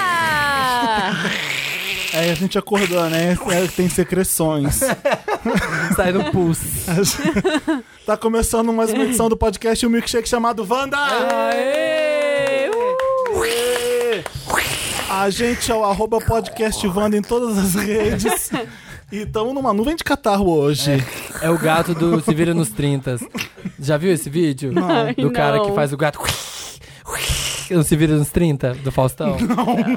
Ah! Aí a gente acordou, né? Tem secreções. Sai no pulso. Tá começando mais uma edição do podcast Um Milkshake chamado Wanda! Aê! uh, A gente é o arroba podcast Wanda em todas as redes. E estamos numa nuvem de catarro hoje. É o gato do Se Vira nos 30. Já viu esse vídeo? Ai, Do cara não. que faz o gato. No Se Vira nos 30, do Faustão.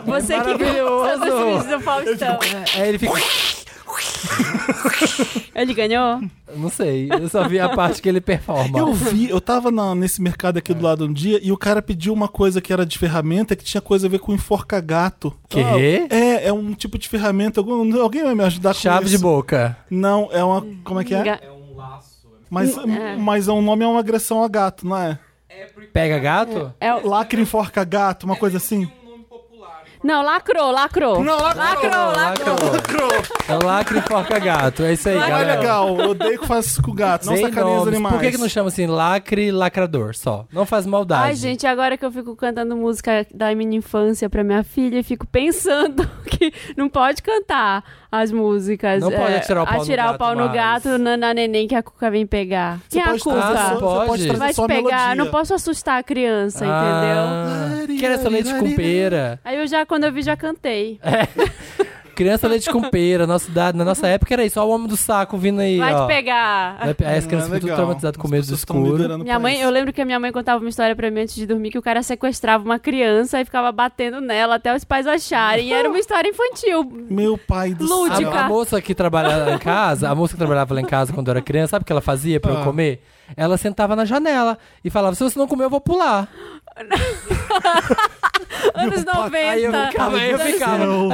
Você que gosta dos Maravilhoso. vídeos do Faustão. Aí É, ele fica. é. Ele ganhou? Não sei, eu só vi a parte que ele performa. Eu vi, eu tava na- nesse mercado É. aqui do lado um dia e o cara pediu uma coisa que era de ferramenta que tinha coisa a ver com enforca-gato. Quê? Ah, é, é um tipo de ferramenta. algum- alguém vai me ajudar com Chave isso? de boca. Não, é uma. Como é que é? Hum, Ga- Mas, mas é um nome é uma agressão a gato, não é? Pega gato? É o- Lacre enforca gato, uma coisa assim? Não, lacrou, lacrou. Não, lacrou! Lacrou, lacrou. Lacrou. É o lacre e forca gato. É isso aí, Não é galera. legal, eu odeio que faça isso com gato, não Sem sacaneia os nomes. animais. Por que, que não chama assim lacre e lacrador só? Não faz maldade. Ai, gente, agora que eu fico cantando música da minha infância pra minha filha, eu fico pensando que não pode cantar as músicas. é, Não pode atirar o pau no atirar gato o pau no mais. gato na, na neném que a Cuca vem pegar. Você Quem é a pode trazer Ah, só- Cuca? você pode. trazer Vai só te a pegar, melodia. não posso assustar a criança, entendeu? Ah, Criança leite com pera. Aí eu já, quando eu vi, já cantei. Criança leite com pera. Nossa, idade- na nossa época era isso. Ó, o homem do saco vindo aí. Vai ó. te pegar. Vai pe- Aí as crianças Não é ficam tudo legal. traumatizadas com As medo do pessoas tão me escuro. liderando Minha pra mãe, isso. eu lembro que a minha mãe contava uma história pra mim antes de dormir que o cara sequestrava uma criança e ficava batendo nela até os pais acharem. E era uma história infantil. Meu pai do A- Lúdica. A, céu. moça que trabalhava lá em casa, a moça que trabalhava lá em casa quando eu era criança, sabe o que ela fazia pra Ah. eu comer? Ela sentava na janela e falava: se você não comer, eu vou pular. Anos 90. Aí eu ficava, aí eu ficava, Deus. aí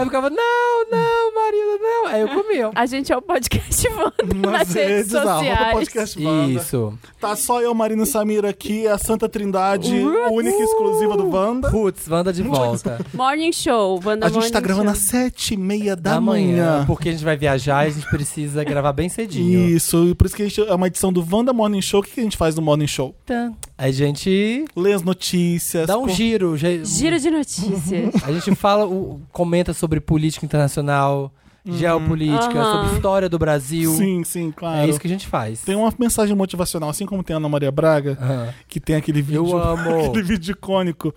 eu ficava, não, não, marido, não. Aí eu comia. A gente é o podcast Wanda nas redes arroba sociais. podcast Wanda. Isso. Tá só eu, Marina e Samir aqui, a Santa Trindade, única e exclusiva do Wanda. Putz, Wanda de volta. Morning Show, Wanda A gente tá Morning gravando às Show. sete e meia da, Da manhã, um manhã. porque a gente vai viajar e a gente precisa gravar bem cedinho. Isso, e por isso que a gente, é uma edição do Wanda Morning Show. O que, que a gente faz no Morning Show? Tá. A gente Lê as notícias. dá um co- giro. ge- assim. Giro de notícias. A gente fala, o- comenta sobre política internacional, geopolítica, Aham. sobre história do Brasil. Sim, sim, claro. É isso que a gente faz. Tem uma mensagem motivacional, assim como tem a Ana Maria Braga, Aham. que tem aquele vídeo, Eu amo. aquele vídeo icônico.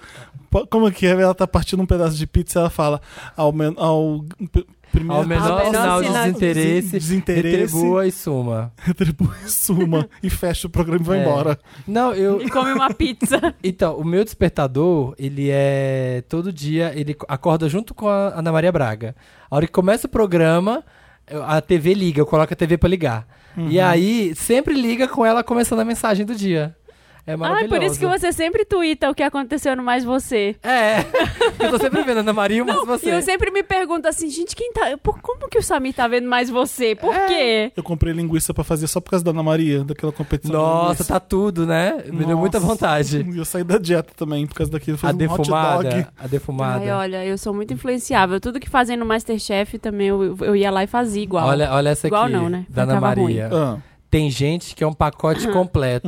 Po- Como que é? Ela tá partindo um pedaço de pizza e ela fala ao, men- ao p- primeiro Ao menor, Ao menor sinal de sinal de desinteresse, desinteresse. retribua e suma. retribui suma e fecha o programa e vai É. embora. Não, eu. e come uma pizza. Então, o meu despertador, ele é. Todo dia, ele acorda junto com a Ana Maria Braga. A hora que começa o programa, eu- a TV liga, eu coloco a TV pra ligar. E aí, sempre liga com ela começando a mensagem do dia. É Ai, maravilhoso. por isso que você sempre twitta o que aconteceu no Mais Você. É, eu tô sempre vendo Ana Maria, mas você. E eu sempre me pergunto assim, gente, quem tá. Por, como que o Samir tá vendo mais você? Por É. quê? Eu comprei linguiça pra fazer só por causa da Ana Maria, daquela competição. de Nossa, linguiça. tá tudo, né? Me deu muita Nossa. vontade. E eu saí da dieta também por causa daquilo. Fiz um A hot dog. defumada. A defumada. Ai, olha, eu sou muito influenciável. Tudo que fazem no Masterchef também eu, eu ia lá e fazia igual. Olha, olha essa aqui. Igual não, né? Da Ana Ficava ruim. Maria. Ah. Uhum. Tem gente que é um pacote completo.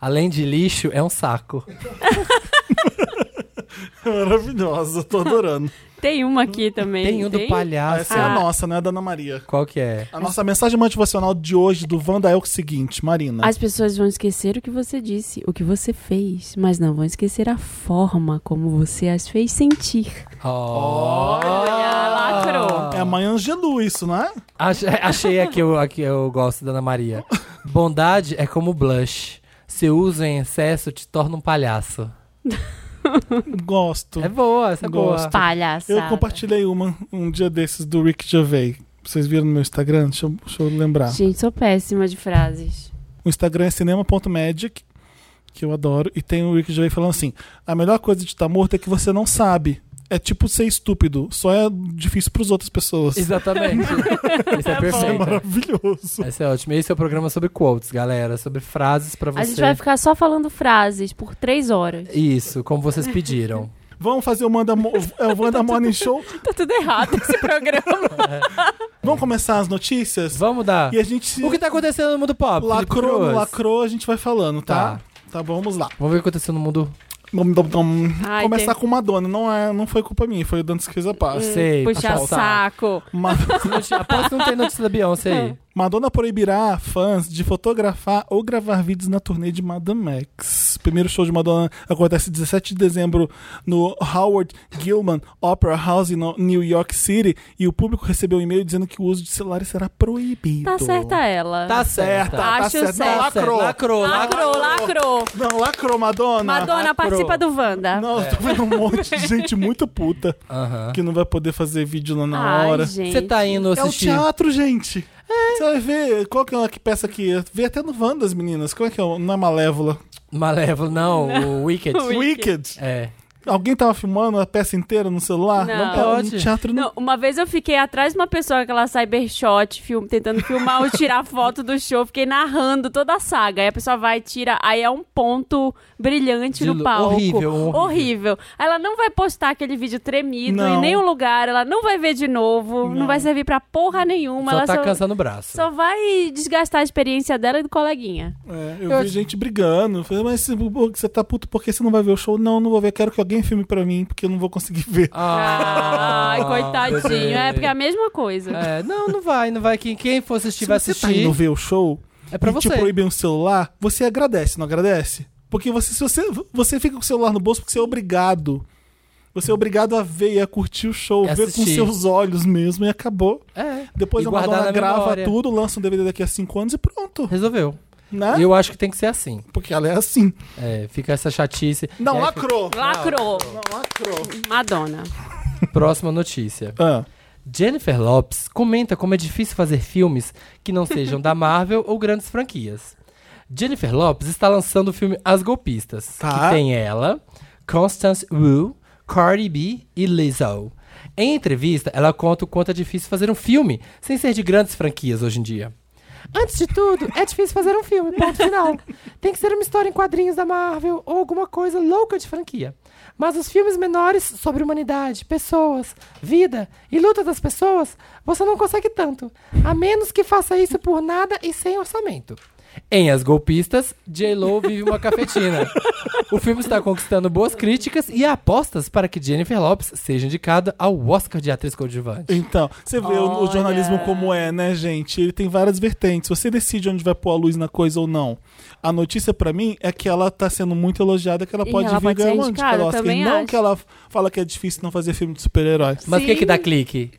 Além de lixo, é um saco. Maravilhosa, tô adorando. Tem uma aqui também. Tem um do Ah, palhaço. Essa é a Ah. nossa, né, da Ana Maria. Qual que é? A nossa mensagem motivacional de hoje do Wanda é o seguinte, Marina. As pessoas vão esquecer o que você disse, o que você fez, mas não vão esquecer a forma como você as fez sentir. Olha, lacrou. Ah. É a mãe Angelou isso, não é? Ach- Achei a que, eu, a que eu gosto da Ana Maria. Bondade é como blush. Se uso em excesso, te torna um palhaço. Gosto. É boa, essa é boa. Gosto. Palhaçada. Eu compartilhei uma um dia desses do Rick Gervais. Vocês viram no meu Instagram? Deixa eu, deixa eu lembrar. Gente, sou péssima de frases. O Instagram é cinema.magic, que eu adoro. E tem o Rick Gervais falando assim, a melhor coisa de estar morto é que você não sabe. É tipo ser estúpido, só é difícil pras outras pessoas. Exatamente. Isso é Isso é perfeito. maravilhoso. Esse é ótimo. Esse é o programa sobre quotes, galera. Sobre frases pra você. A gente vai ficar só falando frases por três horas. Isso, como vocês pediram. Vamos fazer o Manda, Mo- é, o Wanda Morning Show. Tá tudo errado esse programa. Vamos começar as notícias? Vamos dar. E a gente... O que tá acontecendo no mundo pop? Felipe Lacrou, Cruz? não lacrou, a gente vai falando, tá? Tá. Tá, vamos lá. Vamos ver o que aconteceu no mundo. Vamos, vamos, vamos Ai, começar tem- com Madonna. Não, é, não foi culpa minha, foi o Dantes Cris a Paz. Sei, tá Puxa passar o Hum, saco. Ma- Aposto que não tem notícia da Beyoncé aí. Madonna proibirá fãs de fotografar ou gravar vídeos na turnê de Madame Max. Primeiro show de Madonna acontece 17 de dezembro no Howard Gilman Opera House, em No- New York City, e o público recebeu um e-mail dizendo que o uso de celulares será proibido. Tá certa ela. Tá certa. Tá, tá Acho certo. Não, certo. lacrou. Lacrou, Lacrou, lacrou. Não, lacrou, Madonna. Madonna, lacrou. participa do Wanda. Não, eu tô vendo um monte de gente muito puta Aham. que não vai poder fazer vídeo lá na Ai, hora. gente. Você tá indo É o assistir. teatro, gente. Você vai ver qual que é a peça que. Vê até no Wanda as meninas. Como é que é? Não é Malévola. Malévola, não, o Wicked. Wicked. É. Alguém tava filmando a peça inteira no celular? Não. Não É, pode. No teatro não. Não, uma vez eu fiquei atrás de uma pessoa que ela cybershot, film, tentando filmar ou tirar foto do show, fiquei narrando toda a saga. Aí a pessoa vai e tira, aí é um ponto brilhante De no lu- palco. horrível, horrível. Horrível. Aí ela não vai postar aquele vídeo tremido em Não. nenhum lugar, ela não vai ver de novo, não, Não. vai servir pra porra nenhuma, Só ela tá só, cansando o braço. só vai desgastar a experiência dela e do coleguinha. É, eu, Eu vi acho- gente brigando. Falei, mas você- você tá puto porque você não vai ver o show? Não, não vou ver. Quero que alguém filme pra mim, porque eu não vou conseguir ver. Ah, Ai, coitadinho. É porque é a bebê. mesma coisa. É, não, não vai, não vai. Quem, quem for assistir vai Se você assistir. tá indo ver o show É pra e você. te proibem o celular, você agradece, não agradece? Porque você, se você, você fica com o celular no bolso porque você é obrigado. Você é obrigado a ver e a curtir o show, É ver com assistir. seus olhos mesmo e acabou. É. Depois E a guardar Madonna na grava memória. tudo, lança um DVD daqui a cinco anos e pronto. Resolveu. Né? Eu acho que tem que ser assim. Porque ela é assim. É, fica essa chatice. Não, E aí, lacrou. Lacrou. Não, lacrou. Madonna. Próxima notícia. Ah, Jennifer Lopes comenta como é difícil fazer filmes que não sejam da Marvel ou grandes franquias. Jennifer Lopes está lançando o filme As Golpistas, Tá. que tem ela, Constance Wu, Cardi B e Lizzo. Em entrevista, ela conta o quanto é difícil fazer um filme sem ser de grandes franquias hoje em dia. Antes de tudo, é difícil fazer um filme, ponto final. Tem que ser uma história em quadrinhos da Marvel ou alguma coisa louca de franquia. Mas os filmes menores sobre humanidade, pessoas, vida e luta das pessoas, você não consegue tanto, a menos que faça isso por nada e sem orçamento. Em As Golpistas, J-Lo vive uma cafetina. O filme está conquistando boas críticas e há apostas para que Jennifer Lopes seja indicada ao Oscar de atriz coadjuvante. então, você vê o, o Olha. jornalismo como é, né, gente? Ele tem várias vertentes. Você decide onde vai pôr a luz na coisa ou não. A notícia pra mim é que ela tá sendo muito elogiada, que ela E pode ela vir pode ganhar ser um indicada, Oscar. também E não acho. que ela fala que é difícil não fazer filme de super-herói. Mas o que, que Sim. dá clique?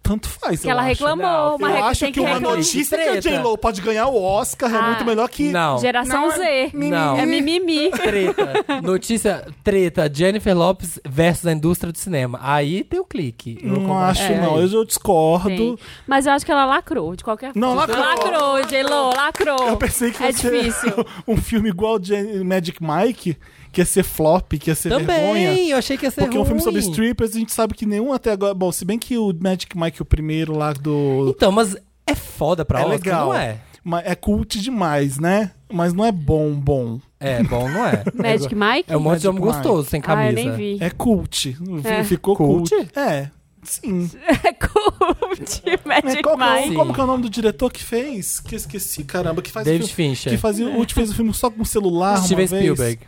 Tanto faz, Que eu ela acho. reclamou, Não, mas Eu recla- acho tem que, uma reclamar. notícia que a Treta. J-Lo pode ganhar o Oscar é Ah, muito melhor que... Não. Geração Não, Z. Não. É mimimi. Treta. Notícia treta. Jennifer Lopes versus a indústria do cinema. Aí tem o clique. Eu Não concordo. acho, É, não. aí. Eu, eu discordo. Tem. Mas eu acho que ela lacrou, de qualquer forma. Não, lacrou. Lacrou, J-Lo, lacrou. Eu pensei que É ia ser difícil. um filme igual de Magic Mike, que ia ser flop, que ia ser Também, vergonha. eu achei que ia ser Porque é um filme sobre ruim. strippers, a gente sabe que nenhum até agora. Bom, se bem que o Magic Mike, o primeiro lá do. Então, mas é foda pra É Oscar, legal. não é? ma- É cult demais, né? Mas não é bom, bom. É, bom, não é? Magic Mike? É um monte de homem Magic Mike. gostoso, sem camisa. Ah, eu nem vi. É cult. F- É. Ficou Cult? cult. É. Sim. É cult, É, Magic qual que é o- Mike. como que é o nome do diretor que fez? Que eu esqueci, caramba. Que faz David filme, Fincher. que fazia, o último fez o filme só com o celular. uma Steven vez. Spielberg.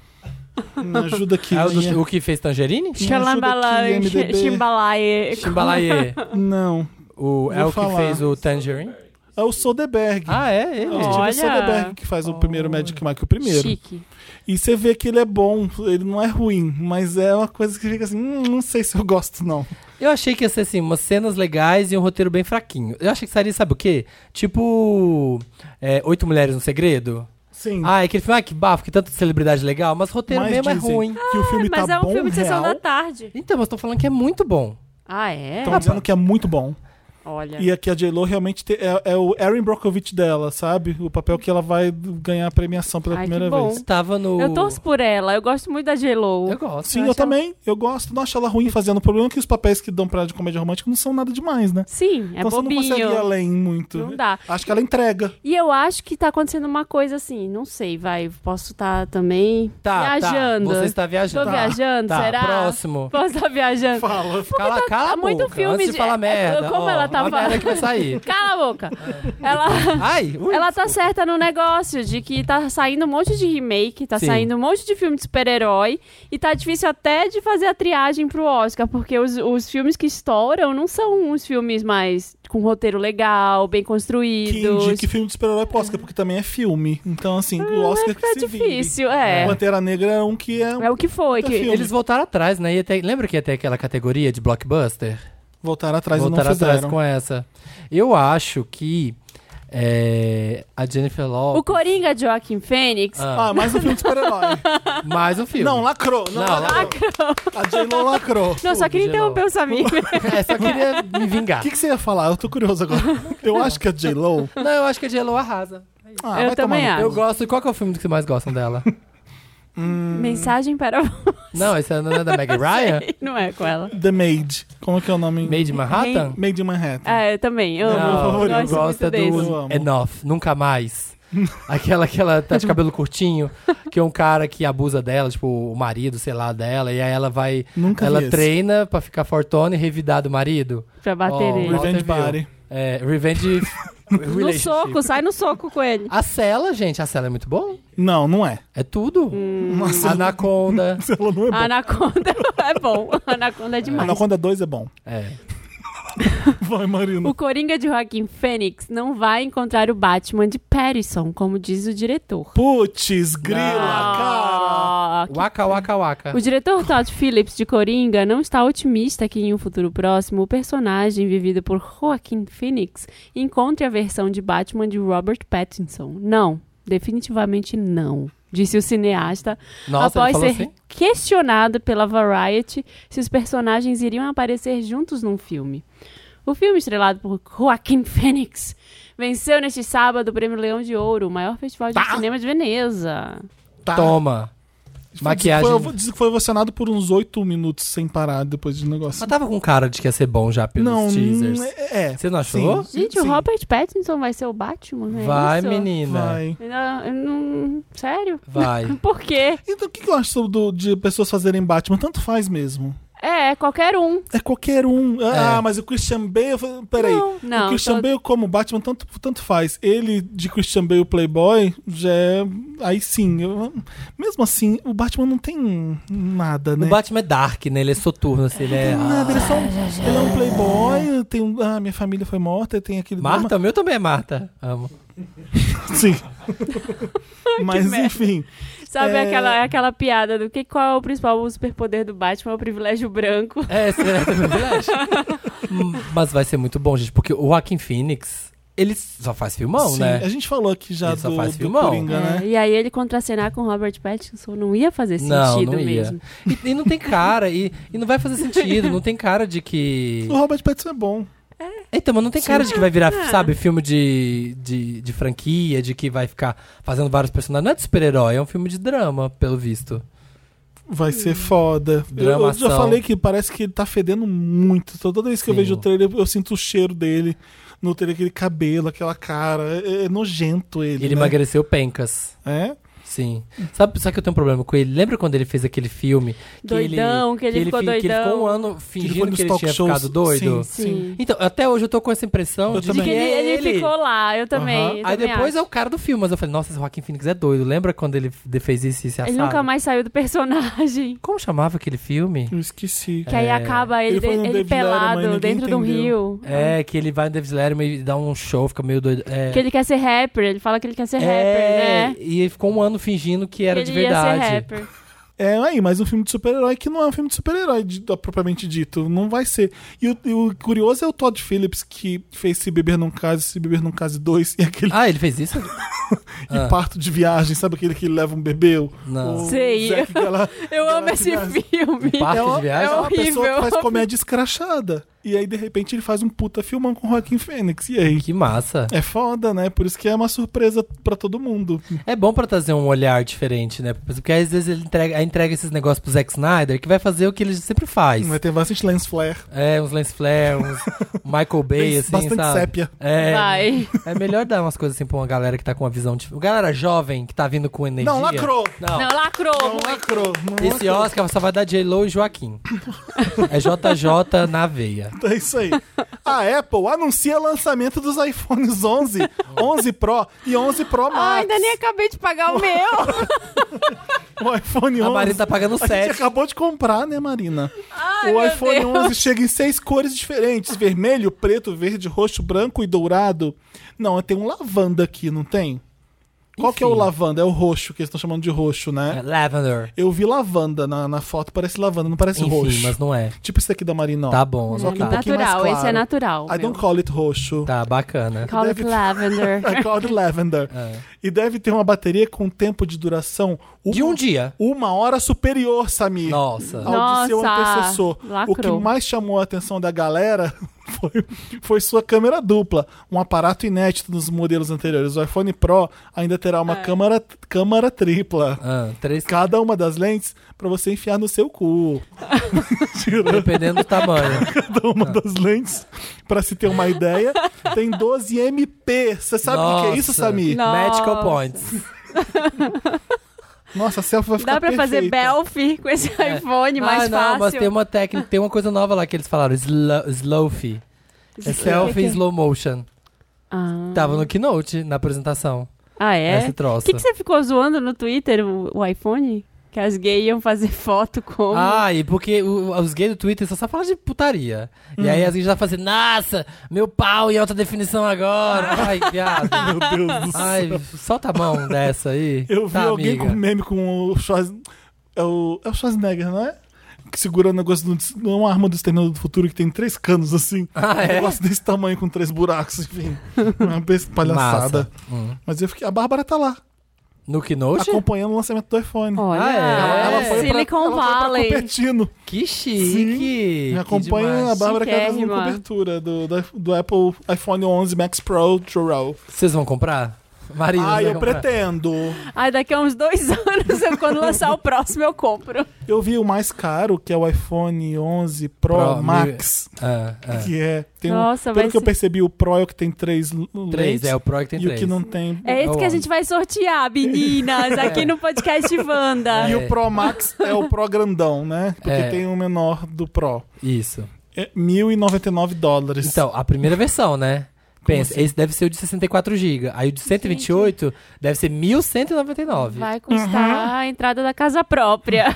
Me ajuda aqui. É o, do- Linha. o que fez Tangerine? Me ajuda aqui, Xalambalaê, IMDb. Ximbalaê. Chimbalaye. Não. O, é Vou o que falar. fez o Tangerine. É o Soderbergh. Ah, é? Ele. É o Steven Olha. Soderbergh que faz o primeiro Magic Mike, o primeiro. Chique. E você vê que ele é bom, ele não é ruim, mas é uma coisa que fica assim, hum, não sei se eu gosto não. Eu achei que ia ser assim, umas cenas legais e um roteiro bem fraquinho. Eu achei que seria, sabe o quê? Tipo. é, Oito Mulheres no Segredo? Sim. Ah, é aquele filme, ah, que bafo, que tanta celebridade legal, mas o roteiro mas mesmo é dizem ruim. Que o filme Mas tá é um bom filme de sessão real. da tarde. Então, mas tô falando que é muito bom. Ah, é? Estão dizendo que é muito bom. Olha. E aqui a J-Lo realmente te- é, é o Erin Brockovich dela, sabe? O papel que ela vai ganhar a premiação pela Ai, que primeira bom. vez. Tava no. Eu torço por ela, eu gosto muito da J-Lo. Eu gosto. acho é Sim, eu, um ela- também. Eu gosto. Não acho ela ruim fazendo. O problema é que os papéis que dão pra ela de comédia romântica não são nada demais, né? Sim, é então você não consegue ir bobinho. além muito. Não dá. Acho que ela entrega. E eu acho que tá acontecendo uma coisa assim, não sei, vai, posso estar também Tá, viajando. Tá, você está Tô viajando. Tá, viajando, tá, será? Próximo. Posso estar viajando? Fala. Cala, cala a Há muito boca, filme antes de. é, de falar merda. Como ó. ela tá a merda falando. que vai sair. Cala a boca. Ela. Ai, ui, Ela tá certa no negócio de que tá saindo um monte de remake, tá Sim. saindo um monte de filme de super-herói e tá difícil até de fazer a triagem pro Oscar, porque os, os filmes que estouram não são os filmes mais com roteiro legal, bem Que construídos. indique filme de super-herói pro Oscar, porque também é filme. Então, assim, o Oscar que É se difícil, é. vive. Pantera Negra é um que é... É o que foi. Puta Que... filme. Eles voltaram atrás, né? Ia ter- lembra que ia ter aquela categoria de blockbuster? Voltaram atrás e voltaram não fizeram. atrás com essa. Eu acho que é, a Jennifer O Lopez... Coringa de Joaquim Fênix. Ah, mais um filme de super-herói. Mais um filme. Ah, não, lacrou. Não, Não, lacrou. A J-Lo lacrou. não, só queria Tudo, geral. interromper o Samir. É, só queria me O vingar. que, que você ia falar? Eu tô curioso agora. Eu acho que a J-Lo... Não, eu acho que a J.Lo arrasa. Ah, Eu vai tomar também no cu. acho. Eu gosto... Qual que é o filme que vocês mais gostam dela? Hum, Mensagem para. não, esse não é da Meg Ryan? não é com ela. The Maid. Como que é o nome? Made in Manhattan? Maid in Manhattan. É, eu também. Eu Não, amo. eu gosto muito gosta desse. Eu é do amo. Enough, Nunca Mais. Aquela que ela tá de Tipo- cabelo curtinho, que é um cara que abusa dela, tipo, o marido, sei lá, dela, e aí ela vai. Nunca ela vi esse. treina pra ficar fortona e revidar do marido. Pra bater Ó, nele. Walter Revenge viu. Party. É, revenge. No relationship. soco, assim. sai no soco com ele. A Cela, gente, a Cela é muito bom. Não, não é. É tudo. Hum. Anaconda. Ela não é bom. A Anaconda é bom. A Anaconda é demais. Anaconda 2 é bom. É. Vai, Marina. O Coringa de Joaquim Fênix não vai encontrar o Batman de Pattinson, como diz o diretor. Putz, grila, Não. cara. Ah, que- Waka waka waka. O diretor Todd Phillips de Coringa não está otimista que em um futuro próximo o personagem vivido por Joaquim Phoenix encontre a versão de Batman de Robert Pattinson. Não, definitivamente não. Disse o é cineasta Nossa, ele após falou ser assim. questionado pela Variety se os personagens iriam aparecer juntos num filme. O filme, estrelado por Joaquim Phoenix, venceu neste sábado o Prêmio Leão de Ouro, o maior festival de cinema de Veneza. Tá. Toma. Maquiagem. Foi, eu disse que foi ovacionado por uns 8 minutos sem parar depois do negócio. Mas tava com cara de que ia ser bom já pelos Não, teasers. é. é. Você não achou? Sim, Gente, o sim. Robert Pattinson vai ser o Batman, né? Vai, Isso? menina. Vai. Não, eu não- sério? Vai. Por quê? Então, o que que eu acho sobre do- de pessoas fazerem Batman? Tanto faz mesmo. É, qualquer um. É qualquer um. Ah, É. mas o Christian Bale. Peraí. Não, então, o Christian tô- Bale, como Batman, tanto, tanto faz. Ele, de Christian Bale Playboy, já é. Aí sim. eu- mesmo assim, o Batman não tem nada, né? O Batman é dark, né? Ele é soturno, assim, ele é. Nada, ele é só um, ele é um playboy, tem um, ah, minha família foi morta, tem aquele drama. Marta, o meu também é Marta. Amo. Sim. Mas merda. enfim, Sabe É. aquela, aquela piada do que qual é o principal superpoder do Batman? É o privilégio branco. É, será que é verdade? Hum, Mas vai ser muito bom, gente, porque o Joaquin Phoenix, ele só faz filmão, sim, né? a gente falou aqui já Ele só do, faz do filmão. Coringa, É, né? e aí ele contracenar com Robert Pattinson não ia fazer sentido Não, não ia. mesmo. E, e não tem cara, e, e não vai fazer sentido, não tem cara de que. O Robert Pattinson é bom. Então, mas não tem cara de que vai virar, sabe, filme de, de, de franquia, de que vai ficar fazendo vários personagens. Não é de super-herói, é um filme de drama, pelo visto. Vai ser foda. Eu- Eu, Dramação. já falei que parece que ele tá fedendo muito. Então, Toda vez que eu Sim. vejo o trailer, eu sinto o cheiro dele. No trailer, aquele cabelo, aquela cara. É, é nojento ele. Ele, né? emagreceu pencas. É? Sim. Sabe, sabe que eu tenho um problema com ele? Lembra quando ele fez aquele filme? Que Doidão, que ele ficou fi- Que ele doidão. ficou um ano foi fingindo nos que ele talk tinha shows. ficado doido? Sim. Então, até hoje eu tô com essa impressão Eu de De também. que que ele, é ele ele. ficou lá, eu também. Aham. eu Aí também depois é acho. o cara do filme, mas eu falei, nossa, esse Joaquim Phoenix é doido. Lembra quando ele de- fez isso e esse assado? Ele nunca mais saiu do personagem. Como chamava aquele filme? Eu esqueci. Que aí É. acaba ele, Ele foi no ele, David pelado Letterman, ninguém dentro de um rio. entendeu. É, que ele vai no David Letterman e dá um show, fica meio doido. É, Que ele quer ser rapper, ele fala que ele quer ser é, rapper, né? E ele ficou um ano fingindo que era Que de ele ia ser verdade. rapper. É aí, mas um filme de super-herói que não é um filme de super-herói de- propriamente dito. Não vai ser. E o, e o curioso é o Todd Phillips que fez Se Beber Não Case, Se Beber Não Case 2 e aquele Ah, ele fez isso? ah. e parto de viagem, sabe aquele que leva um bebê? O- Não. o Sei. Zac Galá- Eu amo Galá- esse filme. Parto É uma- de viagem? é É uma pessoa que horrível. faz comédia escrachada. E aí, de repente, ele faz um puta filmão com o Joaquim Fênix. E aí? Que massa. É foda, né? Por isso que é uma surpresa pra todo mundo. É bom pra trazer um olhar diferente, né? Porque às vezes ele entrega, entrega esses negócios pro Zack Snyder, que vai fazer o que ele sempre faz. Vai ter bastante lens flare. É, uns Lance Flair, uns Michael Bay, assim, bastante sabe? sépia. É, Vai. é melhor dar umas coisas assim pra uma galera que tá com uma visão de. O galera jovem que tá vindo com energia. Não, lacrou! Não. Não, lacrou. Não é lacrou. Não Esse lacrou. Oscar só vai dar J-Lo e Joaquim. é JJ na veia. É isso aí. A Apple anuncia lançamento dos iPhones 11, 11 Pro e 11 Pro Max. Ai, Ah, ainda nem acabei de pagar o meu. O iPhone 11. A Marina tá pagando A gente 7. acabou de comprar, né, Marina? o meu iPhone é Deus. 11 chega em seis cores diferentes: vermelho, preto, verde, roxo, branco e dourado. Não, tem um lavanda aqui, não tem? Qual que é o Enfim. lavanda? É o roxo, que eles estão chamando de roxo, né? É Lavender. Eu vi lavanda na, na foto, parece lavanda, não parece Enfim, roxo. mas não é. Tipo esse aqui da Marina, ó. Tá bom, Não, que um Zotar. pouquinho mais natural, esse é claro. natural. I meu. don't call it roxo. Tá, bacana. Call Deve- it lavender. I call it lavender. É. E deve ter uma bateria com tempo de duração uma, De um dia. uma hora superior, Samir. Nossa. ao de seu Nossa, é um antecessor. O que lacrou. mais chamou a atenção da galera foi, foi sua câmera dupla, um aparato inédito nos modelos anteriores. O iPhone Pro ainda terá É. uma câmera, câmera tripla. Ah, três Cada uma das lentes pra você enfiar no seu cu. Mentira. dependendo do tamanho. Cada uma das lentes, pra se ter uma ideia, tem 12 MP. Você sabe o que é isso, Nossa. Samir? Nossa. Magical Points. Nossa, a selfie vai ficar Dá pra fazer perfeita. Belf com esse iPhone, mais ah, não, mas fácil. tem uma técnica, tem uma coisa nova lá que eles falaram, slow, slowfi. É selfie em slow motion. Ah. Tava no keynote, na apresentação. Ah, é? Essa O troça. que, que você ficou zoando no Twitter, o, o iPhone? Que as gays iam fazer foto com... Ah, e porque o- os gays do Twitter só sabem falar de putaria. E aí as gays já fazem, nossa, meu pau em alta definição agora. Ai, viado. Meu Deus do céu. Ai, solta a mão dessa aí. Eu vi Tá, alguém amiga. com meme com o Schwarzenegger. É o, é o Schwarzenegger, não é? Que segurando o negócio de uma arma do Exterminador do Futuro que tem três canos assim. Ah, Um é? negócio desse tamanho com três buracos, enfim. Uma bes- palhaçada. Massa. Hum. Mas eu fiquei. A Bárbara tá lá, No Keynote? acompanhando o lançamento do iPhone. Olha, Ah, é? Ela- ela foi pra- Silicon ela foi pra Valley. Cupertino. Sim. Que chique. que Me acompanha a demais. Bárbara que ela fez uma Chiquérrima. cobertura do, do, do Apple iPhone 11 Max Pro Dural. Vocês vão comprar? Marina, Ah, você vai eu comprar? pretendo. Ai, daqui a uns dois anos, eu- quando lançar o próximo, eu compro. Eu vi o mais caro, que é o iPhone 11 Pro, Pro, mil- Max. Ah, ah. Que é. Tem um- Nossa, pelo vai que eu ser- percebi, o Pro é o que tem três l- Três, lentes, é o Pro que tem E três. o que não tem. É esse Go que a on. gente vai sortear, meninas, aqui no podcast Wanda. E É. o Pro Max é o Pro grandão, né? Porque É. tem o menor do Pro. Isso. É 1.099 dólares. Então, a primeira versão, né? Pensa, assim? esse deve ser o de 64 GB. Aí o de 128 deve ser 1.199. Vai custar a entrada da casa própria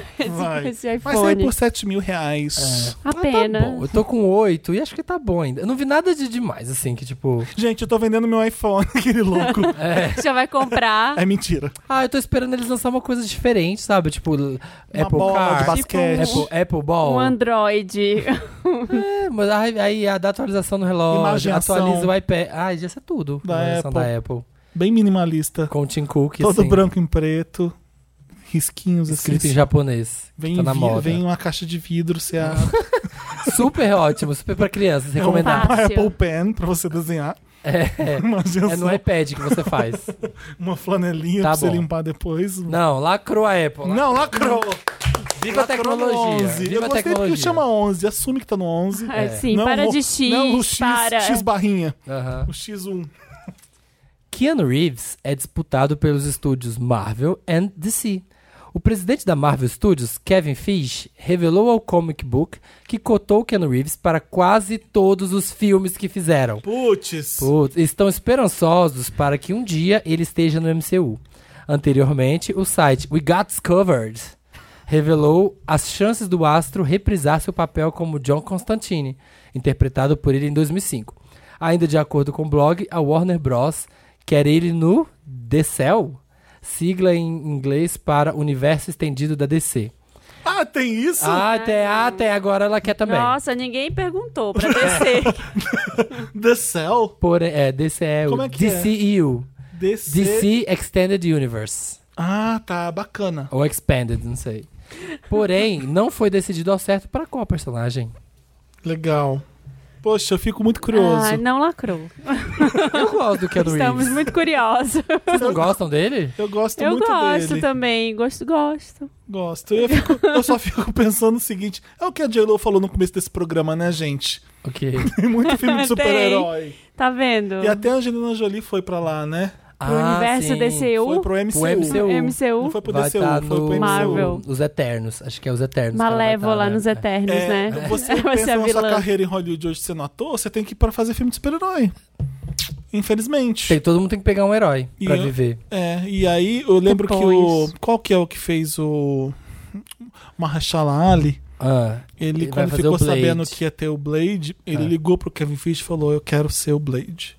Vai. esse, esse Mas é aí iPhone. por 7 mil reais. Ah, tá Apenas. bom. Eu tô com 8 e acho que tá bom ainda. Eu não vi nada de demais, assim, que tipo. Gente, eu tô vendendo meu iPhone, aquele louco. É. Já vai comprar. É mentira. Ah, eu tô esperando eles lançar uma coisa diferente, sabe? Tipo, l- Apple bola de Car, basquete. Apple, Apple Ball. Um Android. É, mas aí, aí a da atualização no relógio, Imaginação. atualiza o iPad. Ah, isso é tudo. Da a versão Apple. da Apple. Bem minimalista. Com o Tim Cook, Todo assim, branco em preto. Risquinhos escrito assim. em japonês. Vem, tá em na vi- moda. vem uma caixa de vidro, você abre. Super ótimo, super pra crianças, É um recomendado. Fácil. Apple Pen pra você desenhar. É, Imagina é no só, iPad que você faz. uma flanelinha Tá pra você bom. limpar depois. Não, lacrou a Apple. Não, lacrou! Viva a Lacrou no tecnologia. 11. Viva Eu a gostei tecnologia. porque chama 11, assume que tá no 11. É, Sim, Não para o- de X, Não, o X, para. um, X barrinha. Aham. O X1. Keanu Reeves é disputado pelos estúdios Marvel and DC. O presidente da Marvel Studios, Kevin Feige, revelou ao Comic Book que cotou Keanu Reeves para quase todos os filmes que fizeram. Putz. Putz, estão esperançosos para que um dia ele esteja no MCU. Anteriormente, o site We Got Covered revelou as chances do astro reprisar seu papel como John Constantine, interpretado por ele em 2005. Ainda de acordo com o blog, a Warner Bros. quer ele no The Cell, sigla em inglês para Universo Estendido da DC. Ah, tem isso? Ah, até, ah, até agora ela quer também. Nossa, ninguém perguntou pra descer. The Cell? Porém, é, DC é Como o é que é? DCEU. DC. DC Extended Universe. Ah, tá, bacana. Ou Expanded, não sei. Porém, não foi decidido ao certo para qual personagem. Legal. Poxa, eu fico muito curioso. Ai, Ah, não lacrou. Eu gosto do Keanu Estamos Reeves. muito curiosos. Vocês não gostam dele? Eu gosto Eu muito gosto dele. também, gosto, gosto. Gosto. Eu, fico- eu só fico pensando o seguinte: é o que a J.Lo falou no começo desse programa, né, gente? Ok. Tem muito filme de Tem. super-herói. Tá vendo? E até a Angelina Jolie foi pra lá, né? pro Ah, universo sim. Foi DCU, pro MCU. Pro MCU. Não MCU, foi pro Vai DCU, tá foi pro no- MCU. Marvel. Os Eternos, acho que é os Eternos. que ela vai Malévola tá, né? nos É. Eternos, É, né? Você Vai ser pensa a na sua vilã. carreira em Hollywood hoje sendo ator, você tem que ir pra fazer filme de super-herói. Infelizmente. É. Tem, todo mundo tem que pegar um herói E pra eu- viver. É, e aí eu lembro que o. Depois. Qual que é o que fez o. Mahashala Ali? Ah, Ele, Ele vai quando fazer ficou o Blade. sabendo que ia ter o Blade, ele É. ligou pro Kevin Feige e falou: Eu quero ser o Blade.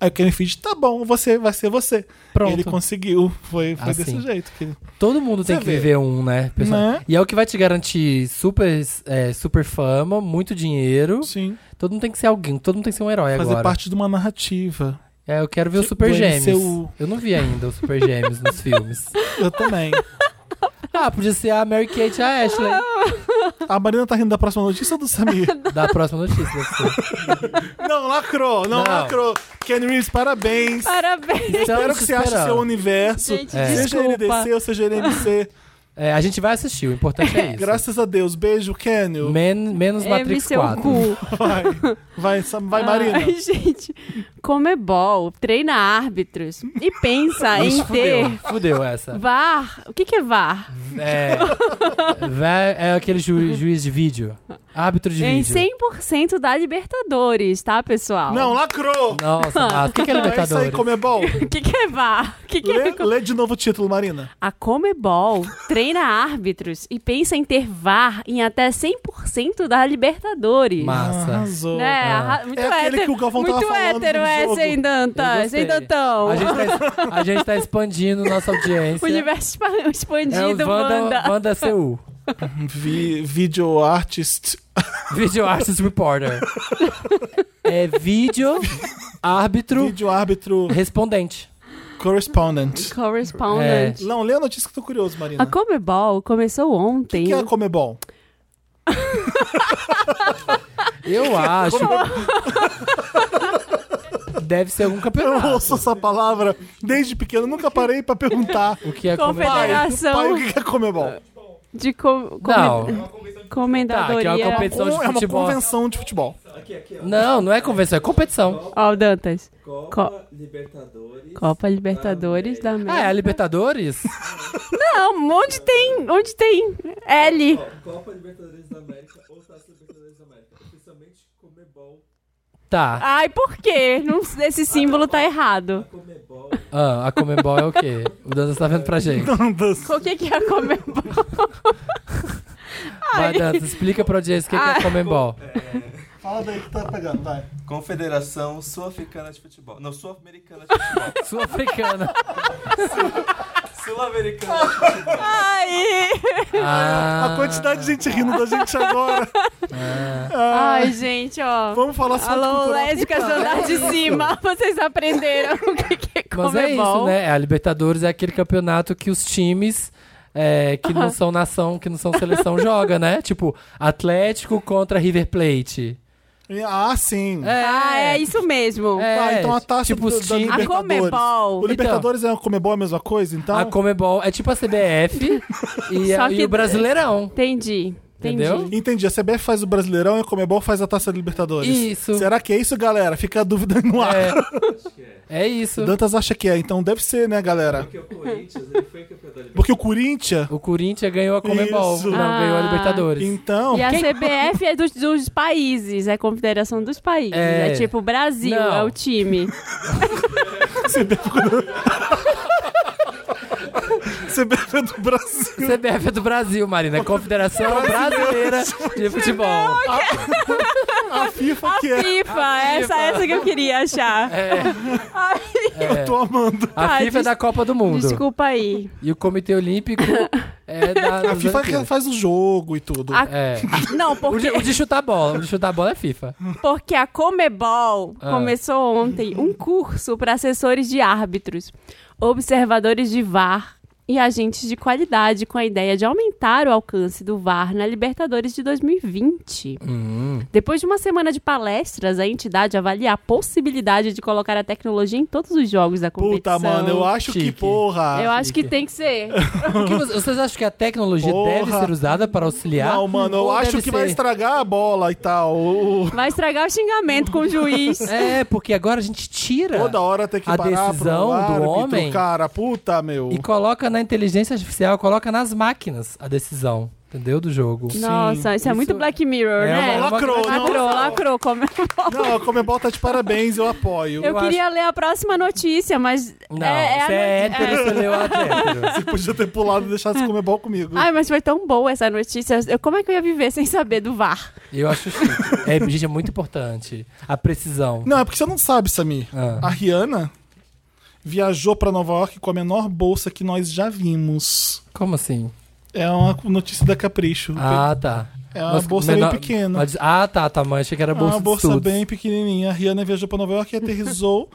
Aí o Kevin Feige, tá bom, você vai ser você. pronto. Ele conseguiu. Foi, foi Assim. desse jeito. Que... Todo mundo tem Você que vê. viver um, né? personagem? Né? E é o que vai te garantir super, é, super fama, muito dinheiro. Sim. Todo mundo tem que ser alguém, todo mundo tem que ser um herói Fazer agora. parte de uma narrativa. É, eu quero ver o Você Super vai Gêmeos. ser o- Eu não vi ainda o Super Gêmeos nos filmes. Eu também. Ah, podia ser a Mary Kate e a Ashley. A Marina tá rindo da próxima notícia ou do Samir? Da próxima notícia. deve ser. Não, lacrou, não, Não. lacrou. Ken Reeves, parabéns. Parabéns, Então, Espero que você ache esperando. seu universo. gente. É. Seja Desculpa. NDC ou seja NMC. É, a gente vai assistir, o importante é isso. Graças a Deus. Beijo, Kenio. Men- menos M Matrix É, seu 4. cu. Vai, vai, Sam- vai Marina. Ai, gente. Comebol, treina árbitros e pensa Ixi, em fudeu, ter fudeu essa. VAR. O que, que é VAR? É, vai- é aquele ju- juiz de vídeo. Árbitro de É Em vídeo. 100% da Libertadores, tá, pessoal? Não, lacrou. Nossa, Mato, o que, que é É isso aí, Libertadores? Comebol. O que, que é VAR? O que, que é Lê, lê de novo o título, Marina. A Comebol treina árbitros e pensa em ter VAR em até 100% da Libertadores. Massa. Arrasou. Né? Arra- Muito É aquele hétero, que o Galvão muito tava falando hétero é do jogo. essa, hein, ah. Eu Dantas? gostei. Hein, Dantão? A gente, tá, es- a gente tá expandindo nossa Ah. O audiência. universo expa- é o expandido, Wanda, manda. Wanda CU. Vi, video artist. Video Artist Reporter. É vídeo, árbitro, Video árbitro respondente. É, correspondent. Correspondent. Não, lê a notícia que eu tô curioso, Marina. A Comebol começou O ontem. que é a Comebol? Eu acho. Deve ser algum Eu campeonato. ouço essa palavra desde pequeno, nunca parei pra perguntar. O que é Confederação. comendador? Pai, o que é Comebol? de co Não. comen- Tá, que é comendadoria. uma competição Ou de é uma futebol. convenção de futebol. Não, não é convenção, é competição. Ó, o Dantas. Co- Libertadores. Copa Libertadores da América. Ah, é a Libertadores? Não, onde tem? Onde tem? L. Ó, Copa Libertadores da América ou Taça Libertadores da América. Oficialmente Comebol. Tá. Ai, por quê? Não- esse símbolo tá errado. Comebol. Ah, a Comembol é o quê? O Dantas tá vendo pra gente. O que, que é a Comebol? Vai, Dantas, explica pra audiência o que, que é Comembol. Fala daí que tá pegando, vai. Confederação Sul-Africana de Futebol. Não, Sul-Americana de Futebol. Sul-Africana. Sul-Americana de Futebol. Ai. Ah, A quantidade de gente rindo da gente agora. Ah, Ai, gente, ó. Vamos falar sobre Alô, cultura. lésbicas do andar de cima. Vocês aprenderam o que, que é É Mas é isso, Comebol. né? A Libertadores é aquele campeonato que os times é, que não são nação, que não são seleção, joga, né? Tipo, Atlético contra River Plate. Ah, sim. É, Ah, é isso mesmo. É, Ah, então a taça tipo do, os da times. A Libertadores. Comebol. O Libertadores é a Comebol é a mesma coisa, então? Então. A Comebol é tipo a CBF e, Só e que- o Brasileirão. Entendi. Entendi. Entendeu? Entendi, a CBF faz o Brasileirão e a Comebol faz a Taça da Libertadores. Isso. Será que é isso, galera? Fica a dúvida no ar. É, é isso. O Dantas acha que é, então deve ser, né, galera? Porque é o Corinthians, ele foi campeão da Libertadores. Porque o Corinthians, O Corinthians ganhou a Comebol. Isso. Não, Ah. ganhou a Libertadores. então... E a CBF é dos, dos países, é a Confederação dos Países. É, É. tipo Brasil, Não. é o time. CBF é do Brasil. CBF é do Brasil, Marina. Confederação Brasileira de Futebol. tá, A FIFA A que é. FIFA, essa, FIFA. essa que eu queria achar. É, Ai, Eu tô amando. a Ah, FIFA é des- da Copa do Mundo. desculpa aí. E o Comitê Olímpico é da. A FIFA que faz o jogo e tudo. A- É. Não, O de, porque, o de chutar bola. O de chutar bola é FIFA. porque a Comebol Ah. começou ontem um curso para assessores de árbitros, observadores de VAR e agentes de qualidade com a ideia de aumentar o alcance do VAR na Libertadores de 2020. Hum. Depois de uma semana de palestras, a entidade avalia a possibilidade de colocar a tecnologia em todos os jogos da competição. Puta, mano, eu acho que Chique. porra. Eu acho que Felipe. tem que ser. O que vo- vocês acham que a tecnologia Porra. deve ser usada para auxiliar? Não, mano, eu Ou acho deve que vai ser- estragar a bola e tal. O- o- Vai estragar o xingamento com o juiz. É, porque agora a gente tira Toda hora tem que É. A parar decisão pro árbitro, do homem- cara. Puta, meu. e coloca na inteligência artificial, coloca nas máquinas a decisão, entendeu? Do jogo. Nossa, isso é Isso muito Black Mirror, é né? uma- Lacrou, uma- Lacrou, Nossa. lacrou. Como... é Não, a Comebol tá de parabéns, eu apoio. Eu, acho- queria ler a próxima notícia, mas. Não, é, é você a é noti- hétero, é. você leu a hétero. Você podia ter pulado e deixado esse Comebol comigo. É. Ai, mas foi tão boa essa notícia. Eu- como é que eu ia viver sem saber do VAR? Eu acho chique. É, gente, é muito importante. A precisão. Não, é porque você não sabe, Samir. Ah. A Rihanna viajou pra Nova York com a menor bolsa que nós já vimos. Como assim? É uma notícia da Capricho. Ah, tá. é uma Nossa, bolsa menor- bem pequena. Mas- Ah, tá, tá, mas achei que era É bolsa uma de bolsa estudos. bem pequenininha. A Rihanna viajou pra Nova York e aterrissou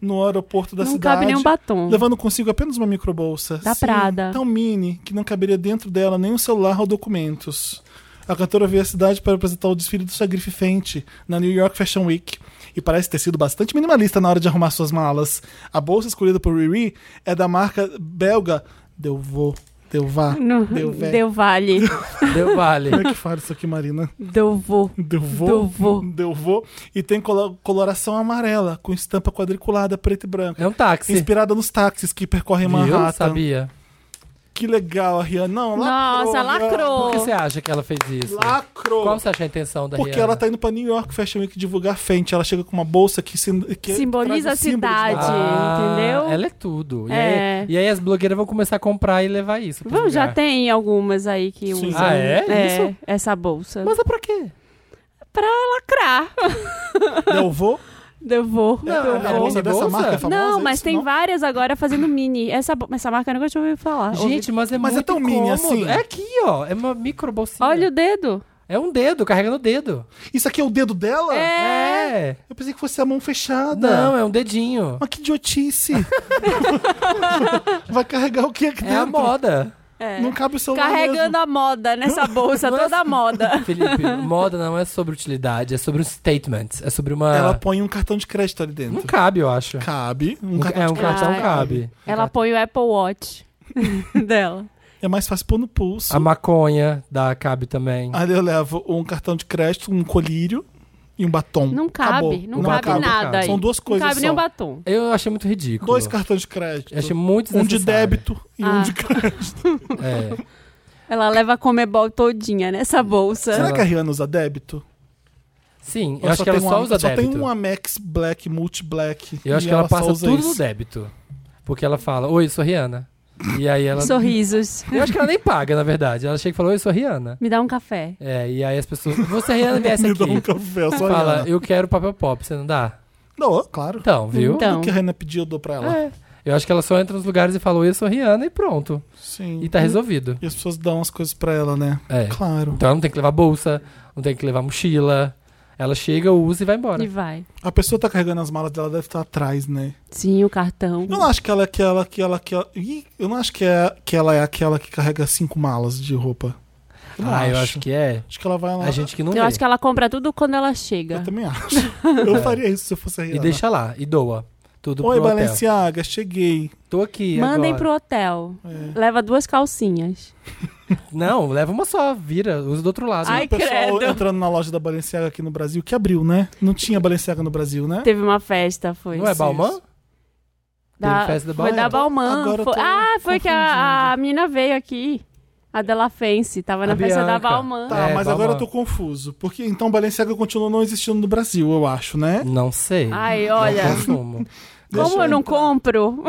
no aeroporto da Não cidade. cabe nenhum batom. Levando consigo apenas uma microbolsa. Uhum. Da Sim, Prada. Tão mini que não caberia dentro dela nem um celular ou documentos. A cantora veio à cidade para apresentar o desfile do sua grife Fenty na New York Fashion Week. E parece ter sido bastante minimalista na hora de arrumar suas malas. A bolsa escolhida por Riri é da marca belga Delvaux. Delvá. Não- Delvé. Deu vale. Deu vale. Como é que fala isso aqui, Marina? Deu vô. Delvaux. Delvaux. Delvaux. E tem colo- coloração amarela, com estampa quadriculada, preta e branca. É um táxi. Inspirada nos táxis que percorrem Eu Manhattan. sabia. Que legal a Rihanna. Não, lacrou. Nossa, Rihanna. lacrou. Por que você acha que ela fez isso? Lacrou. Qual você acha a intenção da Porque Rihanna? ela tá indo pra New York Fashion Week divulgar Fenty. Ela chega com uma bolsa que, sim- que Simboliza traz o a símbolo de lá. cidade. É entendeu? Ela é tudo. E, É. Aí, e aí as blogueiras vão começar a comprar e levar isso. pro Vamos, já é lugar. tem algumas aí que Sim. usam Ah, é? Isso? essa bolsa. Mas é pra quê? pra lacrar. Eu vou. Deu vô. Não, deu É, a vô. bolsa dessa Bolsa? marca é famosa. Não, é mas isso, tem não? várias agora fazendo mini. Essa, bo- essa marca eu nunca tinha ouvido falar. Ouvi- Gente, mas é Mas é muito tão mini incômodo. assim? É aqui, ó. É uma micro bolsinha. Olha o dedo. É um dedo, carrega no dedo. Isso aqui é o dedo dela? É. É. Eu pensei que fosse a mão fechada. Não, é um dedinho. Mas que idiotice. Vai carregar o que aqui É dentro? a moda. É. Não cabe o celular Carregando a moda nessa bolsa, Não é- toda a moda. Felipe, moda não é sobre utilidade, é sobre um statement. É sobre uma. mesmo. Ela põe um cartão de crédito ali dentro. Não cabe, eu acho. Cabe. Um Um ca- cartão É, de um cartão Ah, cabe. Ela põe o Apple Watch dela. É mais fácil pôr no pulso. A maconha da cabe também. Aí eu levo um cartão de crédito, um colírio e um batom. Não cabe, Acabou. não, Não cabe cabe, nada cabe. aí. São duas coisas Não cabe só. nem o batom. Eu achei muito ridículo. Dois cartões de crédito. Eu achei muito Um de desnecessário. débito e um Ah. de crédito. É. Ela leva a Comebol todinha nessa bolsa. Será que a Rihanna usa débito? Sim, eu Ou acho que ela tem só uma- usa Só débito. tem uma Max Black, Multi Black. Eu acho e que ela, só passa usa tudo isso. no débito. Porque ela fala, oi, eu sou Rihanna. E aí ela. Sorrisos. Eu acho que ela nem paga, na verdade. Ela chega e fala, oi, eu sou Rihanna. Me dá um café. É, e aí as pessoas. Você Rihanna viesse Me dá um aqui. café, eu sou a Fala, Rihanna. eu quero papel pop, você não dá? Não, claro. Então, viu? O Então, que a Rihanna pediu, eu dou pra ela. É. Eu acho que ela só entra nos lugares e fala, oi, eu sou Rihanna e pronto. Sim. E tá resolvido. E as pessoas dão as coisas pra ela, né? É. Claro. Então ela não tem que levar bolsa, não tem que levar mochila. Ela chega, usa e vai embora. e vai. A pessoa tá carregando as malas dela, deve estar atrás, né? Sim, o cartão. Eu não acho que ela é aquela que ela que ela. Ih, eu não acho que, é, que ela é aquela que carrega cinco malas de roupa. Eu não ah, acho. eu acho que é. Acho que ela vai lá. A gente que não Eu vê. acho que ela compra tudo quando ela Eu chega. também acho. Eu faria isso se eu fosse a É. E Rihanna. deixa lá, e doa. Tudo Oi, pro hotel. Balenciaga, cheguei. Tô aqui Mandem agora. pro hotel. É. Leva duas calcinhas. Não, leva uma só, vira, usa do outro lado. Ai, o pessoal credo. entrando na loja da Balenciaga aqui no Brasil, que abriu, né? Não tinha Balenciaga no Brasil, né? Teve uma festa, foi. não é isso, Balmain? isso. Da- Teve festa da Foi Balmain? da Balmain. Agora eu Foi- tô Ah, foi que a, confundindo. a menina veio aqui. A Della Fence. Tava na A festa da Bianca. Balmain. Tá, É, mas Balmain. agora eu tô confuso. Porque então Balenciaga continua não existindo no Brasil, eu acho, né? Não sei. Ai, olha. Não consumo. Deixa Como eu não compro?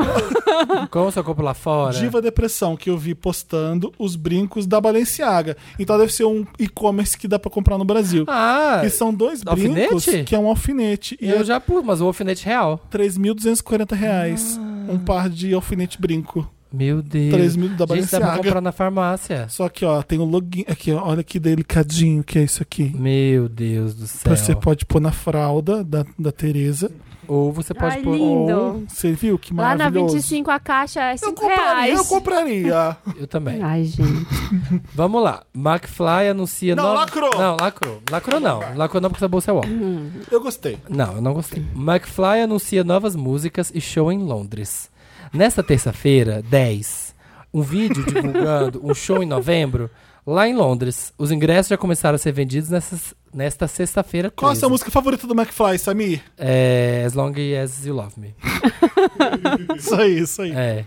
Como se eu compro lá fora? Diva Depressão, que eu vi postando os brincos da Balenciaga. Então deve ser um e-commerce que dá pra comprar no Brasil. Ah, E são dois brincos alfinete? que é um alfinete. E eu é já pus, mas o alfinete real. 3.240 reais. Ah. Um par de alfinete brinco. Meu Deus. 3 mil da Gente, dá pra Balenciaga. comprar na farmácia. Só que, ó, tem o login. Aqui, ó, olha que delicadinho que é isso aqui. Meu Deus do céu. Você pode pôr na fralda da, da Tereza. Ou você pode Ai, pôr. lindo. Ou, você viu que Lá na maravilhoso? 25 a caixa é eu 5 compraria, reais. eu compraria. Eu também. Ai, gente. Vamos lá. McFly anuncia. Não, lacrou. Não, lacrou. Lacrou não. Lacrou não porque essa bolsa é ó. Eu gostei. Não, eu não gostei. McFly anuncia novas músicas e show em Londres. Nesta terça-feira, 10, um vídeo divulgando um show em novembro lá em Londres. Os ingressos já começaram a ser vendidos nessas- nesta sexta-feira. Qual a 13. sua música favorita do McFly, Samir? É, As Long As You Love Me. Isso aí, isso aí. É.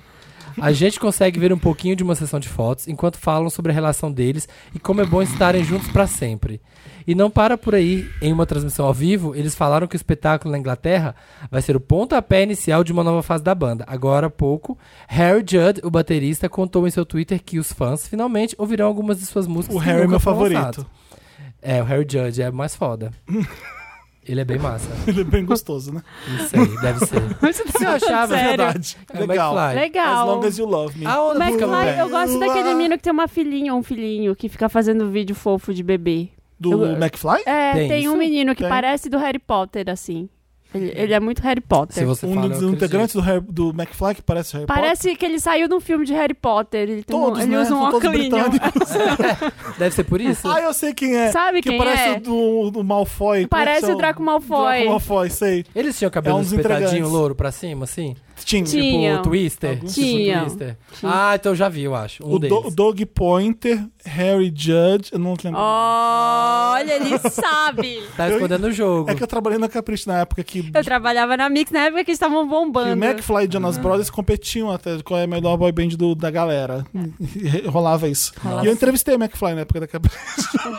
A gente consegue ver um pouquinho de uma sessão de fotos enquanto falam sobre a relação deles e como é bom estarem juntos pra sempre. E não para por aí, em uma transmissão ao vivo, eles falaram que o espetáculo na Inglaterra vai ser o pontapé inicial de uma nova fase da banda. Agora há pouco, Harry Judd, o baterista, contou em seu Twitter que os fãs finalmente ouvirão algumas de suas músicas. O que Harry é nunca meu foram favorito. lançadas. É, o Harry Judd é mais foda. Ele é bem massa. Ele é bem gostoso, né? Não sei, deve ser. Isso eu achava, sério. Verdade. É o Legal. McFly. Ah, As Legal. long as you love me. A onda Como é que fica vai? né? bem. Eu gosto daquele menino que tem uma filhinha ou um filhinho que fica fazendo vídeo fofo de bebê. Do eu- McFly? É, Tem tem, isso? um menino que Tem. parece do Harry Potter, assim. Ele, ele é muito Harry Se Potter. você um fala, dos eu acredito. integrantes do, Harry- do McFly que parece Harry Parece que ele saiu de um filme de Harry Potter. Ele, tem um- Todos, ele né? usa um São todos óculinho. britânicos. Deve ser por isso? ah, eu sei quem é. Sabe que quem parece é? o do, do Malfoy. Como é que Parece chama? o Draco Malfoy. Draco Malfoy, sei. Eles tinham cabelo É um dos espetadinho, integrantes. louro pra cima, assim? Tinha. Tinha. Tinham. Tipo Twister? Alguns Tipo Tinham. Twister. Tinha. Ah, então eu já vi, eu acho. Um O, deles. Do- o Doug Pointer, Harry Judge, eu não lembro. Olha, ele sabe. Tá escondendo o jogo. É que eu trabalhei na Capricho na época que, Eu trabalhava na Mix na época que eles estavam que o bombando. McFly e Ah. Jonas Brothers competiam até de qual é a melhor boy band do- da galera. É. E Rolava isso. Rolava E eu isso. entrevistei o McFly na época da Capricho.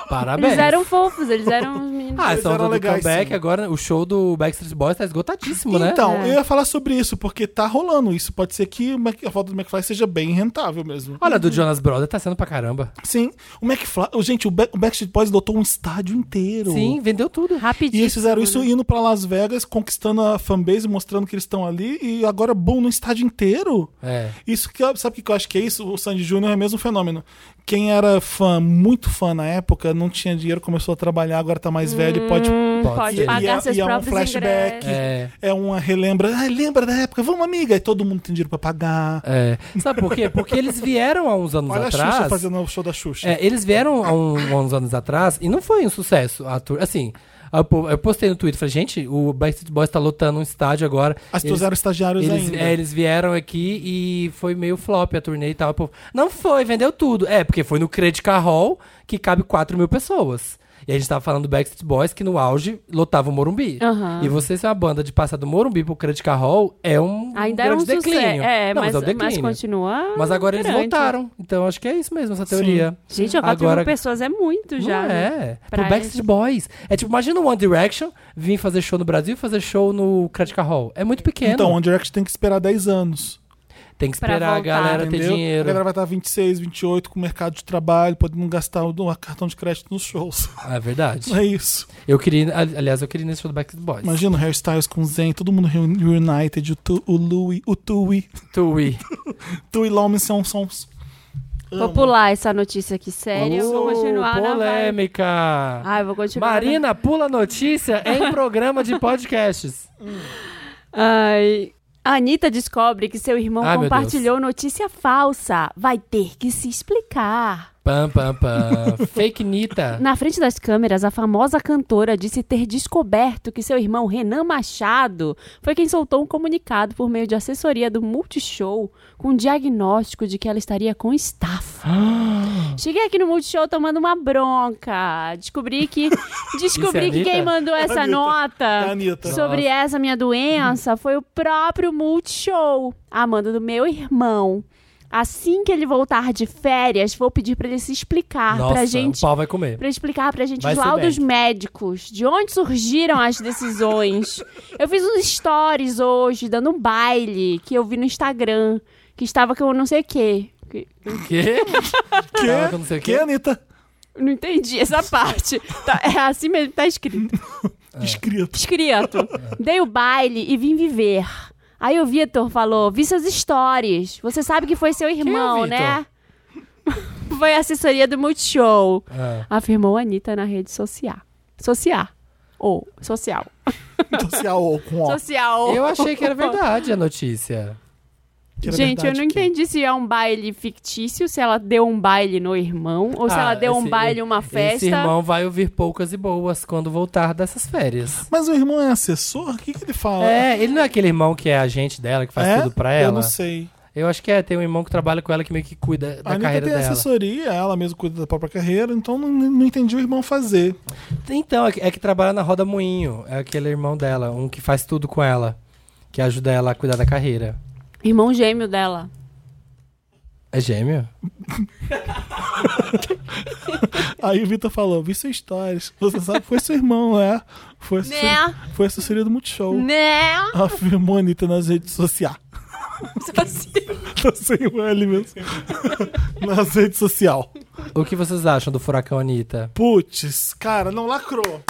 Parabéns. Eles eram fofos, eles eram uns meninos. Ah, Eles essa onda eram do legais, comeback sim. agora, o show do Backstreet Boys tá esgotadíssimo, né? Então, É. eu ia falar sobre isso, porque tá rolando isso. Pode ser que o Mc- a volta do McFly seja bem rentável mesmo. Olha, do Jonas Brothers tá sendo pra caramba. Sim, o McFly. o- Gente, o, Ba- o Backstreet Boys lotou um estádio inteiro. Sim, né? vendeu tudo. E Rapidinho. eles fizeram isso indo pra Las Vegas, conquistando a fanbase, mostrando que eles estão ali, e agora, boom, no estádio inteiro. É. Isso que eu- sabe o que eu acho que é isso? O Sandy Júnior é o mesmo fenômeno. Quem era fã, muito fã na época, não tinha dinheiro, começou a trabalhar, agora tá mais velho e pode. Pode Pode ser. E é- pagar seus e é um próprios flashback. ingressos. É. É uma relembra. Ah, lembra da época? Vamos, amiga. E todo mundo tem dinheiro pra pagar. É. Sabe por quê? Porque eles vieram há uns anos Olha a Xuxa atrás. fazendo o show da Xuxa. É, eles vieram há um- há uns anos atrás e não foi um sucesso. A tour, assim, eu po- eu postei no Twitter, falei, gente, o Backstreet Boys tá lotando um estádio agora. As Eles- pessoas eram estagiários eles, ainda. é, eles vieram aqui e foi meio flop a turnê e tal. O povo, não foi, vendeu tudo. É, porque foi no Credit Car Hall que cabe 4 mil pessoas. E a gente tava falando do Backstreet Boys, que no auge lotava o Morumbi. Aham. E você ser uma banda de passar do Morumbi pro Credit Car Hall é um Ainda é grande um declínio. sucesso. É, Não, mas, é um mas, declínio. continua. Mas agora eles grande. voltaram. Então acho que é isso mesmo, essa teoria. Gente, agora, Agora- mil pessoas é muito já. Não né? é. Pra Pro Backstreet Boys. É tipo, imagina o One Direction vir fazer show no Brasil e fazer show no Credit Card Hall. É muito pequeno. Então, One Direct tem que esperar 10 anos. tem que Pra esperar a voltar. galera Entendeu? ter A dinheiro. galera vai estar 26, 28 com o mercado de trabalho, podendo gastar o o cartão de crédito nos shows. Ah, É verdade. É isso. Eu queria, ali- aliás, eu queria ir nesse show do Backstreet Boys. Imagina o hairstyles com o Zen, todo mundo reun- reunited, o, tu, o Louis, o Tui, Tui. Tui Lomen são sons. Vou pular essa notícia aqui, sério. Eu vou Uh, continuar na vibe. polêmica. Ah, eu vou continuar. na- Marina pula notícia em programa de podcasts. Ai. A Anitta descobre que seu irmão Ai, meu compartilhou notícia falsa. Vai ter que se explicar. Pam, pam, pam. Fake Nita. Na frente das câmeras, a famosa cantora disse ter descoberto que seu irmão Renan Machado foi quem soltou um comunicado por meio de assessoria do Multishow com um diagnóstico de que ela estaria com estafa. Ah. Cheguei aqui no Multishow tomando uma bronca. Descobri que. Descobri que Anitta? quem mandou essa é Anitta. nota. Ah. É a Anitta. Sobre essa minha doença foi o próprio Multishow, Amanda do meu irmão. Assim que ele voltar de férias, vou pedir pra ele se explicar Nossa, é um pra gente, o pau vai comer. pra explicar pra gente Vai os ser laudos bem. médicos, de onde surgiram as decisões. eu fiz uns stories hoje dando um baile que eu vi no Instagram, que estava com não sei o quê. Que- Quê? Que? Ela que não sei o que, quê. Anitta? Não entendi essa parte. Tá- é assim mesmo que tá escrito. É. Escrito. Escrito. Dei o baile e vim viver. Aí o Vitor falou: vi suas stories. Você sabe que foi seu irmão, é Vitor? né? foi a assessoria do Multishow. Ah. Afirmou a Anitta na rede social. Social. Ou social. Social ou com é O. Social. Eu achei que era verdade a notícia. que era Gente, eu verdade não que- entendi se é um baile fictício, se ela deu um baile no irmão, ou se Ah, ela deu um esse- baile em uma Esse festa. irmão vai ouvir poucas e boas quando voltar dessas férias. Mas o irmão é assessor? O que, que ele fala? É, ele não é aquele irmão que é agente dela, que faz É? tudo pra Eu ela. não sei. Eu acho que é, tem um irmão que trabalha com ela que meio que cuida da a Anitta carreira então tem dela. assessoria, ela mesma cuida da própria carreira, então não, não entendi o irmão fazer. Então, é que, é que trabalha na Roda Moinho. É aquele irmão dela, um que faz tudo com ela. Que ajuda ela a cuidar da carreira. Irmão gêmeo dela. É gêmeo? Aí o Vitor falou: vi suas histórias. Você sabe que foi seu irmão, é? Foi, assessoria- Né? foi assessoria do Multishow. Né? Afirmou a Anitta nas redes sociais. Tá sem o L mesmo. nas redes sociais. O que vocês acham do furacão Anitta? Putz, cara, não lacrou.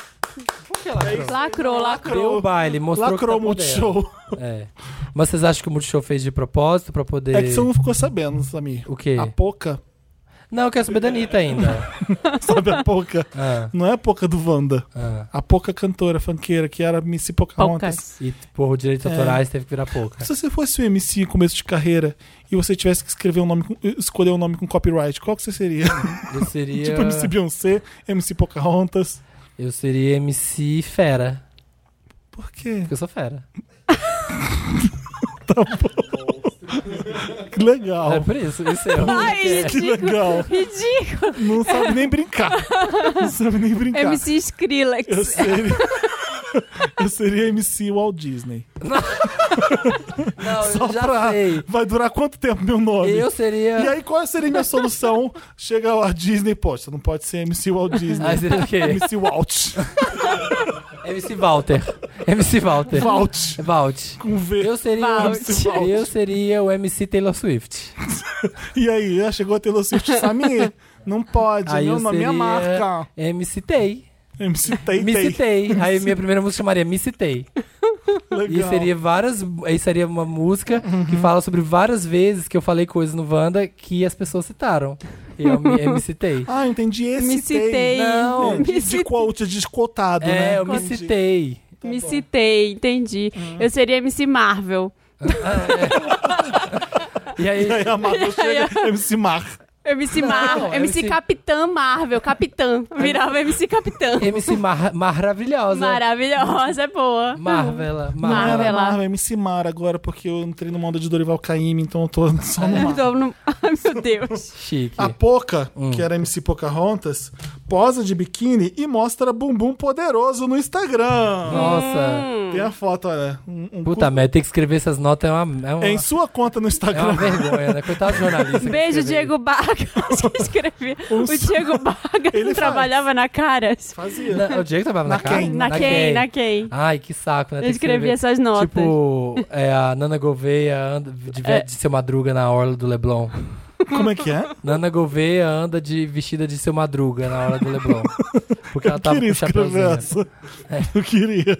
Por que ela Lacrou, lacrou. Deu o baile, mostrou lacrou o que tá podendo. Multishow. É. Mas vocês acham que o Multishow fez de propósito pra poder... É que Ah. você não ficou sabendo, Samir. O quê? A Poca, Não, eu quero saber da Anitta ainda. sabe a Poca? ah, Não é a Poca do Wanda. ah. A Poca cantora, funkeira, que era Missy Pocahontas. Poucas. E por direitos É. autorais teve que virar pouca. Se você fosse um MC começo de carreira e você tivesse que escrever um nome, com- escolher um nome com copyright, qual que você seria? Eu seria... tipo MC Beyoncé, MC Pocahontas. Eu seria MC Fera. Por quê? Porque eu sou fera. Que legal. É por isso. Isso é eu. Ai, Que ridículo. legal. Ridículo. Não sabe nem brincar. Não sabe nem brincar. MC Skrillex. Eu seria... Eu seria MC Walt Disney. Não, eu Só já pra- sei. Vai durar quanto tempo meu nome? Eu seria... E aí, qual seria a minha solução? Chega lá, Disney, poxa, não pode ser MC Walt Disney. Ah, seria o quê? MC Walt. MC Walter. MC Walter. Walt. Valt. Com V. Eu seria, Valt. eu seria o MC Taylor Swift. E aí, já chegou a Taylor Swift Samir? Não pode, Aí meu eu nome é seria- marca. Me citei. MC Tay Me Tay. citei. Aí minha primeira música chamaria Me Citei. E Legal. seria várias. Aí seria uma música que fala sobre várias vezes que eu falei coisas no Wanda que as pessoas citaram. E é eu me, eu me citei. Ah, entendi esse Me citei. Não. De, Me de citei. quote, descotado, né? É, eu me Entendi. citei. Me citei, entendi. Hum. Eu seria MC Marvel. E aí. E aí a Marvel chega, MC Mar. MC Não, Marvel. MC, MC Capitã Marvel. Capitã. Virava MC Capitã. MC mar maravilhosa. Maravilhosa, é boa. Marvela. Não Hum. Marvela. Marvela. era Marvel, MC Mar agora, porque eu entrei no mundo de Dorival Caymmi, então eu tô só É. no Eu Mar. tô no- Ai, meu Deus. Chique. A Poca, Hum. que era MC Pocahontas, posa de biquíni e mostra bumbum poderoso no Instagram. Hum. Nossa. Tem a foto, olha. Um, um Hum. Puta merda, tem que escrever essas notas é uma. É uma... cu- Em sua conta no É uma Instagram. vergonha, né? Coitado do jornalista. que Beijo, escreveu Diego Baga. que escrevia. O Diego Baga Ele faz. trabalhava na Caras. Fazia. isso. Na- o Diego trabalhava na, Na Cara? quem? Na quem? Na quem? Ai, que saco, né? Eu Tem que escrevi escrever, essas notas. Tipo, é, a Nana Gouveia anda de, É. de seu madruga na orla do Leblon. Como é que é? Nana Gouveia anda de vestida de seu madruga na orla do Leblon. Porque ela tava queria com o escrever chapéuzinho. né? É. essa. Eu queria.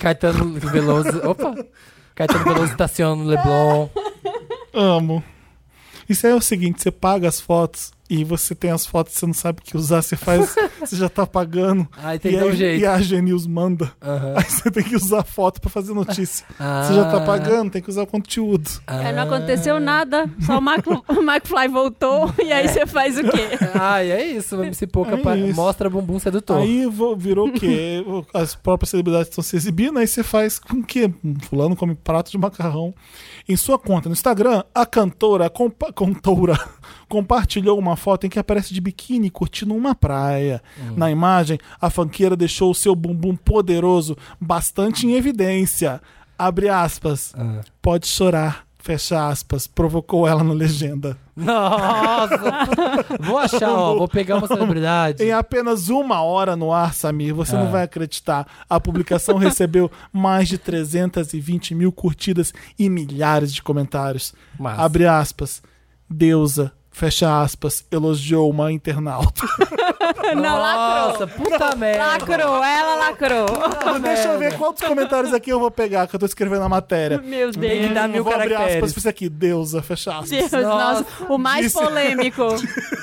Caetano Veloso. Opa! Caetano Veloso estaciona no Leblon. Amo. Isso aí é o seguinte: você paga as fotos e você tem as fotos que você não sabe o que usar, você faz, você já tá pagando. Ai, tem E, que dar um aí- jeito. e a Genius manda. Aham. Aí você tem que usar a foto pra fazer notícia. Você já tá Ah, pagando, tem que usar o conteúdo. Aí É, não ah. aconteceu nada, só o, Maclo- o McFly voltou e aí você faz o quê? Ai, é isso. MC Pouca É pa- isso. mostra bumbum sedutor. Aí vo- virou o quê? As próprias celebridades estão se exibindo, aí você faz com que fulano come prato de macarrão. Em sua conta no Instagram, a cantora, compa cantora compartilhou uma foto em que aparece de biquíni curtindo uma praia. Na imagem, a fanqueira deixou o seu bumbum poderoso bastante em evidência. Abre aspas. Ah. Pode chorar. Fecha aspas. Provocou ela na legenda. Nossa! vou achar, ó. Vou pegar uma celebridade. Em apenas uma hora no ar, Samir, você Ah. não vai acreditar. A publicação recebeu mais de 320 mil curtidas e milhares de comentários. Massa. Abre aspas. Deusa, fecha aspas, elogiou uma internauta. Não, lacrou. Nossa, puta merda. Lacrou, ela lacrou. Deixa eu né? ver quantos comentários aqui eu vou pegar, que eu tô escrevendo a matéria. Meu Tem que Deus. dar mil vou abrir aspas caracteres. pra isso aqui. Deusa, fecha aspas. Deus, nossa. O mais Disse- polêmico.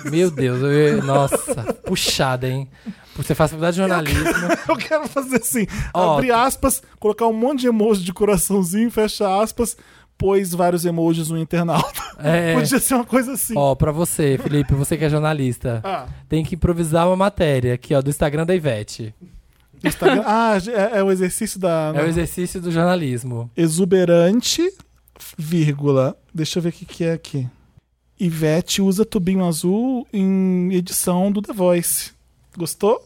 Meu Deus, eu- nossa, puxada, hein? Você faz faculdade de jornalismo. Eu quero fazer assim. Ó, abrir aspas, colocar um monte de emoji de coraçãozinho, fecha aspas, pôs vários emojis no internauta. É. Podia ser uma coisa assim. Ó, pra você, Felipe, você que é jornalista, Ah, tem que improvisar uma matéria aqui, ó, do Instagram da Ivete. Instagram. ah, é, é o exercício da. É o exercício do jornalismo. Exuberante, vírgula. Deixa eu ver o que, que é aqui. Ivete usa tubinho azul em edição do The Voice. Gostou?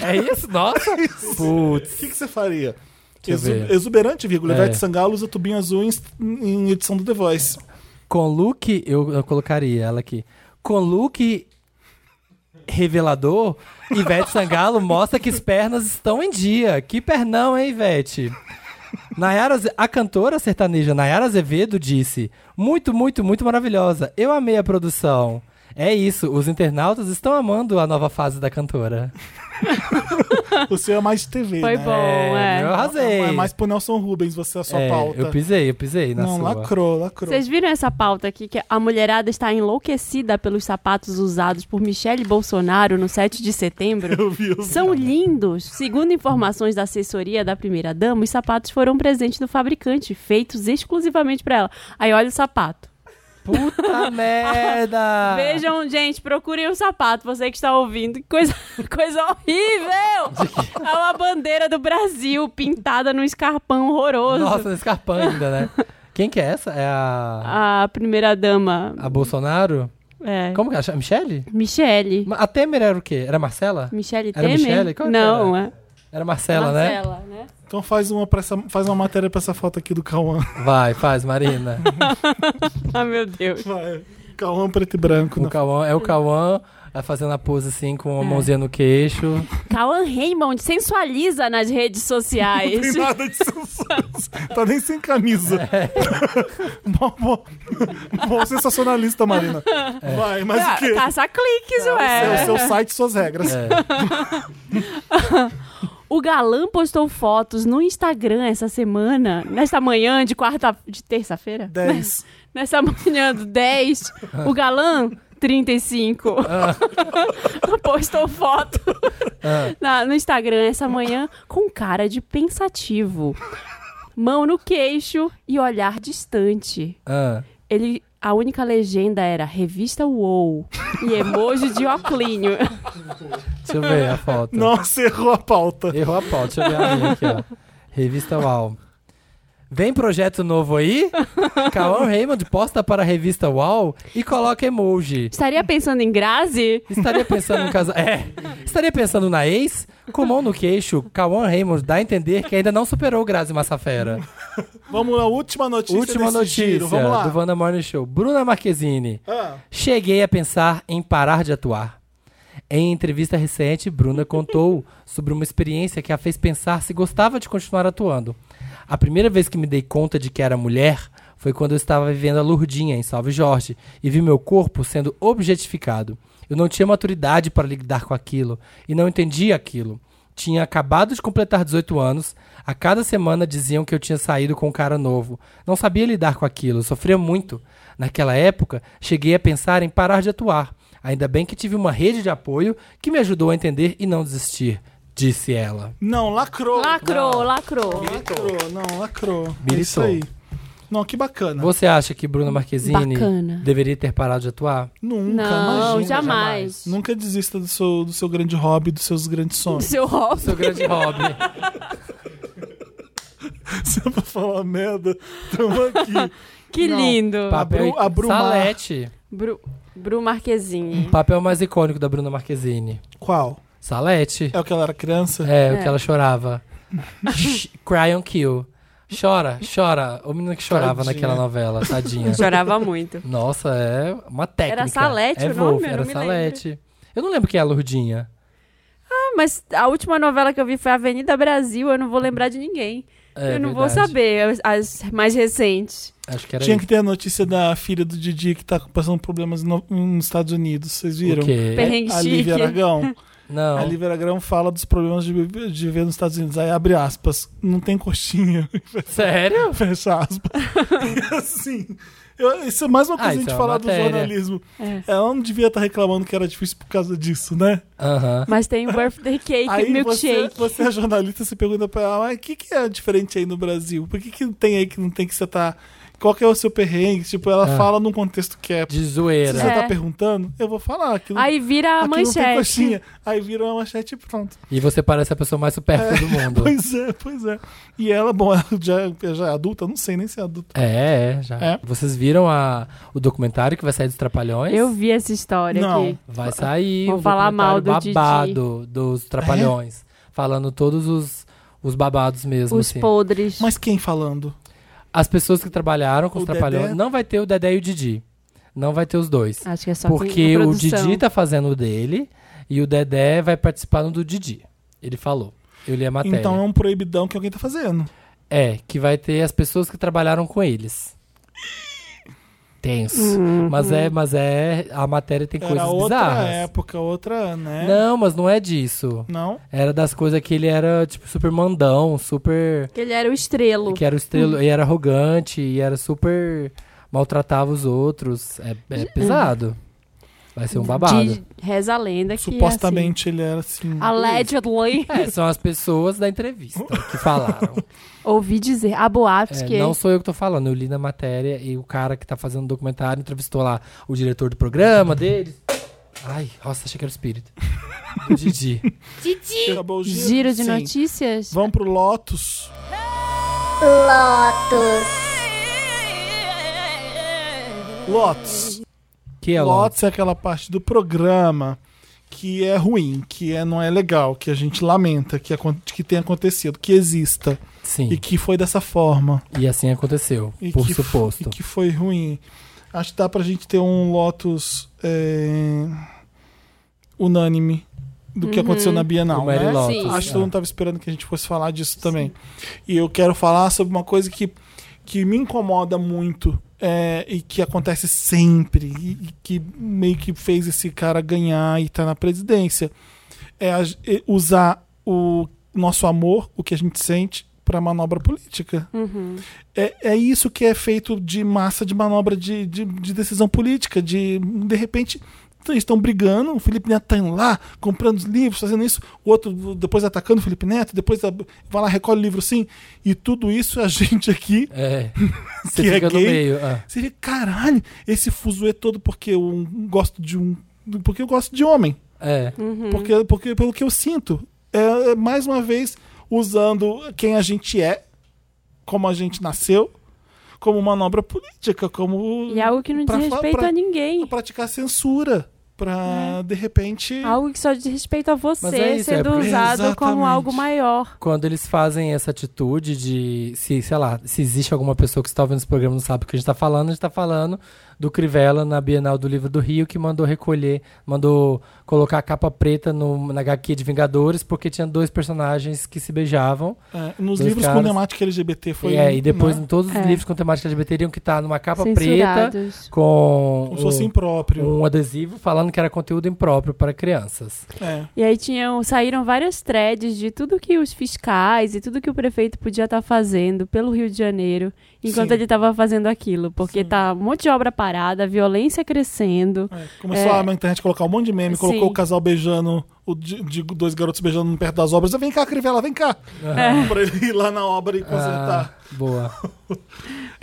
É isso? Nossa! Putz. O que, que você faria? eu ver. Exuberante, vírgula. É. Ivete Sangalo usa tubinho azul em, em edição do The Voice. Com look, eu, eu colocaria ela aqui. Com look revelador, Ivete Sangalo mostra que as pernas estão em dia. Que pernão, hein, Ivete? Nayara, Aze- a cantora sertaneja Nayara Azevedo disse: Muito, muito, muito maravilhosa. Eu amei a produção. É isso, os internautas estão amando a nova fase da cantora. Você é mais TV, Foi né? bom, é. Eu arrasei. É mais pro Nelson Rubens, você é a sua É, pauta. Eu pisei, eu pisei na Não, sua. lacrou, lacrou. Vocês viram essa pauta aqui que a mulherada está enlouquecida pelos sapatos usados por Michele Bolsonaro no 7 de setembro? Eu vi, eu vi. São lindos. Segundo informações da assessoria da primeira dama, os sapatos foram presente do fabricante, feitos exclusivamente para ela. Aí olha o sapato. Puta merda! Vejam, gente, procurem o sapato, você que está ouvindo. Que coisa, coisa horrível! É uma bandeira do Brasil pintada num escarpão horroroso. Nossa, no escarpão ainda, né? Quem que é essa? É a. A primeira dama A Bolsonaro? é Como que ela chama? Michelle? Michele. Ma- A Temer era o quê? Era Marcela? Michele Era Temer? Michele? Qual que Não, é. Era Marcela, Marcela, né? Então faz uma, pra essa- faz uma matéria pra essa foto aqui do Cauã. né? Vai, faz, Marina. Ah, meu Deus. Vai. Cauã preto e branco. o né? Cauã, é o Cauã tá fazendo a pose assim com a É. mãozinha no queixo. Cauan Raymond sensualiza nas redes Não sociais. tem nada de sensacionalista. É Tá nem sem camisa. É. bom, bom, bom sensacionalista, Marina. É. Vai, mas o quê? Caça cliques, É o ué. seu site, suas regras. É. O galã postou fotos no Instagram essa semana, nesta manhã de quarta. de terça-feira? 10. Nessa manhã do 10, o galã, 35, postou foto Ah. na- no Instagram essa manhã com cara de pensativo. Mão no queixo e olhar distante. Ah. Ele. A única legenda era revista UOL e emoji de oclínio. Deixa eu ver a foto. Nossa, errou a pauta. Errou a pauta. Deixa eu ver a minha aqui, ó. Revista UAU. Vem projeto novo aí? Cauã Raymond posta para a revista UAU e coloca emoji. Estaria pensando em Grazi? Estaria pensando no casal. É. Estaria pensando na ex? Com mão no queixo, Cauã Raymond dá a entender que ainda não superou Grazi Massafera. Vamos lá, última notícia. Última desse notícia giro. Vamos lá. do Wanda Morning Show. Bruna Marquezine. Ah, Cheguei a pensar em parar de atuar. Em entrevista recente, Bruna contou sobre uma experiência que a fez pensar se gostava de continuar atuando. A primeira vez que me dei conta de que era mulher foi quando eu estava vivendo a Lourdinha em Salve Jorge e vi meu corpo sendo objetificado. Eu não tinha maturidade para lidar com aquilo e não entendia aquilo. Tinha acabado de completar 18 anos, a cada semana diziam que eu tinha saído com um cara novo. Não sabia lidar com aquilo, sofria muito. Naquela época, cheguei a pensar em parar de atuar. Ainda bem que tive uma rede de apoio que me ajudou a entender e não desistir, disse ela. não, lacrou. Lacrou, lacrou. Lacrou, não, lacrou. É Militou. isso aí. Não, que bacana. Você acha que Bruna Marquezine Bacana. deveria ter parado de atuar? Nunca, Não, imagina. jamais. Nunca desista do seu, do seu grande hobby, dos seus grandes sonhos. Seu hobby. Seu grande hobby. Se é pra falar merda, tamo aqui. Que Não. lindo. Papel Bru- a Brumar. é Salete. Bru, Bru Marquezine. Papel mais icônico da Bruna Marquezine. Qual? Salete. É o que ela era criança? É, o É. que ela chorava. Sh- Cry on Kill. Chora, chora. O menino que chorava Tadinha. naquela novela, tadinha. Chorava muito. Nossa, é uma técnica. Salete é o nome? Eu Wolf, não Era me Salete. Eu não lembro quem é a Lourdinha. Ah, mas a última novela que eu vi foi Avenida Brasil, eu não vou lembrar de ninguém. É eu não vou verdade. saber as, as mais recentes. Acho que era Tinha isso. que ter a notícia da filha do Didi que tá passando problemas no- nos Estados Unidos. Vocês viram? O quê? Perrengue É, A chique. Lívia Aragão. Não. A Lívia Aragão fala dos problemas de, viver- de viver nos Estados Unidos. Aí abre aspas. Não tem coxinha. Sério? Fecha aspas. E assim. Eu- isso é mais uma coisa Ah, a isso gente é uma falar do matéria. jornalismo. É. Ela não devia estar reclamando que era difícil por causa disso, né? Aham. Mas tem o birthday cake, Aí você, milkshake. você é jornalista, você pergunta pra ela, mas o que, que é diferente aí no Brasil? Por que, que tem aí que não tem que você tá. Qual que é o seu perrengue? Tipo, ela Ah. fala num contexto que é. De Se zoeira. você tá É. perguntando, eu vou falar. Aqui não, Aí vira a aqui não tem manchete. coxinha. Aí vira uma manchete e pronto. E você parece a pessoa mais supérflua do mundo. Pois é, pois é. E ela, bom, ela já, já é adulta, não sei nem se é adulta. É, é, já. É. Vocês viram a, o documentário que vai sair dos Trapalhões? Eu vi essa história Não. aqui. Vai sair Vou um falar mal do documentário É? babado dos Trapalhões. Falando todos os, os babados mesmo, Os assim. podres. Mas quem falando? As pessoas que trabalharam com O os Trapalhões... Dedé? Não vai ter o Dedé e o Didi. Não vai ter os dois. Acho que é só quem- porque a o produção. Didi tá fazendo o dele e o Dedé vai participar no do Didi. Ele falou. Eu li a matéria. Então é um proibidão que alguém tá fazendo. É, que vai ter as pessoas que trabalharam com eles. Tenso. Uhum. Mas é, mas é. A matéria tem Era coisas outra bizarras. época, outra, né? Não, mas não é disso. Não? é Era das coisas que ele era, tipo, super mandão, super. Ele era o estrelo. Que era o estrelo, e era arrogante, e era super. maltratava os outros. É, é pesado. Vai ser um babado. De- reza a lenda que é Supostamente ele era assim. assim. Allegedly. É, são as pessoas da entrevista que falaram. Ouvi dizer. Há boatos É, que... Não sou eu que tô falando, eu li na matéria e o cara que tá fazendo o documentário entrevistou lá o diretor do programa deles. Ai, nossa, achei que era o espírito. Do Didi. Acabou o giro? Giro de Sim. notícias? Vamos pro Lotus. Lotus. Que é Lotus. Lotus é aquela parte do programa que é ruim, que é, não é legal, que a gente lamenta que, acon- que tenha acontecido, que exista e Sim. que foi dessa forma. E, assim aconteceu, E por que, f- suposto. E que foi ruim. Acho que dá pra gente ter um Lotus é, unânime do que aconteceu na Bienal. o Mary né? Lotus. é. Sim. Acho que todo mundo estava esperando que a gente fosse falar disso também. E eu quero falar sobre uma coisa que, que me incomoda muito é, e que acontece sempre e, e que meio que fez esse cara ganhar e tá na presidência. É a- é usar o nosso amor, o que a gente sente, para manobra política. Uhum. É, é isso que é feito de massa de manobra de, de, de decisão política, de de repente eles estão brigando, o Felipe Neto tá indo lá, comprando os livros, fazendo isso, o outro depois atacando o Felipe Neto, depois a- vai lá, recolhe o livro sim, e tudo isso a gente aqui. É. Você Que é fica no gay. meio. ah. Você vê, caralho, esse fuzuê todo porque eu um, gosto de um. Porque eu gosto de homem. É. Uhum. Porque, porque pelo que eu sinto, é, é mais uma vez usando quem a gente é, como a gente nasceu, como manobra política, como E é algo que não diz Pra fa- respeito pra- a ninguém. praticar censura, pra Uhum. de repente Algo que só diz respeito a Mas você é isso, é sendo porque- usado como Exatamente. algo maior. Quando eles fazem essa atitude de. Se, sei lá, se existe alguma pessoa que está ouvindo esse programa e não sabe o que a gente tá falando, a gente tá falando do Crivella na Bienal do Livro do Rio, que mandou recolher, mandou colocar a capa preta no, na HQ de Vingadores, porque tinha dois personagens que se beijavam. é, nos Dois livros caras. com temática LGBT foi e, é, e depois né, em todos os É. livros com temática LGBT teriam que estar numa capa preta Censurados. com como se fosse um- impróprio. um adesivo falando que era conteúdo impróprio para crianças. É. E aí tinham, saíram várias threads de tudo que os fiscais e tudo que o prefeito podia estar fazendo pelo Rio de Janeiro enquanto Sim. ele estava fazendo aquilo. Porque Sim. tá um monte de obra parada, a violência crescendo. É, Começou É. a na internet colocar um monte de meme, colocou Sim. o casal beijando, o de, de dois garotos beijando perto das obras. "Ah, Vem cá, Crivella, vem cá! Pra ele ir lá na obra e consertar. Ah, boa.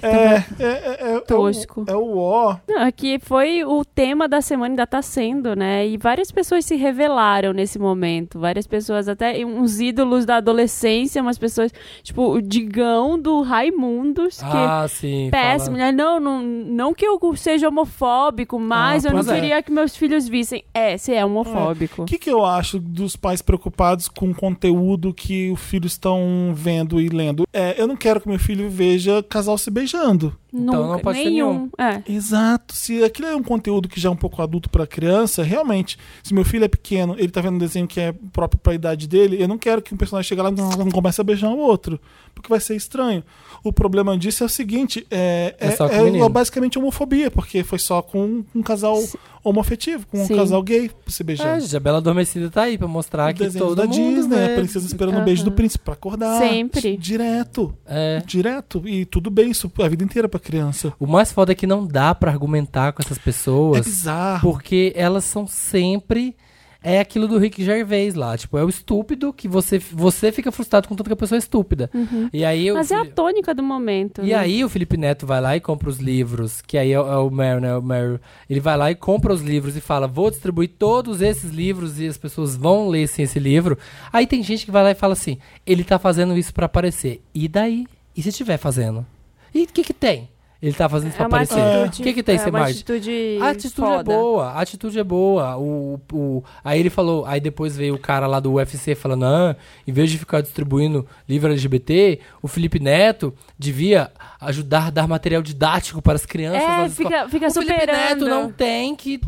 é, é, é, é, é, tosco. O, é o ó. Não, Aqui foi o tema da semana, ainda está sendo, né? E várias pessoas se revelaram nesse momento. Várias pessoas, até uns ídolos da adolescência, umas pessoas, tipo, o Digão do Raimundos, que Ah, sim. péssimo, falando- né? Não, não, não que eu seja homofóbico, mas Ah, eu não pois é. queria que meus filhos vissem. É, você é homofóbico. O que, que eu acho dos pais preocupados com o conteúdo que os filhos estão vendo e lendo? É, eu não quero que meu filho veja casal se beijando. Nunca, Então não pode ser nenhum. É. Exato. Se aquilo é um conteúdo que já é um pouco adulto pra criança, realmente, se meu filho é pequeno, ele tá vendo um desenho que é próprio pra idade dele, eu não quero que um personagem chegue lá e comece a beijar o outro, porque vai ser estranho. O problema disso é o seguinte, é, É é- só com é menino. basicamente homofobia, porque foi só com um casal homoafetivo, com um Sim. casal gay se beijando. É, gente, a Bela Adormecida tá aí pra mostrar que desenhos todo Um da mundo né? Disney, né? vê. a princesa esperando o beijo do Aham. príncipe pra acordar. Sempre. Direto. É. Direto. E tudo bem, isso é a vida inteira pra pra criança. O mais foda é que não dá pra argumentar com essas É pessoas, bizarro. porque elas são sempre é aquilo do Rick Gervais lá, tipo, é o estúpido que você você fica frustrado com tanto que a pessoa é estúpida. E aí o Mas é a Fili- tônica do momento. E né? aí o Felipe Neto vai lá e compra os livros, que aí é o, é o Meryl, né? O Meryl. Ele vai lá e compra os livros e fala: vou distribuir todos esses livros e as pessoas vão ler sim, esse livro. Aí tem gente que vai lá e fala assim: ele tá fazendo isso pra aparecer. E daí? E se estiver fazendo? E o que que tem? Ele tá fazendo isso é pra uma aparecer. atitude. O que que tem é ser uma mais? atitude. A atitude é foda. boa, a atitude é boa. O, o, aí ele falou, aí depois veio o cara lá do UFC falando, ah, em vez de ficar distribuindo livro LGBT, o Felipe Neto devia ajudar a dar material didático para as crianças. É, nas escolas." fica, fica o Felipe superando. Neto não tem que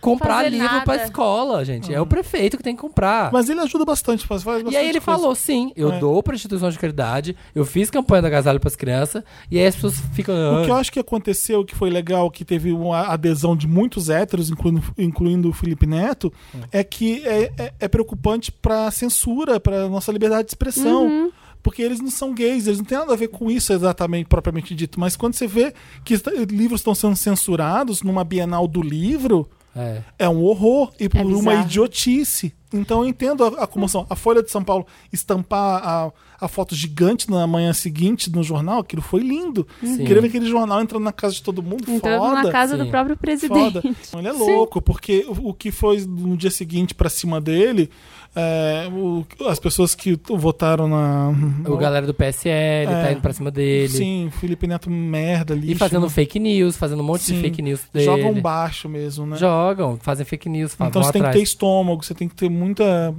comprar Fazer livro para nada. escola, gente. É o prefeito que tem que comprar. Uhum. Mas ele ajuda bastante, faz, faz E bastante aí ele coisa. falou, sim, eu É. dou para instituições de caridade, eu fiz campanha da agasalho para as crianças, e aí as pessoas ficam... O que eu "Ah, acho que aconteceu, que foi legal, que teve uma adesão de muitos héteros, incluindo, incluindo o Felipe Neto, é que é, é- é preocupante pra censura, pra nossa liberdade de expressão. Uhum. Porque eles não são gays, eles não têm nada a ver com isso exatamente, propriamente dito. Mas quando você vê que está- livros estão sendo censurados numa Bienal do Livro, é. é um horror e por uma bizarro. idiotice. Então eu entendo a, a comoção. A Folha de São Paulo estampar a, a foto gigante na manhã seguinte no jornal, aquilo foi lindo. Sim. Queria ver aquele jornal entrando na casa de todo mundo, Uhum. Entrando foda. Então, na casa Sim. do próprio presidente. Foda. Ele é louco, porque o, o que foi no dia seguinte pra cima dele, é, o- as pessoas que t- votaram na. é, O galera do PSL É. tá indo pra cima dele. Sim, Felipe Neto, merda, lixo. E fazendo né? fake news, fazendo um monte Sim. de fake news dele. Jogam baixo mesmo, né? Jogam, fazem fake news, falam Então você tem que Ah, atrás. ter estômago, você tem que ter muita,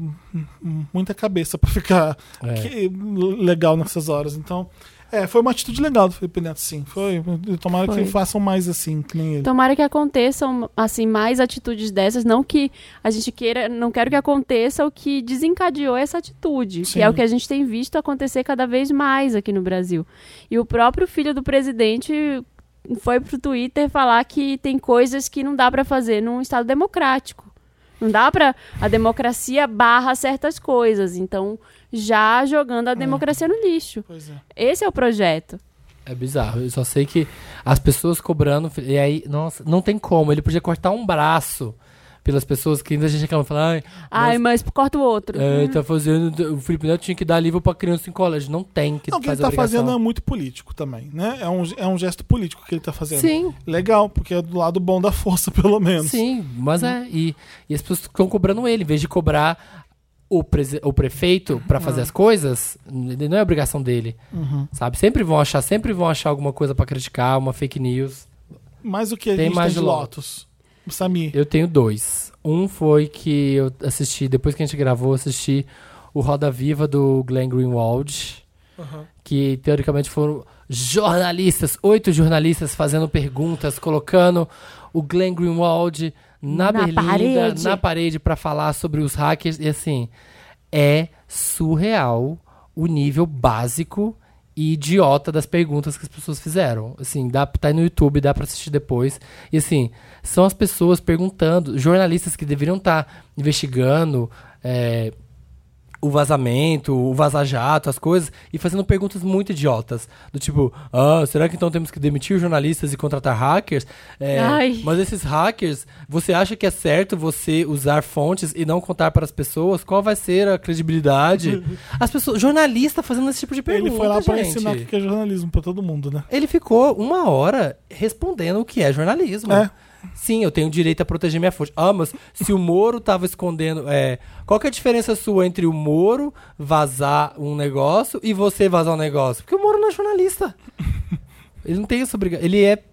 muita cabeça pra ficar É. que- legal nessas horas. Então, é, foi uma atitude legal do Felipe Neto, sim. Foi. Tomara Foi. que façam mais assim, que nem ele. Então- Tomara que aconteçam, assim, mais atitudes dessas. Não que a gente queira, não quero que aconteça o que desencadeou essa atitude, Sim. que é o que a gente tem visto acontecer cada vez mais aqui no Brasil. E o próprio filho do presidente foi pro Twitter falar que tem coisas que não dá pra fazer num Estado democrático. Não dá pra. A democracia barra certas coisas. Então, já jogando É. a democracia no lixo. Pois é. Esse é o projeto. É bizarro. Eu só sei que as pessoas cobrando. E aí, nossa, não tem como. Ele podia cortar um braço pelas pessoas que ainda a gente reclama fala, ai, Ai, mas corta o outro. é, tá fazendo. O Felipe Neto tinha que dar livro pra criança em colégio. Não tem que Não, o que ele fazer tá obrigação. fazendo é muito político também, né? É um, é um gesto político que ele tá fazendo. Sim, Legal, porque é do lado bom da força, pelo menos. Sim, mas é. E, e as pessoas estão cobrando ele, em vez de cobrar o, prese- o prefeito pra fazer as coisas, ele não é obrigação dele. Sabe? Sempre vão achar, sempre vão achar alguma coisa pra criticar, uma fake news. Mas o que a Tem gente mais tem de de Lotus? Samir. Eu tenho dois. Um foi que eu assisti, depois que a gente gravou, eu assisti o Roda Viva do Glenn Greenwald. Que teoricamente foram jornalistas, oito jornalistas fazendo perguntas, colocando o Glenn Greenwald Na na, berlinda, parede. na parede, pra falar sobre os hackers. E assim, é surreal o nível básico e idiota das perguntas que as pessoas fizeram. Assim, dá, tá aí no YouTube, dá pra assistir depois. E assim, são as pessoas perguntando, jornalistas que deveriam estar investigando é, o vazamento, o vaza-jato, as coisas, e fazendo perguntas muito idiotas. Do tipo, ah, será que então temos que demitir jornalistas e contratar hackers? É, Ai. mas esses hackers, você acha que é certo você usar fontes e não contar para as pessoas? Qual vai ser a credibilidade? As pessoas, jornalista fazendo esse tipo de pergunta, Ele foi lá pra gente. ensinar o que é jornalismo pra todo mundo, né? Ele ficou uma hora respondendo o que é jornalismo. É. Sim, eu tenho direito a proteger minha fonte. Ah, mas se o Moro tava escondendo. É, qual que é a diferença sua entre o Moro vazar um negócio e você vazar um negócio? Porque o Moro não é jornalista. Ele não tem essa obrigação. Ele é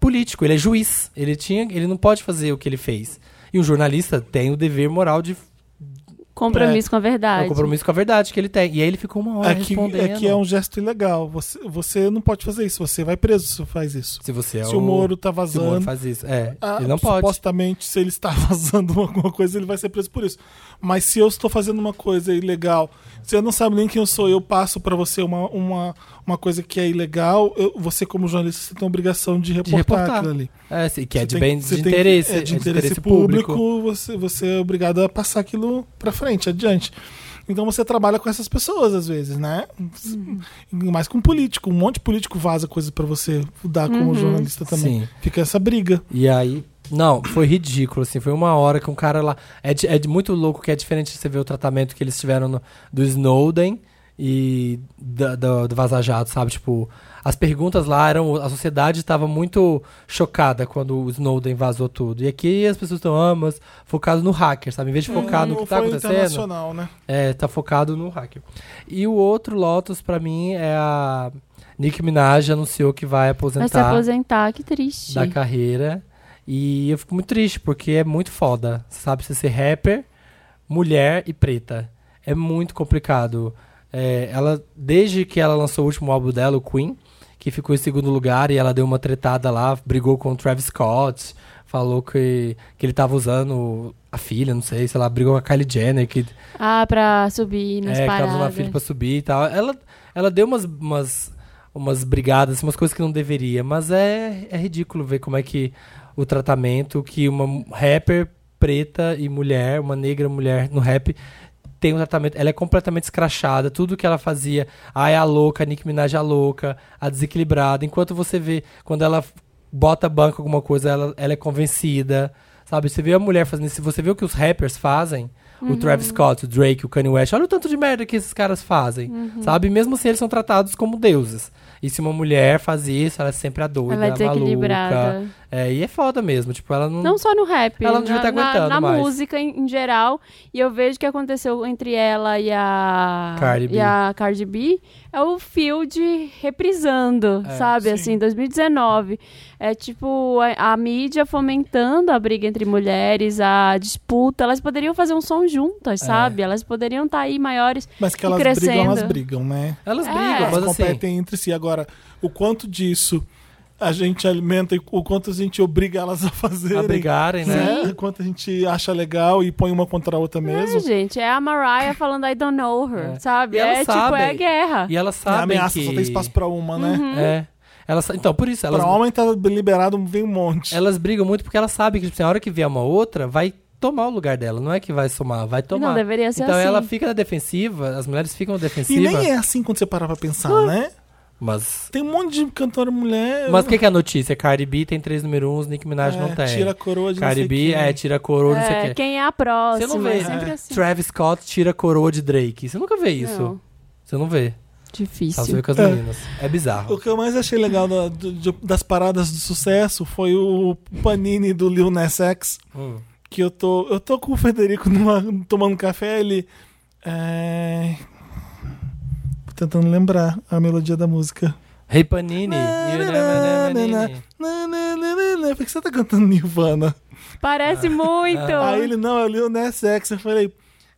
político, ele é juiz. Ele, tinha, ele não pode fazer o que ele fez. E um jornalista tem o dever moral de Compromisso com a é verdade. um compromisso com a verdade que ele tem. E aí ele ficou uma hora Aqui, respondendo. aqui é um gesto ilegal. Você, você não pode fazer isso, você vai preso se faz isso. Se você é Se o Moro tá Se o Moro vazando, faz isso. É, Ah, ele não pode. Supostamente, se ele está vazando alguma coisa, ele vai ser preso por isso. Mas se eu estou fazendo uma coisa ilegal, você não sabe nem quem eu sou, eu passo para você uma, uma, uma coisa que é ilegal, eu- você, como jornalista, você tem a obrigação de reportar, reportar. aquilo ali. É, se- que é Você de tem- bem você de tem- interesse, é de interesse público, você, você é obrigado a passar aquilo para frente, adiante. Então você trabalha com essas pessoas às vezes, né? Uhum. Mais com político. Um monte de político vaza coisas pra você dar como Uhum. jornalista também. Sim. Fica essa briga. E aí. Não, foi ridículo, assim. Foi uma hora que um cara lá. É, di- é de muito louco que é diferente você ver o tratamento que eles tiveram no- do Snowden e da- do, do Vaza Jato, sabe? Tipo, as perguntas lá eram. A sociedade estava muito chocada quando o Snowden vazou tudo. E aqui as pessoas estão, ah, mas focado no hacker, sabe? Em vez de focar no Não que tá foi acontecendo. internacional, né? É, tá focado no hacker. E o outro Lotus, pra mim, é a Nicki Minaj anunciou que vai Vai se aposentar aposentar, que triste. da carreira. E eu fico muito triste, porque é muito foda. Sabe, você ser rapper, mulher e preta. É muito complicado. É, ela, desde que ela lançou o último álbum dela, o Queen, que ficou em segundo lugar, e ela deu uma tretada lá, brigou com o Travis Scott, falou que, que ele tava usando a filha, não sei, sei lá, brigou com a Kylie Jenner, que Ah, pra subir nas é, que tava paradas. usando a filha pra subir e tal. Ela, ela deu umas, umas, umas brigadas, umas coisas que não deveria. Mas é, é ridículo ver como é que o tratamento que uma rapper preta e mulher, uma negra mulher no rap, tem um tratamento. Ela é completamente escrachada. Tudo que ela fazia, ah, é a louca, a Nicki Minaj é a louca, a desequilibrada. Enquanto você vê, quando ela f- bota banco alguma coisa, ela, ela é convencida. Sabe, você vê a mulher fazendo isso, se você vê o que os rappers fazem, Uhum. o Travis Scott, o Drake, o Kanye West, olha o tanto de merda que esses caras fazem. Uhum. Sabe? Mesmo assim, eles são tratados como deuses. E se uma mulher faz isso, ela é sempre a doida, Ela é maluca. desequilibrada. É, e é foda mesmo. Tipo, ela não. Não só no rap. Ela não devia na, tá aguentando na, na mais. música em, em geral. E eu vejo o que aconteceu entre ela e a Cardi B. e a Cardi B. É o Field reprisando, É, sabe? sim. Assim, 2019. É tipo a, a mídia fomentando a briga entre mulheres, a disputa. Elas poderiam fazer um som juntas, É. sabe? Elas poderiam estar aí maiores. Mas que E elas brigam, crescendo. elas brigam, né? Elas É. brigam, mas Elas assim. competem entre si. Agora, o quanto disso a gente alimenta e o quanto a gente obriga elas a fazerem. A brigarem, né? Né? O quanto a gente acha legal e põe uma contra a outra mesmo. É, gente, é a Mariah falando I don't know her, É. sabe? E elas É tipo, é sabem. guerra. E elas a sabem ameaça que... só tem espaço pra uma, né? Uhum. É. Elas, então, por isso, elas, Pra homem tá liberado, vem um monte. elas brigam muito porque elas sabem que tipo, assim, a hora que vier uma outra, vai tomar o lugar dela. Não é que vai somar, vai tomar. Não deveria ser então assim. ela fica na defensiva, as mulheres ficam na E defensiva. nem é assim quando você parar pra pensar, né? Mas. Tem um monte de cantora mulher. Mas o que, que é a notícia? Cardi B tem três número 1, Nicki Minaj é, não tem. Tira a coroa de Cardi não sei B, quem. é, tira a coroa, não sei o É, quê. quem é a próxima? Você não vê, né? é sempre é. assim. Travis Scott tira a coroa de Drake. Você nunca vê isso. Não, Você não vê. Só você difícil. vê com as É. meninas. É bizarro. O que eu mais achei legal da- do- de- das paradas do sucesso foi o Panini do Lil Nas X. Hum. Que eu tô, eu tô com o Federico numa- tomando café, ele. É... tô Tentando lembrar a melodia da música. Hey Panini. you know, Panini. Por que você tá cantando Nirvana? Ah. Parece muito. Aí ele, não, é o Lil Nas X. Eu falei,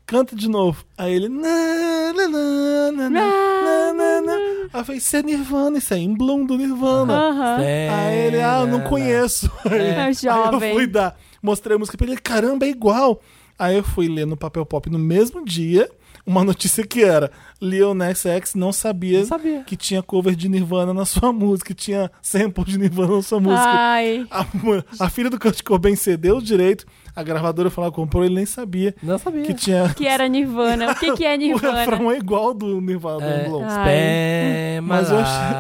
canta de novo. Aí ele, na, na, na, na, na, na, na. Aí eu falei, isso é Nirvana, isso é em Bloom do Nirvana. Aham. é Aí ele, ah, eu não conheço. Aí, É, aí jovem. eu fui dar, mostrei a música pra ele, caramba, é igual. Aí eu fui ler no Papel Pop no mesmo dia uma notícia que era Lil Nas X não sabia, Não sabia. que tinha cover de Nirvana na sua música, que tinha sample de Nirvana na sua música. Ai. A, mu- a filha do Kurt Cobain cedeu o direito, a gravadora falou, comprou, ele nem sabia Não sabia. que tinha... Que era Nirvana. O que, que é o refrão Nirvana? é igual do Nirvana. do É. Bloom. Ah. Spam, Mas mas eu eu achei-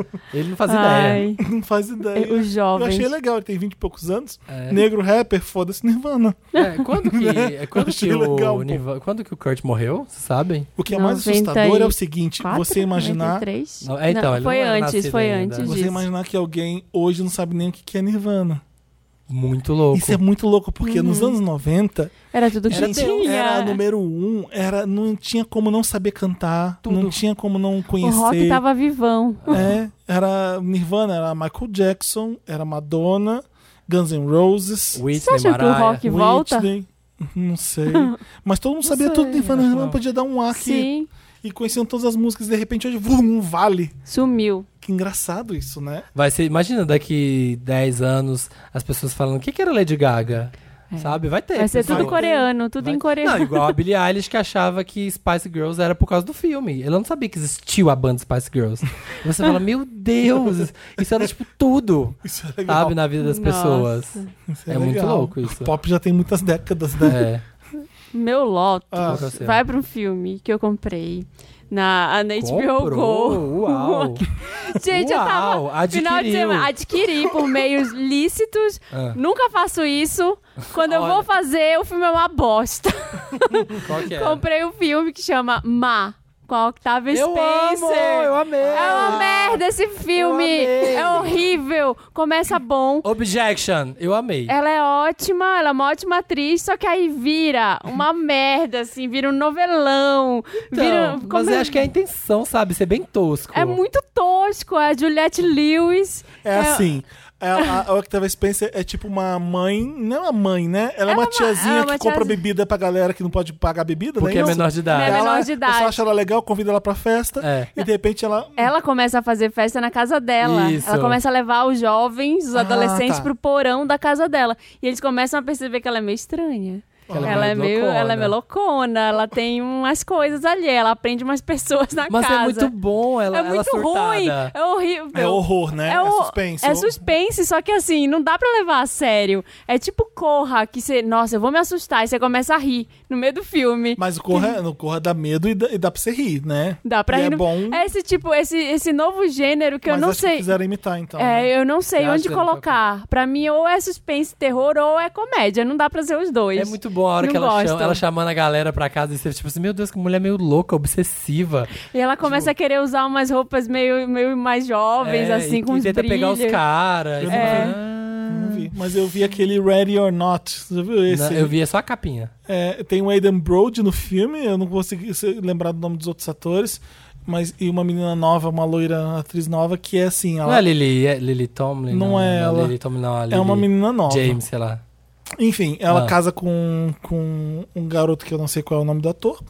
É. Ele não fazia ideia. Ai, Não faz ideia. É, Os Eu jovens. achei legal, ele tem 20 e poucos anos. É. Negro rapper, foda-se Nirvana. É, quando que, Né? é, quando Achei que o legal, pô. Nirvana- quando que o Kurt morreu, vocês sabem? O que é mais 94? assustador é o seguinte: você imaginar, 93? Não, é, então, ele foi não era antes, nascido foi ainda. antes você disso. imaginar que alguém hoje não sabe nem o que que é Nirvana. Muito louco. Isso é muito louco, porque nos anos 90, Era tudo que Era gente, Uhum. tinha. era número um, era, não tinha como não saber cantar, Tudo. não tinha como não o conhecer. rock tava vivão. É, era Nirvana, era Michael Jackson, era Madonna, Guns N' Roses, Whitney, Você acha que o Mariah. rock é volta? Whitney. Não sei. Mas todo mundo Não sabia sei, tudo de Nirvana, acho Nirvana não. podia dar um ar que, Sim, e conheciam todas as músicas, e de repente hoje, vum, um vale. sumiu. Que engraçado isso, né? Vai ser, imagina daqui 10 anos as pessoas falando, o que, que era Lady Gaga? É. Sabe? Vai ter. Vai ser pessoal. tudo coreano, tudo Vai- em coreano. Não, igual a Billie Eilish que achava que Spice Girls era por causa do filme. Ela não sabia que existiu a banda Spice Girls. E Você fala, meu Deus, isso era tipo tudo, Isso é legal. sabe, na vida das Nossa. pessoas. Isso É, legal. muito louco isso. O pop já tem muitas décadas, né? É. Meu Lotus Ah, Qual que é o seu? vai pra um filme que eu comprei na, na HBO Go. Comprou, Uau. Gente, eu tava. Uau, adquiriu. Final de semana, adquiri por meios lícitos. Ah, Nunca faço isso. Quando eu vou Olha. fazer, o filme é uma bosta. qual que é? Comprei um filme que chama Ma, com a Octavia eu amo, um Spencer. eu amei. É uma merda esse filme. amei. É horrível. Começa bom. Objection, eu amei. Ela é ótima, ela é uma ótima atriz, só que aí vira uma merda, assim, vira um novelão. vira, Então, mas como- eu acho que é a intenção, sabe? Ser bem tosco. é muito tosco, é a Juliette Lewis. É, assim. ela- a, a Octavia Spencer é tipo uma mãe. Não é uma mãe, né? Ela é uma tiazinha é uma que compra tiazinha. bebida pra galera que não pode pagar bebida, Porque né? é Isso. menor de Ela é idade. menor de Eu idade. só acho ela legal, convido ela pra festa. É. E de repente ela. Ela começa a fazer festa na casa dela. Isso. Ela começa a levar os jovens, os Ah, adolescentes, tá. pro porão da casa dela. E eles começam a perceber que ela é meio estranha. Que ela é ela é meio meio, loucona. ela é meio loucona, ela tem umas coisas ali, ela aprende umas pessoas na Mas casa. é muito bom ela, é ela muito surtada. ruim, é horrível. É horror, né? É, o- suspense. É suspense, só que assim, não dá pra levar a sério. É tipo Corra, que você, nossa, eu vou me assustar, e você começa a rir no meio do filme. Mas o Corra, no Corra dá medo e dá, e dá pra você rir, né? Dá pra E rir. é no- bom. É esse tipo, esse, esse novo gênero que mas eu não acho sei. que quiseram imitar, então. né? É, eu não sei Eu acho onde que eu não tô colocar. Pra mim, ou é suspense, terror, ou é comédia. Não dá pra ser os dois. É muito bom a hora Não que ela, gosto. chama, ela chamando a galera pra casa e você tipo assim, meu Deus, que mulher meio louca, obsessiva. E ela começa a querer usar umas roupas meio, meio mais jovens, É, assim, e, com e uns tenta pegar brilhos. É. os caras. né? Eu e não você vi. fala, Não vi. Mas eu vi aquele Ready or Not. Você viu "Ah". esse? Não, eu vi só a capinha. É, tem o Aidan Brody no filme, eu não consegui se- lembrar do nome dos outros atores. Mas, e uma menina nova, uma loira atriz nova, que é assim, Não é ela Lily, é Lily Tomlin. Não é ela. Lily Tomlin, não. a é uma Lily menina nova. James, sei lá. Enfim, ela Ah. casa com, com um garoto que eu não sei qual é o nome do ator,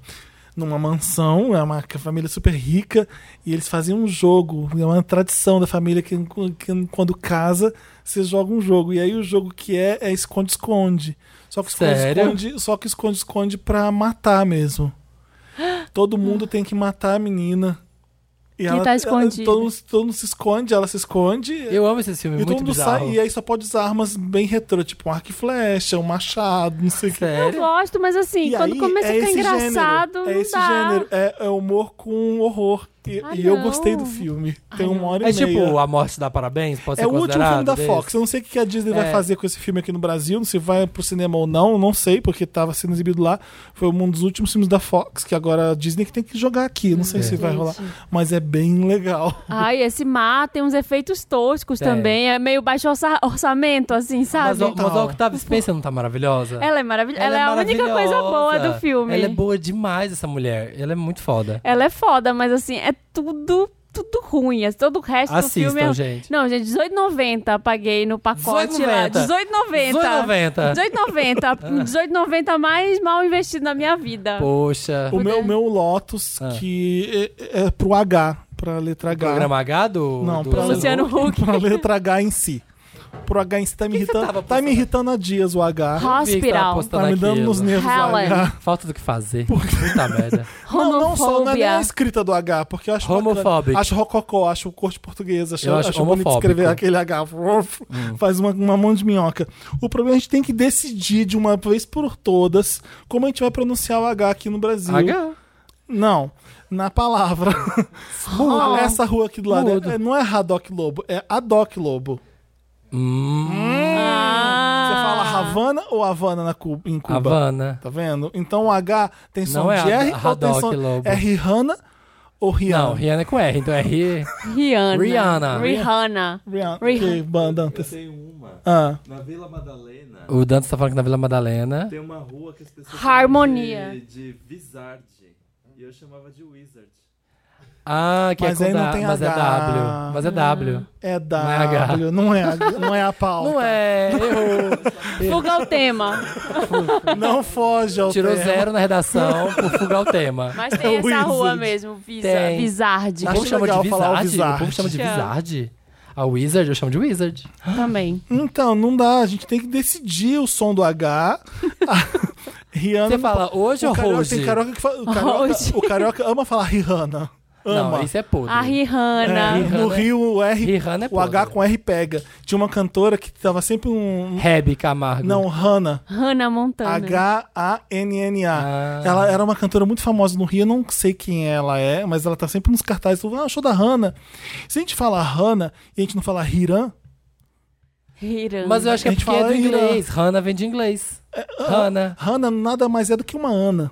numa mansão, é uma família super rica, e eles faziam um jogo, é uma tradição da família que, que quando casa, você joga um jogo. E aí o jogo que é é esconde-esconde. Só que Sério? esconde-esconde, só que esconde-esconde pra matar mesmo. Todo mundo tem que matar a menina. E tá escondida. todo, mundo- todo mundo se esconde, ela se esconde. Eu amo esse filme, E todo muito mundo bizarro. Então sai, e aí só pode usar armas bem retrô, tipo um arco e flecha, um machado, não sei o que. Eu Sério? gosto, mas assim, E quando aí, começa a é ficar esse engraçado, gênero, não É esse dá. gênero, é, é humor com horror. E, Ah, e eu não. gostei do filme. Tem uma hora e É tipo meia. A Morte dá Parabéns? Pode É ser o último filme da considerado desse? Fox. Eu não sei o que a Disney vai É. fazer com esse filme aqui no Brasil, se vai pro cinema ou não, não sei, porque tava sendo exibido lá. Foi um dos últimos filmes da Fox, que agora a Disney que tem que jogar aqui. Não sei É. se vai Gente. rolar. Mas é bem legal. Ai, esse mar tem uns efeitos toscos Tem. também. É meio baixo orça- orçamento, assim, Mas, sabe? o- mas a Octavia Spencer não tá maravilhosa? Ela é maravilhosa. Ela, é a única coisa boa maravilhosa. do filme. Ela é boa demais, essa mulher. Ela é muito foda. Ela é foda, mas assim, é tudo, tudo ruim. É todo o resto do filme. Assistam, é- gente. Não, gente, 18,90 paguei no pacote lá. 18,90. 18,90. 18,90. 18,90. 18,90 mais mal investido na minha vida. Poxa. O Poder. meu, o meu Lotus, Ah. que é, é pro H, pra letra H. Programa H do... Não, do pro Luciano Huck. Pra letra H em si. Pro H em si tá me irritando. tava tá me postando? irritando há dias o H. Eu vi que tava Hospital. Tá postando me dando aquilo. nos nervos o Helen. H. Falta do que fazer. Puta merda. Não, não só, não é nem a Homofobia. escrita do H, porque eu acho Homofóbico. bacana. Acho rococó, acho corte português, acho, Eu acho acho bonito homofóbico. Hum. escrever aquele H. Ruf, Faz uma, uma mão de minhoca. O problema é que a gente tem que decidir de uma vez por todas como a gente vai pronunciar o H aqui no Brasil. H? Não, na palavra. Mudo. Essa rua aqui do lado Mudo. é- é- não é Haddock Lobo, é Adoc Lobo. Hum, Você fala Ah. Havana ou Havana na Cu- em Cuba? Havana. Tá vendo? Então o H tem som Não é de R Hado- ou tem Haddock som... Lobo. É Rihanna ou Rihanna? Não, Rihanna é com R, então é R. Rihanna. Rihanna. Rihanna. Rihanna. Rihanna. Que banda Eu antes. tenho uma. Ah, Na Vila Madalena O Dantas tá falando que na Vila Madalena. tem uma rua que as pessoas Harmonia. chamam de, de Wizard. E eu chamava de Wizard. Ah, que Mas é aí com não da, tem Mas é H. W. Mas é W. é Não é H. W, não é, H, não é a pauta. Não é, errou. Fuga o tema. Não foge ao Tirou tema. zero na redação por fugar o tema. Mas tem É essa rua Wizard. mesmo, Visa, Tem. Vizard. O Acho povo chama de legal falar o Wizard? O povo Wizard. chama de Chama. Wizard? A Wizard, eu chamo de Wizard. Também. Então, não dá. A gente tem que decidir o som do H. A- Rihanna. Você não fala hoje O ou carioca, hoje? é tem carioca que fala, o, carioca, Hoje. o carioca ama falar Rihanna. ama. Não, isso é podre. A Rihanna. É. no Rihanna Rio, o R, Rihanna é o podre. H com R pega. Tinha uma cantora que tava sempre um. Hebe Camargo. Não, Hannah. Hannah Montana. H-A-N-N-A. Ah. Ela era uma cantora muito famosa no Rio, eu não sei quem ela é, mas ela tá sempre nos cartazes. falando, Ah, show da Hannah. Se a gente fala Hannah e a gente não fala Hiran, Rihanna. Mas eu acho que A é gente porque é do fala em É, ah. inglês. Hannah vem de inglês. Hannah. Hannah nada mais é do que uma Ana.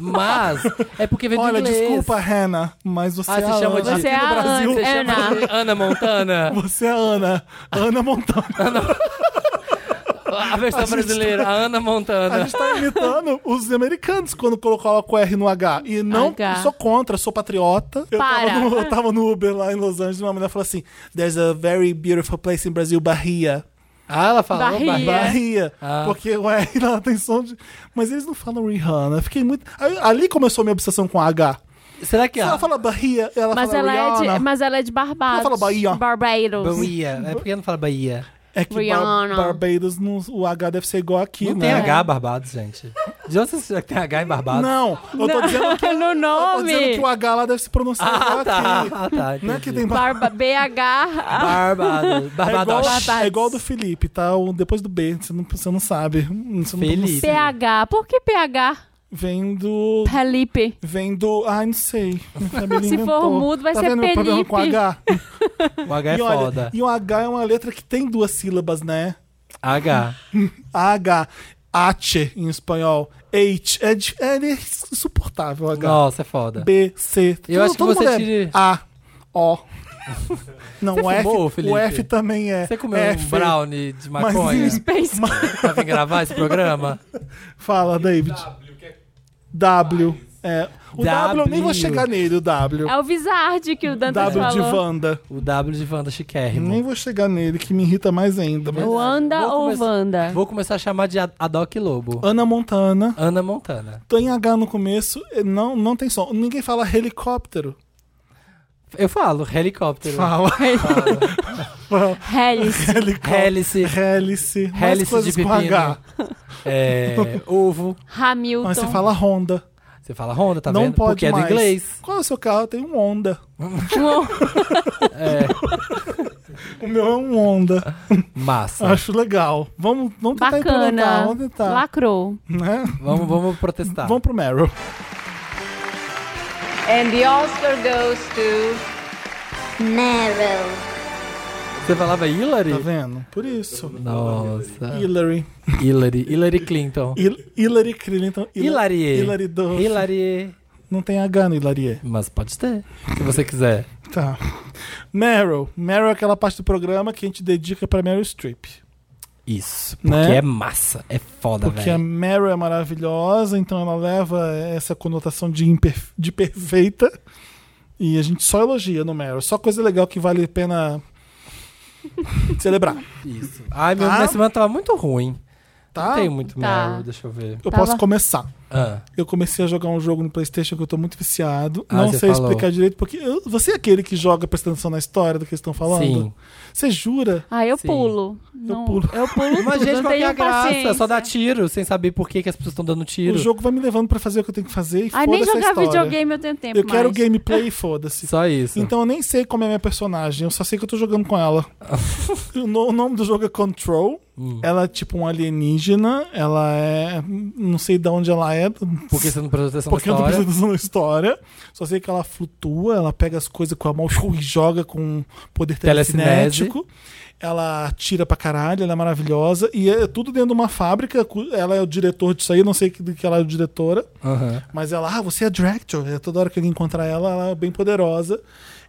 Mas é porque vem do Olha, inglês. desculpa, Hannah, mas você Ah, é você a chama Ana. de- Você é Aqui no a Brasil, Ana. Chama de Ana Montana. Você é a Ana. Ana Montana. A versão brasileira, a Ana A Montana. gente tá imitando os americanos quando colocam o R no H. E não H. sou contra, sou patriota. Eu Para. tava, no, eu tava no Uber lá em Los Angeles e uma mulher falou assim: There's a very beautiful place in Brazil, Bahia. Ah, ela falou Barriga. barriga. Bahia. Ah. Porque o R lá tem som de. Mas eles não falam Rihanna. Eu Fiquei muito. aí- Ali começou a minha obsessão com H. Será que Se ela a... fala Bahia, ela Mas fala ela, é de, Rihanna. mas ela é de Barbados. Ela fala Bahia. Barbados. Bahia? É porque não fala Bahia. É que Bar Rihanna. Barbados, não- o H deve ser igual aqui, Não é. né? tem H Barbados, gente. De onde você sabe que tem H em Barbados? Não, eu tô dizendo que. É no Eu tô tá dizendo que o nome. H lá deve se pronunciar igual Ah, tá. aqui. Ah, tá. Não é entendi. que tem Barba, BH. Barbados. É igual, Barbados. é igual do Felipe, tá? O depois do B, você não, você não sabe. Você não Felipe. PH. Por que PH? Vem do. Felipe. Vem do. Ai, não sei. Minha família Se for inventou. mudo, vai tá ser vendo meu problema com Felipe. H? O H é e olha, foda. e o H é uma letra que tem duas sílabas, né? H. H. H em espanhol. H. É, de- é insuportável o H. Nossa, é foda. B, C. Eu acho que você mundo é tire- A, O. Não, o F, fumou, o Felipe? F também é. Você comeu F, um brownie de mas maconha isso- Space. pra vir gravar esse programa? Fala, David. W, que é W. É. O W, eu nem vou W. chegar nele, o W. É o Vizard que o Dantas W de falou. Wanda. O W de Wanda Nem Chiquérrimo. vou chegar nele, que me irrita mais ainda. mas- Wanda Vou ou começar- Wanda? Vou começar a chamar de Ad- Adoc Lobo. Ana Montana. Ana Montana. Tem H no começo, eh, não, não tem som. Ninguém fala helicóptero. Eu falo, helicóptero. Fala. Fala. Hellis. Helicóptero. Hélice. Hélice. Mais Hélice coisas de com H. É, ovo. Hamilton. Mas você fala Honda. Você fala Honda, um- tá não vendo? pode Porque é mais. do inglês. Qual é o seu carro? Eu tenho um Honda. Um É, O meu é um Honda. massa. Acho legal. Vamos, vamos Tá tentar implementar. Bacana. Vamos tentar. Lacrou. Né? Vamos, vamos protestar. Vamos pro Meryl. tá And the Oscar goes to Meryl. Você falava Hillary? Tá vendo? Por isso. Nossa. Hillary. Hillary. Hillary Clinton. Hil- Hillary Clinton. Hil- Hilary. Hillary do... Hillary. Não tem H no Hilary. Mas pode ter, se você quiser. Tá. Meryl. Meryl é aquela parte do programa que a gente dedica pra Meryl Streep. Tá Isso. Porque Né? é massa. É foda, Porque a velho. Meryl é maravilhosa, então ela leva essa conotação de, imper- de perfeita. E a gente só elogia no Meryl. Só coisa legal que vale a pena celebrar. Isso. Ai, meu, Tá? minha semana tava muito ruim. Tá? Tem um. muito Tá. Meryl, deixa eu ver. Eu Tava- posso começar. Ah, Eu comecei a jogar um jogo no PlayStation que eu tô muito viciado. Ah, não você sei falou. explicar direito, porque eu- você é aquele que joga prestando atenção na história do que eles estão falando? sim. Você jura? Ah, eu Sim. pulo. Não, pulo. Eu pulo Mas, tudo, gente, não qual que é a tenho graça? paciência. Só dá tiro, sem saber por que, que as pessoas estão dando tiro. O jogo vai me levando pra fazer o que eu tenho que fazer e Ai, foda-se nem a jogar história. videogame eu tenho tempo eu quero mais. gameplay e foda-se. Só isso. Então eu nem sei como é a minha personagem, eu só sei que eu tô jogando com ela. o, no- o nome do jogo é Control. Hum. Ela é tipo um alienígena, ela é. Não sei de onde ela é. Porque você não prestou atenção Porque eu na não Então, história. preciso atenção na história. Só sei que ela flutua, ela pega as coisas com a mão shoo, e joga com poder Telecinese. telecinético. Ela tira pra caralho, ela é maravilhosa. E é tudo dentro de uma fábrica. cu- Ela é o diretor disso aí, eu não sei que- do que ela é diretora. Aham. Mas ela, ah, você é director. É, toda hora que alguém encontrar ela, ela é bem poderosa.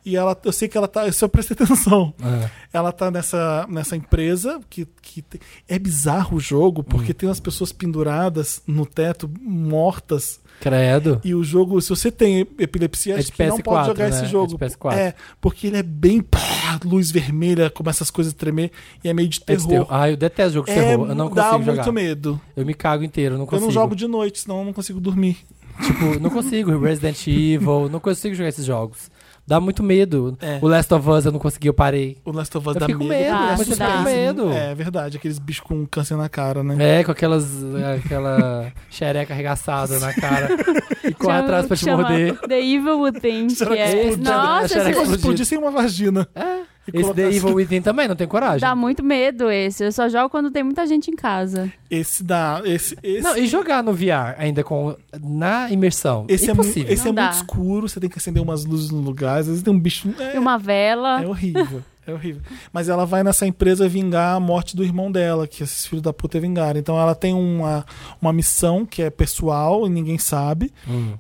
E ela, eu sei que ela tá. Eu só prestei atenção. Ah. Ela tá nessa, nessa empresa que, que tem- é bizarro o jogo, Hum. porque tem umas pessoas penduradas no teto, mortas. Credo. E o jogo, se você tem epilepsia, É acho de que não pode PS4, jogar né? esse É de jogo. PS4. É, porque ele é bem pá, luz vermelha, começa as coisas a tremer e é meio de É de terror. terror. Ah, eu detesto jogo de É, terror. Eu não dá consigo jogar. muito medo. Eu me cago inteiro, não Eu consigo. não jogo de noite, senão eu não consigo dormir. Tipo, não consigo. Resident Evil, não consigo jogar esses jogos. Dá muito medo. É. O Last of Us eu não consegui, eu parei. O Last of Us Eu dá fico medo. com medo, dá, dá mas eu suspense. fico com medo. É verdade, aqueles bichos com câncer na cara, né? É, com aquelas. aquela xereca arregaçada na cara. e corre Chama- atrás pra te chama morder. The Evil Within, Será que que é... explodiu? Nossa, Será esse que Pode explodiu? explodir sem uma vagina. É. E Esse colocar The assim- Evil Within também, não tem coragem. Dá muito medo esse. Eu só jogo quando tem muita gente em casa. Esse dá. Esse, esse, Não, e jogar no VR ainda com na imersão. esse é, mu- impossível. esse é Não dá. muito escuro, você tem que acender umas luzes no lugar, às vezes tem um bicho. É, E uma vela. é horrível. É horrível. Mas ela vai nessa empresa vingar a morte do irmão dela, que esses filhos da puta vingaram. Então ela tem uma, uma missão que é pessoal e ninguém sabe.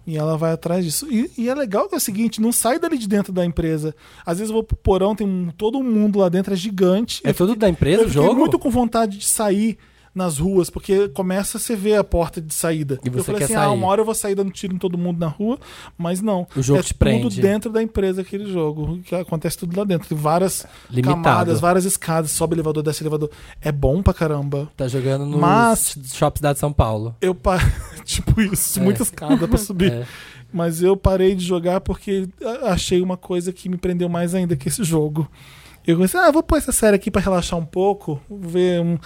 E ela vai atrás disso. E, e é legal que é o seguinte: não sai dali de dentro da empresa. Às vezes eu vou pro porão, tem um- todo mundo lá dentro, é gigante. É Eu tudo da empresa Eu o fiquei jogo? muito com vontade de sair nas ruas, porque começa a você ver a porta de saída. E você eu falei quer assim, sair. ah, uma hora eu vou sair dando tiro em todo mundo na rua, mas não. O jogo é te tudo prende. dentro da empresa aquele jogo, que acontece tudo lá dentro. Tem várias Limitado. camadas, várias escadas, sobe elevador, desce elevador. É bom pra caramba. Tá jogando nos Mas- shops da de São Paulo. Eu pa... tipo isso, É. muita escada pra subir. É. Mas eu parei de jogar porque a- achei uma coisa que me prendeu mais ainda que esse jogo. Eu pensei, ah, vou pôr essa série aqui pra relaxar um pouco, vou ver um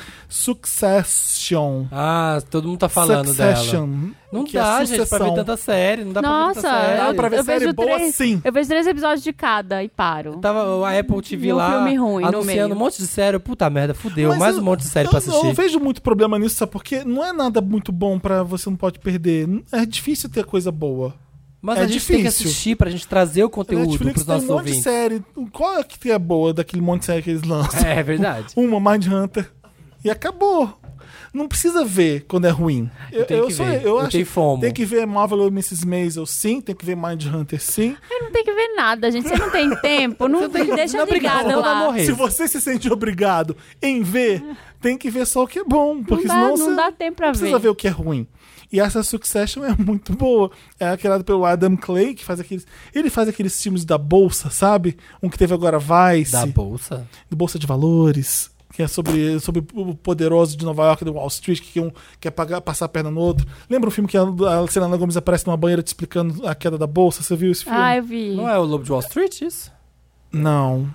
Succession. Ah, todo mundo tá falando dela. Succession. Não que é dá, a gente, pra ver sucessão. tanta série. Não dá Nossa, é. Dá pra ver tanta série. pra ver eu série vejo boa três, sim. Eu vejo três episódios de cada e Tá paro. Tava a Apple TV E um lá filme ruim no meio. anunciando um monte de série. Puta merda, fudeu. Mas mais eu- um monte de série pra eu não assistir. vejo muito problema nisso, sabe? Porque não é nada muito bom pra você não pode perder. É difícil ter coisa boa. Mas é a gente tem que difícil. assistir pra gente trazer o conteúdo Netflix pros tem um nossos monte de ouvintes. série. Qual é que é boa daquele monte de série que eles lançam? É, é verdade. uma Mindhunter e acabou. Não precisa ver quando é ruim. Eu, tenho eu que sou- ver. eu Eu acho. tenho fomo. Tem que ver Marvel Mrs. Maisel, sim. Tem que ver Mindhunter, sim. Eu não tenho que ver nada, gente. Você não tem tempo. Não deixa não é obrigado, ligada não dá lá. morrer. Se você se sente obrigado em ver, tem que ver só o que é bom. Porque dá- senão não você dá tempo pra não precisa ver. ver o que é ruim. E essa Succession é muito boa. É criada pelo Adam Clay, que faz aqueles. Ele faz aqueles filmes da Bolsa, sabe? Um que teve agora Vice. Da bolsa? do Bolsa de Valores, que é sobre, sobre o poderoso de Nova York, do Wall Street, que um quer pagar, passar a perna no outro. Lembra um filme que a, a Selena Gomes aparece numa banheira te explicando a queda da bolsa? Você viu esse filme? Ah, eu vi. Não é o Lobo de Wall Street isso? Não,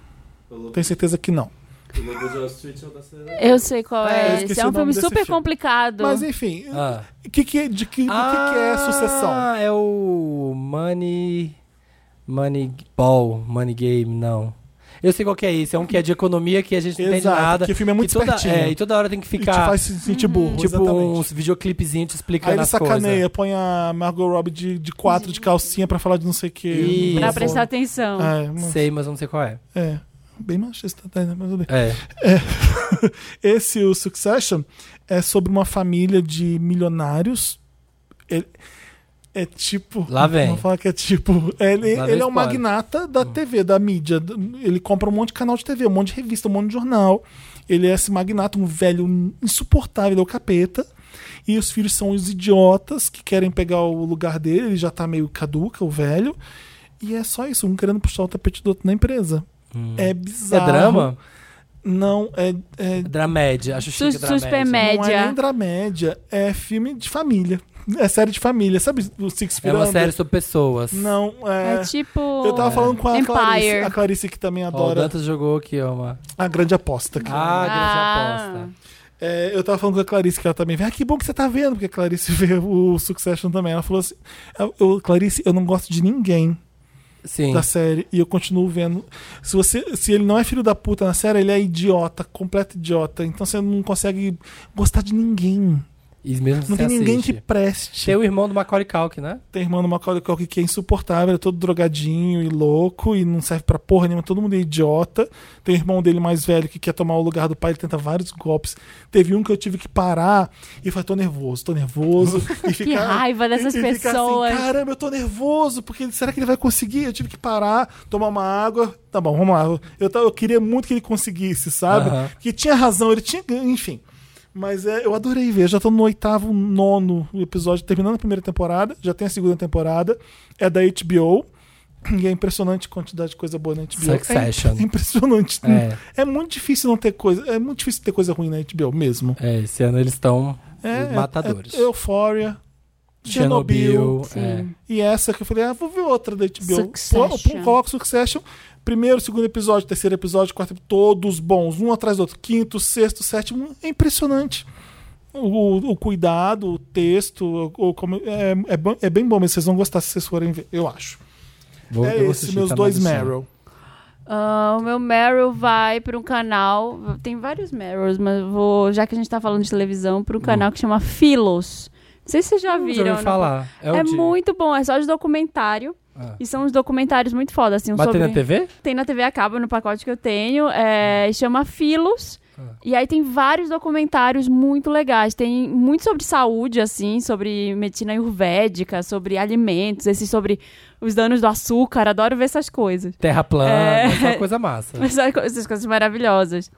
O logo, tenho certeza que não. o logo de Wall Street é o da Selena. Eu sei qual É, eu é. esqueci Esse é o um nome filme desse super filme. complicado. Mas enfim, Ah. que que, é- de que, do que, que é sucessão? Ah, é o Money. Money Ball, Money Game, não. Eu sei qual que é esse, é um que é de economia que a gente não entende Exato, nada. que o filme é muito e toda, espertinho. é, e toda hora tem que E te ficar faz se sentir burro, Uhum. tipo exatamente. uns videoclipezinhos te explicando Aí ele as coisas. sacaneia, põe a Margot Robbie de, de quatro de calcinha pra falar de não sei o que. Isso. Pra prestar atenção. É, mas- Sei, mas eu não sei qual é. é, bem machista, tá, né? mas tudo bem. É. Esse, o Succession, é sobre uma família de milionários. Ele- é tipo. Lá vem. Vamos falar que é tipo. Ele, Lá vem ele é um spoiler. Hum. magnata da TV, da mídia. Ele compra um monte de canal de TV, um monte de revista, um monte de jornal. Ele é esse magnata, um velho insuportável, ele é o capeta. E os filhos são os idiotas que querem pegar o lugar dele. Ele já tá meio caduca, o velho. E é só isso, um querendo puxar o tapete do outro na empresa. É É bizarro. drama? Não, é- é Dramédia, acho chique Sus- dramédia. suspemédia. não é Média. nem dramédia, é filme de família. É série de família. Sabe o Six Feet É uma Under? série sobre pessoas. Não, é... É tipo. Eu tava falando com a Empire. Clarice, a Clarice que também Ó, o adora Dantas jogou aqui, ó, uma... a grande aposta. cara. Ah, Ah. grande aposta. É, eu tava falando com a Clarice que ela também vê. Ah, que bom que você tá vendo, porque a Clarice vê o Succession também. Ela falou assim: "Eu- eu, Clarice, eu não gosto de ninguém Sim. da série e eu continuo vendo. Se você, se ele não é filho da puta na série, ele é idiota, completo idiota. Então você não consegue gostar de ninguém. E mesmo Não você tem ninguém assiste. que preste. Tem o irmão do Macaulay Culkin, né? Tem irmão do Macaulay Culkin que é insuportável, é todo drogadinho e louco e não serve pra porra nenhuma, todo mundo é idiota. Tem o irmão dele mais velho que quer tomar o lugar do pai, ele tenta vários golpes. Teve um que eu tive que parar e falei, tô nervoso, tô nervoso. E fica, raiva dessas e- e fica assim, pessoas. Caramba, eu tô nervoso, porque ele- será que ele vai conseguir? Eu tive que parar, tomar uma água. Tá bom, vamos lá. Eu, ta- eu queria muito que ele conseguisse, sabe? Aham. Que tinha razão, ele tinha. Enfim. Mas é, eu adorei ver. Já tô no oitavo, nono episódio, terminando a primeira temporada. Já tem a segunda temporada. É da HBO. E é impressionante a quantidade de coisa boa na HBO. Succession. É im- impressionante. É. É. muito difícil não ter coisa. É muito difícil ter coisa ruim na HBO mesmo. É, esse ano eles estão É, matadores. É, é Euphoria. Chernobyl. Sim. é. E essa que eu falei, ah, vou ver outra da HBO. Succession. Pô, pô, Coloca Succession. Primeiro, segundo episódio, terceiro episódio, quarto episódio, todos bons, um atrás do outro. Quinto, sexto, sétimo. É impressionante. O, o- o cuidado, o texto, o, como, é, é, bom- é bem bom, mas vocês vão gostar se vocês forem ver, eu acho. Vou- é eu vou esse, assistir, meus tá na dois audição. Meryl. Ah, o meu Meryl vai para um canal. Tem vários Meryls, mas eu vou, já que a gente tá falando de televisão, Hum. para um canal que chama Filos. Não sei se vocês já Não viram. Já não? ouvi falar. É, o de- muito bom, é só de documentário. Ah. E são uns documentários muito foda, assim, um Bater sobre... na TV? Tem na TV a cabo, no pacote que eu tenho. É, chama Filos. E aí tem vários documentários muito legais. Tem muito sobre saúde, assim, sobre medicina ayurvédica, sobre alimentos, esse sobre os danos do açúcar. Adoro ver essas coisas. Terra plana, É. essa é uma coisa massa. Essas, co- essas coisas maravilhosas.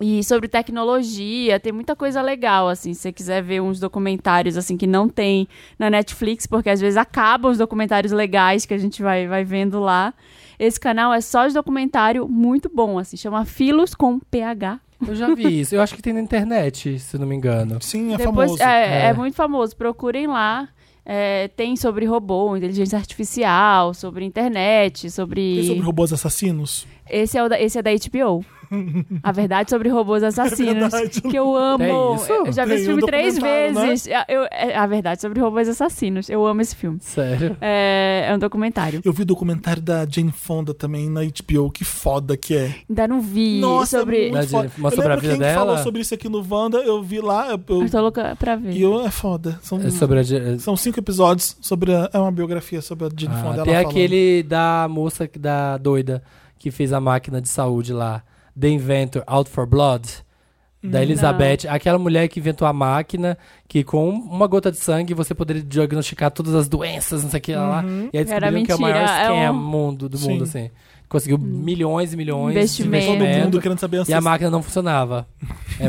E sobre tecnologia, tem muita coisa legal, assim. Se você quiser ver uns documentários, assim, que não tem na Netflix, porque às vezes acabam os documentários legais que a gente vai, vai vendo lá. Esse canal é só de documentário muito bom, assim. Chama Filos com PH. Eu já vi isso. Eu acho que tem na internet, se não me engano. Sim, é Depois, famoso. É, É. é muito famoso. Procurem lá. É, tem sobre robô, inteligência artificial, sobre internet, Tem sobre robôs assassinos? Esse é, o da, esse é da HBO. A verdade sobre robôs assassinos. É verdade. que eu amo. Tem isso? Eu já vi Tem esse filme um três documentário, vezes. Eu- é a verdade sobre robôs assassinos. Eu amo esse filme. Sério. É, é um documentário. Eu vi o documentário da Jane Fonda também na HBO, que foda que é. Ainda não vi Nossa, é sobre. muito Mas ele- foda. mas eu sobre a lembro vida quem que falou dela? sobre isso aqui no Wanda, eu vi lá, eu, eu- Eu tô louca pra ver. e eu é foda. São, É sobre a. de- são cinco episódios sobre a- é uma biografia sobre a Jane Ah, Fonda. tem ela falando. aquele da moça que- da doida que fez a máquina de saúde lá. The Inventor, Out for Blood. Hum. Da Elizabeth, aquela mulher que inventou a máquina que com uma gota de sangue você poderia diagnosticar todas as doenças, não sei o que lá. E aí Era descobriram que é o maior mentira, é esquema um- Hum. mundo, do mundo, Sim. assim. Conseguiu milhões e milhões Investimento. de Todo mundo investimento querendo saber e a essas- máquina não funcionava. É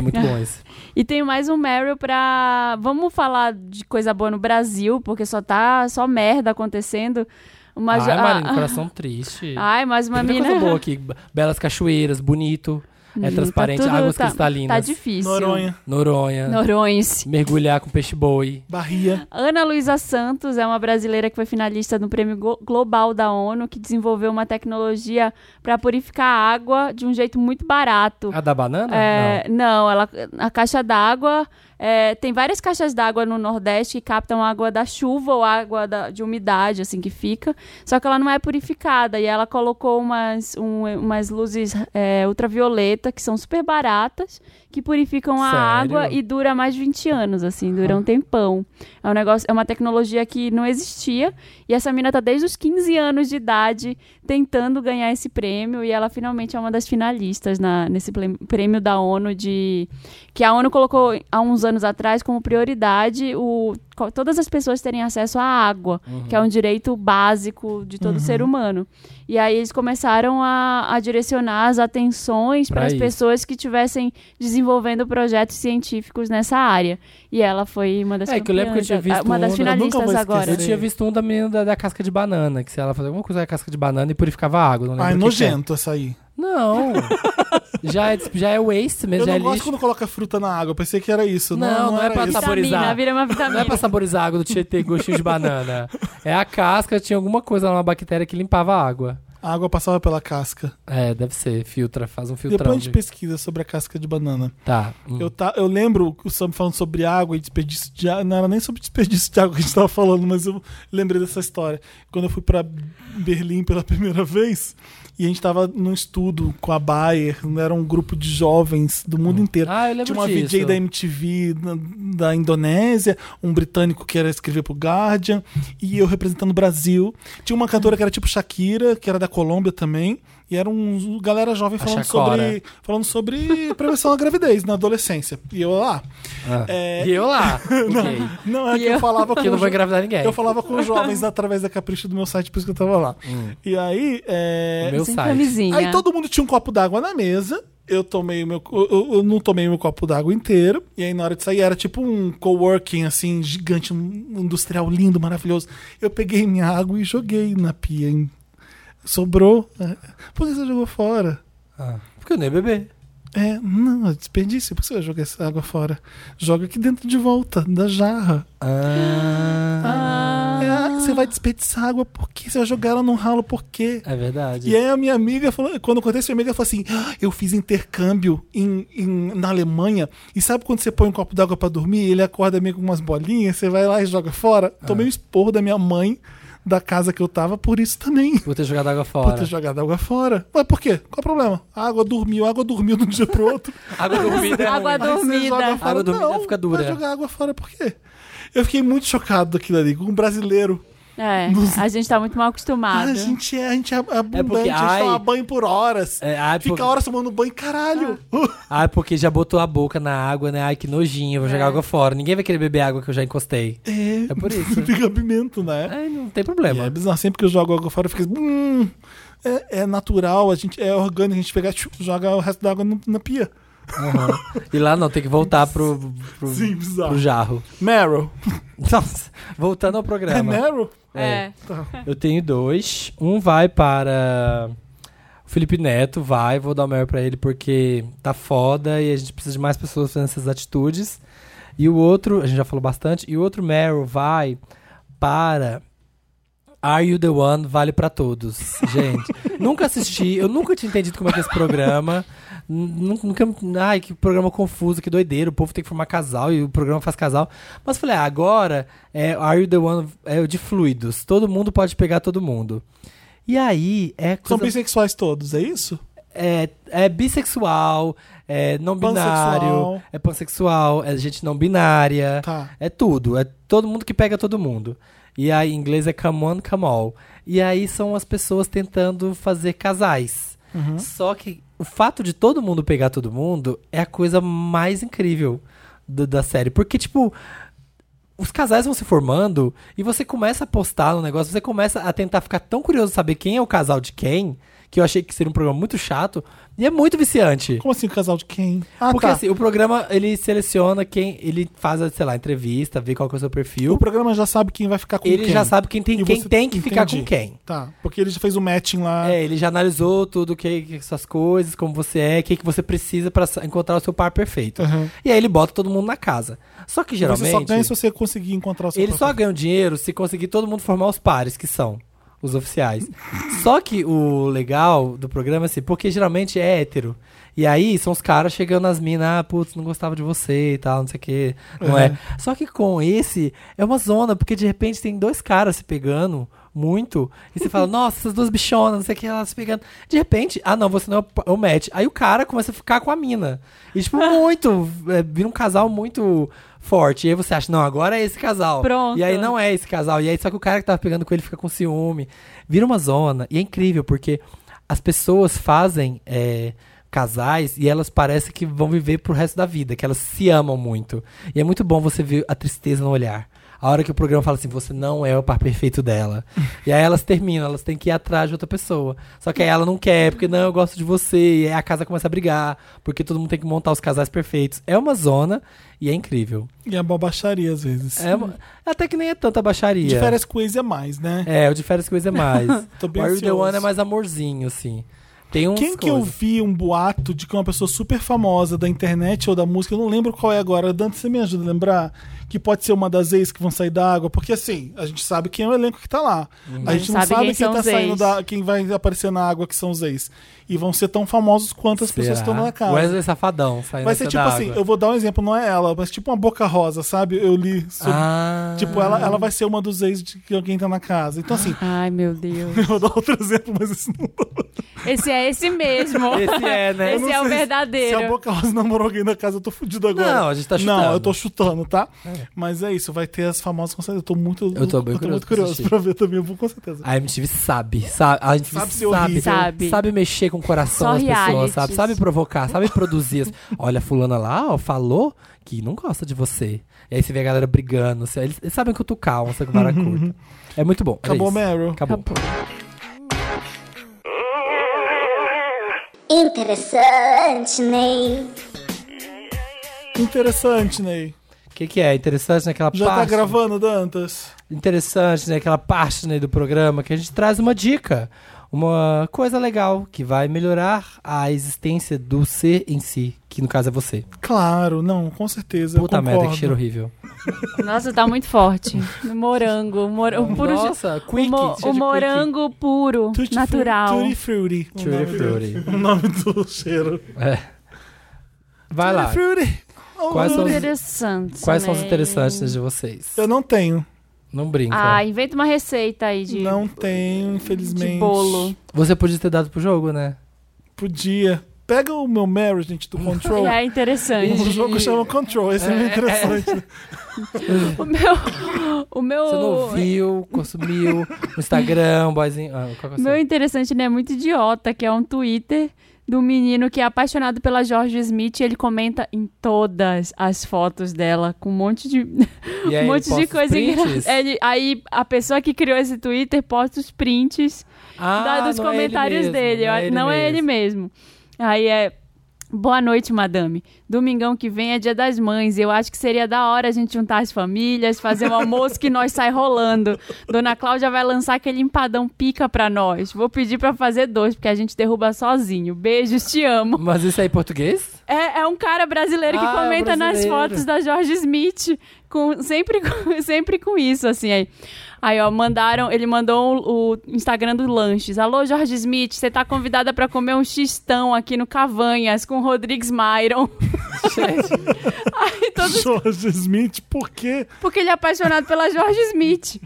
muito bom isso. E tem mais um Meryl pra. Vamos falar de coisa boa no Brasil, porque só tá só merda acontecendo. Uma jo- Ai, Marina, ah, coração triste. ai, mais uma Tem muita mina. coisa boa aqui. Belas cachoeiras, bonito, é Tá transparente, tudo- águas tá- cristalinas. Tá difícil. Noronha, Noronha. Noronha-se. Mergulhar com peixe boi. Barria. Ana Luísa Santos é uma brasileira que foi finalista no Prêmio Glo- Global da ONU, que desenvolveu uma tecnologia para purificar a água de um jeito muito barato. A Ah, da banana? É, não, ela, a caixa d'água. é, tem várias caixas d'água no Nordeste que captam água da chuva ou água da- de umidade, assim, que fica. Só que ela não é purificada. E ela colocou umas, um- umas luzes é, ultravioleta, que são super baratas, que purificam a Sério? água e dura mais de 20 anos, assim, dura um tempão. É um negócio, é uma tecnologia que não existia. E essa mina tá desde os 15 anos de idade tentando ganhar esse prêmio. E ela finalmente é uma das finalistas na, nesse plem- prêmio da ONU de. Que a ONU colocou há uns anos atrás como prioridade o, co- todas as pessoas terem acesso à água, Uhum. que é um direito básico de todo ser humano. E aí eles começaram a, a direcionar as atenções Pra para as isso. pessoas que estivessem desenvolvendo projetos científicos nessa área. E ela foi uma das É, que eu lembro que eu tinha campeãs, visto uma das um, eu nunca vou finalistas esquecer. agora. Eu tinha visto um da menina da, da casca de banana, que se ela fazer alguma coisa com a casca de banana e purificava a água. Não lembro Ai, o que que nojento essa aí. é. Não. já, é, já é waste mesmo, Eu já não é gosto lixo. quando coloca fruta na água, eu pensei que era isso. Não, Não, não, não é era pra isso. saber. Vitamina, saborizar. vira uma Não é vitamina. pra saborizar a água do Tietê gostinho de banana. É a casca, tinha alguma coisa lá, uma bactéria que limpava a água. A água passava pela casca. É, deve ser, filtra, faz um filtrão. Depois a gente de- pesquisa sobre a casca de banana. Tá. hum. Eu, tá, eu lembro o Sam falando sobre água e desperdício de água. Não era nem sobre desperdício de água que a gente tava falando, mas eu lembrei dessa história. Quando eu fui para Berlim pela primeira vez, e a gente tava num estudo com a Bayer, não era um grupo de jovens do mundo inteiro. Ah, eu lembro Tinha uma disso. VJ da MTV na- da Indonésia, um britânico que era escrever pro Guardian, e eu representando o Brasil. Tinha uma cantora que era tipo Shakira, que era da Colômbia também, e era um galera jovem falando Chacora. sobre falando sobre prevenção à gravidez na adolescência. E eu lá. Ah. É, E eu lá. não, Ok. não é E que eu, eu- falava Porque eu com não vou os- engravidar ninguém. eu falava com os jovens através da capricho do meu site, por isso que eu tava lá. E aí. é, Hum. O meu Sem site. camisinha. Aí todo mundo tinha um copo d'água na mesa. Eu tomei o meu. Eu, eu- eu não tomei o meu copo d'água inteiro. E aí, na hora de sair, era tipo um coworking, assim, gigante, um industrial lindo, maravilhoso. Eu peguei minha água e joguei na pia. hein? Sobrou. Por que você jogou fora? Ah, Porque eu nem ia beber. É, não, é desperdício. Por que você vai jogar essa água fora? Joga aqui dentro de volta, da jarra. Ah, É, ah, você vai desperdiçar água por quê? Você vai jogar ela num ralo por quê? é verdade. E aí a minha amiga falou, quando acontece, minha amiga falou assim: "Ah, eu fiz intercâmbio em, em- na Alemanha, e sabe quando você põe um copo d'água pra dormir, ele acorda meio com umas bolinhas, você vai lá e joga fora? É. Tomei um esporro da minha mãe da casa que eu tava por isso também. Por ter jogado água fora. Por ter jogado água fora. Mas por quê? Qual é o problema? A água dormiu, a água dormiu de um dia pro outro. Água dormida. é Água ruim. Aí você dormida. joga fora, Água dormida não, fica dura. Vai jogar água fora por quê? Eu fiquei muito chocado daquilo ali, com um brasileiro. É, a gente tá muito mal acostumado. a gente é, a gente é abundante, a gente ai- toma banho por horas. É, ai, Fica por- horas tomando banho, caralho. Ah, porque já botou a boca na água, né? Ai, que nojinho, vou É. jogar água fora. Ninguém vai querer beber água que eu já encostei. É, É por isso. não tem cabimento, né? É, não E tem É problema. bizarro, sempre que eu jogo água fora, eu fico assim, hum, é, é natural, a gente, é orgânico, a gente pega, tchup, joga o resto da água no- na pia. Aham. E lá não, tem que voltar pro, pro, Sim, tá. bizarro. pro jarro. Meryl. Nossa, voltando ao É programa. Meryl? É. Eu tenho dois. Um vai para o Felipe Neto, vai, vou dar o maior pra ele porque tá foda e a gente precisa de mais pessoas fazendo essas atitudes. E o outro, a gente já falou bastante, e o outro Meryl vai para Are You The One Vale Pra Todos. Gente, nunca assisti, eu nunca tinha entendido como é que é esse programa. Nun- Nunca, ai, que programa confuso, que doideira. O povo tem que formar casal e o programa faz casal. Mas falei, ah, agora é Are You The One é o de fluidos. Todo mundo pode pegar todo mundo. E aí, é São coisa- bissexuais todos, é isso? é, é bissexual, é não binário, Pansexual. é pansexual, é gente não binária. Tá. É tudo, é todo mundo que pega todo mundo. E aí, em inglês é come on, come all. E aí são as pessoas tentando fazer casais. Só que o fato de todo mundo pegar todo mundo é a coisa mais incrível do- da série. Porque, tipo, os casais vão se formando e você começa a postar no negócio, você começa a tentar ficar tão curioso saber quem é o casal de quem, que eu achei que seria um programa muito chato, e é muito viciante. Como assim, casal de quem? Ah, Porque tá. assim, o programa, ele seleciona quem. Ele faz, sei lá, entrevista, vê qual que é o seu o perfil. programa já sabe quem vai ficar com Ele quem. já sabe quem tem, E quem você- tem que ficar com Entendi. Ah. quem. Tá, porque ele já fez o matching lá. É, ele já analisou tudo, que, que suas coisas, como você é, o que, que você precisa pra sa- encontrar o seu par perfeito. Uhum. E aí ele bota todo mundo na casa. Só que geralmente. Você só ganha se você conseguir encontrar o seu Eles só próprio- ganham dinheiro se conseguir todo mundo formar os pares, que são os oficiais. só que o legal do programa é assim, porque geralmente é hétero. E aí são os caras chegando nas minas, ah, putz, não gostava de você e tal, não sei o quê. Não é. Só que com esse é uma zona, porque de repente tem dois caras se pegando muito. E você fala, nossa, essas duas bichonas, não sei o que, elas se pegando. De repente, ah não, você não é o pa- o match. Aí o cara começa a ficar com a mina. E tipo, muito. É, vira um casal muito forte. E aí você acha, não, agora é esse casal. Pronto. E aí não é esse casal. E aí só que o cara que tava pegando com ele fica com ciúme. Vira uma zona. E é incrível, porque as pessoas fazem é, casais e elas parecem que vão viver pro resto da vida, que elas se amam muito. E é muito bom você ver a tristeza no olhar. A hora que o programa fala assim, você não é o par perfeito dela. e aí elas terminam, elas têm que ir atrás de outra pessoa. Só que aí ela não quer, porque não, eu gosto de você. E aí a casa começa a brigar, porque todo mundo tem que montar os casais perfeitos. É uma zona e é incrível. E é bobacharia às vezes. É uma- Até que nem é tanta baixaria. De férias com ex é mais, né? É, o de férias coisa é mais. Tô o bem Are You The ansioso. One é mais amorzinho, assim. Tem uns Quem que eu vi um boato de que uma pessoa super famosa da internet ou da música, eu não lembro qual é agora, Dante, você me ajuda a lembrar? Que pode ser uma das ex que vão sair da água, porque assim, a gente sabe quem é o elenco que tá lá. A gente não Sabe sabe, quem quem, são tá os ex. saindo da. quem vai aparecer na água que são os ex. E vão ser tão famosos quanto as pessoas que estão na casa. Wesley Safadão saindo Vai ser da tipo água. assim, eu vou dar um exemplo, não é ela, mas tipo uma boca rosa, sabe? Eu li sobre. Ah, Tipo, ela, ela vai ser uma dos ex de que alguém tá na casa. Então, assim, Ai, meu Deus. eu vou dar outro exemplo, mas isso não Esse é esse mesmo. Esse é, né? Esse é o Se a verdadeiro. Boca Rosa namorou alguém na casa, eu tô fudido agora. Não, a gente tá chutando. Não, eu tô chutando, tá? Mas é isso, vai ter as famosas com certeza. Eu tô muito, Eu tô bem curioso muito pra curioso assistir. pra ver também, eu vou com certeza. A MTV sabe, sabe, a MTV Sabe sabe, ser sabe, horrível. Sabe. mexer com o coração Só das pessoas, realities. sabe, sabe provocar, sabe produzir. as- Olha, fulana lá, ó, falou que não gosta de você. E aí você vê a galera brigando, assim, eles, eles sabem cutucar, um saco vara curta. É muito bom. era Acabou, isso. Meryl. Tá Acabou. Interessante, Ney. Interessante, Ney. O que, que é interessante naquela Já tá parte? gravando, Dantas? interessante, né? Aquela parte né, do programa que a gente traz uma dica. uma coisa legal que vai melhorar a existência do ser em si, que no caso é você. Claro, não, com certeza. eu Puta concordo. merda, que cheiro horrível. Nossa, tá muito forte. Morango. mor- o puro ju- Nossa, quick, o, mo- cheiro o de morango puro, Tutti fru- natural. Tutti Frutti. o Tutti nome do- frutti. O nome do cheiro. quick. É. Vai lá. Tutti Frutti. Oh, Quais são os- Interessante. Quais são os né? interessantes de vocês? Eu não tenho. Não brinca. Ah, inventa uma receita aí de, Não tenho, infelizmente. de bolo. Você podia ter dado pro jogo, né? Podia. Pega o meu Mary, gente, do Control. É interessante. O jogo chama Control, esse é meio interessante. O meu, o meu, Uhum. Você é não viu, consumiu, no Instagram, boyzinho. Ah, qual que é o meu seu? interessante, né? Muito idiota, que é um Twitter do menino que é apaixonado pela George Smith. E ele comenta em todas as fotos dela, com um monte de, E aí um ele monte posta de os coisa É, prints? engraçada. Ele- Aí a pessoa que criou esse Twitter posta os prints Ah, da- dos não é ele comentários mesmo, dele. Eu- Não é ele mesmo. Aí é. Boa noite, madame. Domingão que vem é dia das mães. Eu acho que seria da hora a gente juntar as famílias, fazer um almoço que nós sai rolando. Dona Cláudia vai lançar aquele empadão pica pra nós. Vou pedir pra fazer dois, porque a gente derruba sozinho. Beijos, te amo. Mas isso aí é em português? É, é um cara brasileiro que Ah, é um comenta nas brasileiro. fotos da George Smith. Com, sempre, com, sempre com isso, assim. Aí, aí ó, mandaram. Ele mandou o, o Instagram do Lanches. Alô, George Smith, você tá convidada pra comer um xistão aqui no Cavanhas com o Rodrigues Myron. Gente, Aí todos George Smith, por quê? Porque ele é apaixonado pela George Smith.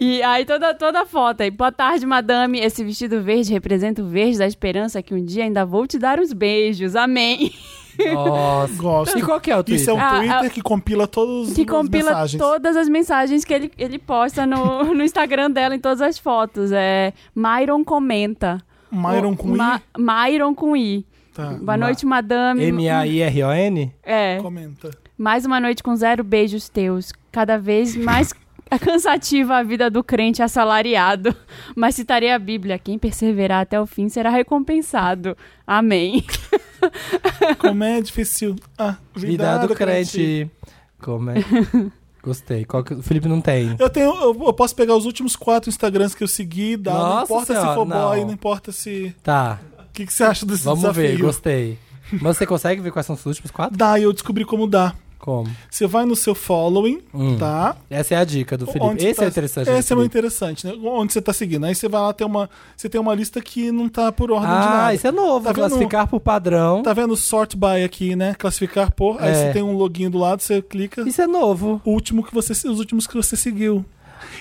E aí toda, toda a foto aí. Boa tarde, madame. Esse vestido verde representa o verde da esperança que um dia ainda vou te dar os beijos. Amém. nossa. Gosto. E qual que é o Twitter? Isso é um Ah, Twitter ah, que compila todos Que as compila mensagens. todas as mensagens que ele, ele posta no, no Instagram dela, em todas as fotos. É Myron comenta. Myron O- com I? Ma- Myron com I. Tá, Boa noite, madame. M-A-I-R-O-N? É. comenta. Mais uma noite com zero beijos teus. Cada vez mais cansativa a vida do crente assalariado. Mas citarei a Bíblia: quem perseverar até o fim será recompensado. Amém. Como é difícil. Ah, Vida do crente. Como é? Gostei. Qual que... O Felipe não tem. Eu tenho, eu, eu posso pegar os últimos quatro Instagrams que eu segui, dá, não Nossa importa se senhora, for boy, não. não importa se. Tá, O que, que você acha desse vamos ver. desafio? Gostei. Mas você consegue ver quais são os últimos quatro? Dá, e eu descobri como dá. Como? Você vai no seu following, Hum. tá? Essa é a dica do Felipe. Onde você Esse tá- é Esse interessante. do é muito Felipe. interessante, né? Onde você tá seguindo. Aí você vai lá, tem uma, você tem uma lista que não tá por ordem de Ah, nada. isso é novo. Tá vendo? Classificar por padrão. Tá vendo sort by aqui, né? Classificar por. Aí É. você tem um login do lado, você clica. Isso é novo. O último que você, os últimos que você seguiu.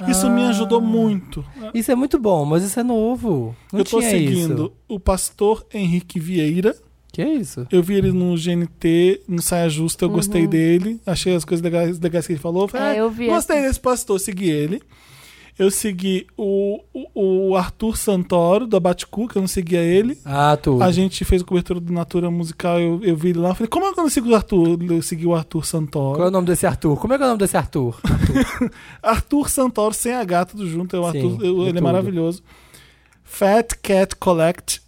Isso Ah, me ajudou muito. Isso é muito bom, mas isso é novo. Não eu tô tinha seguindo isso. o pastor Henrique Vieira. Que é isso? Eu vi ele no GNT, no Saia Justa, Uhum. eu gostei dele. Achei as coisas legais, legais que ele falou. Falei, É, "Ah, eu vi Gostei essa." desse pastor, segui ele. Eu segui o, o, o Arthur Santoro, da Baticu, que eu não seguia ele. Ah, tu. A gente fez a cobertura do Natura Musical, eu, eu vi ele lá. eu Falei, como é que eu não sigo o Arthur? Eu segui o Arthur Santoro. Qual é o nome desse Arthur? Como é que é o nome desse Arthur? Arthur Santoro, sem H, tudo junto. É o Sim, Arthur, eu- é ele é tudo. maravilhoso. Fat Cat Collect.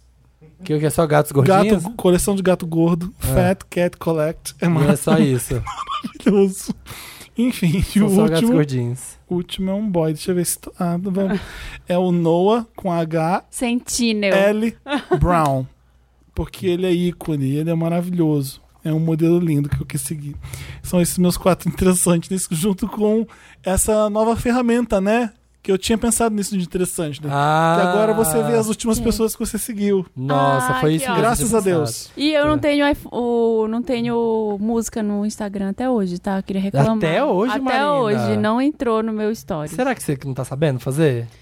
que que é só gatos gordinhos? Gato, coleção de gato gordo. Fat Cat Collect. É E é só isso. maravilhoso. Enfim, e o São só gatos último, gordinhos. o último é um boy. Deixa eu ver se. tá- Ah, não vai- é o Noah com H. Sentinel. L. Brown. Porque ele é ícone, ele é maravilhoso. É um modelo lindo que eu quis seguir. São esses meus quatro interessantes, nisso, junto com essa nova ferramenta, né? Que eu tinha pensado nisso de interessante, né? Ah, que agora você vê as últimas pessoas que você seguiu. Nossa, Ah, foi que isso. mesmo ótimo. Graças que eu a tinha Deus. E eu não É. tenho, iPhone- o, não tenho música no Instagram até hoje, tá? Eu queria reclamar. Até hoje, Até Marina? hoje, não entrou no meu pensado. story. Será que você que não tá sabendo fazer?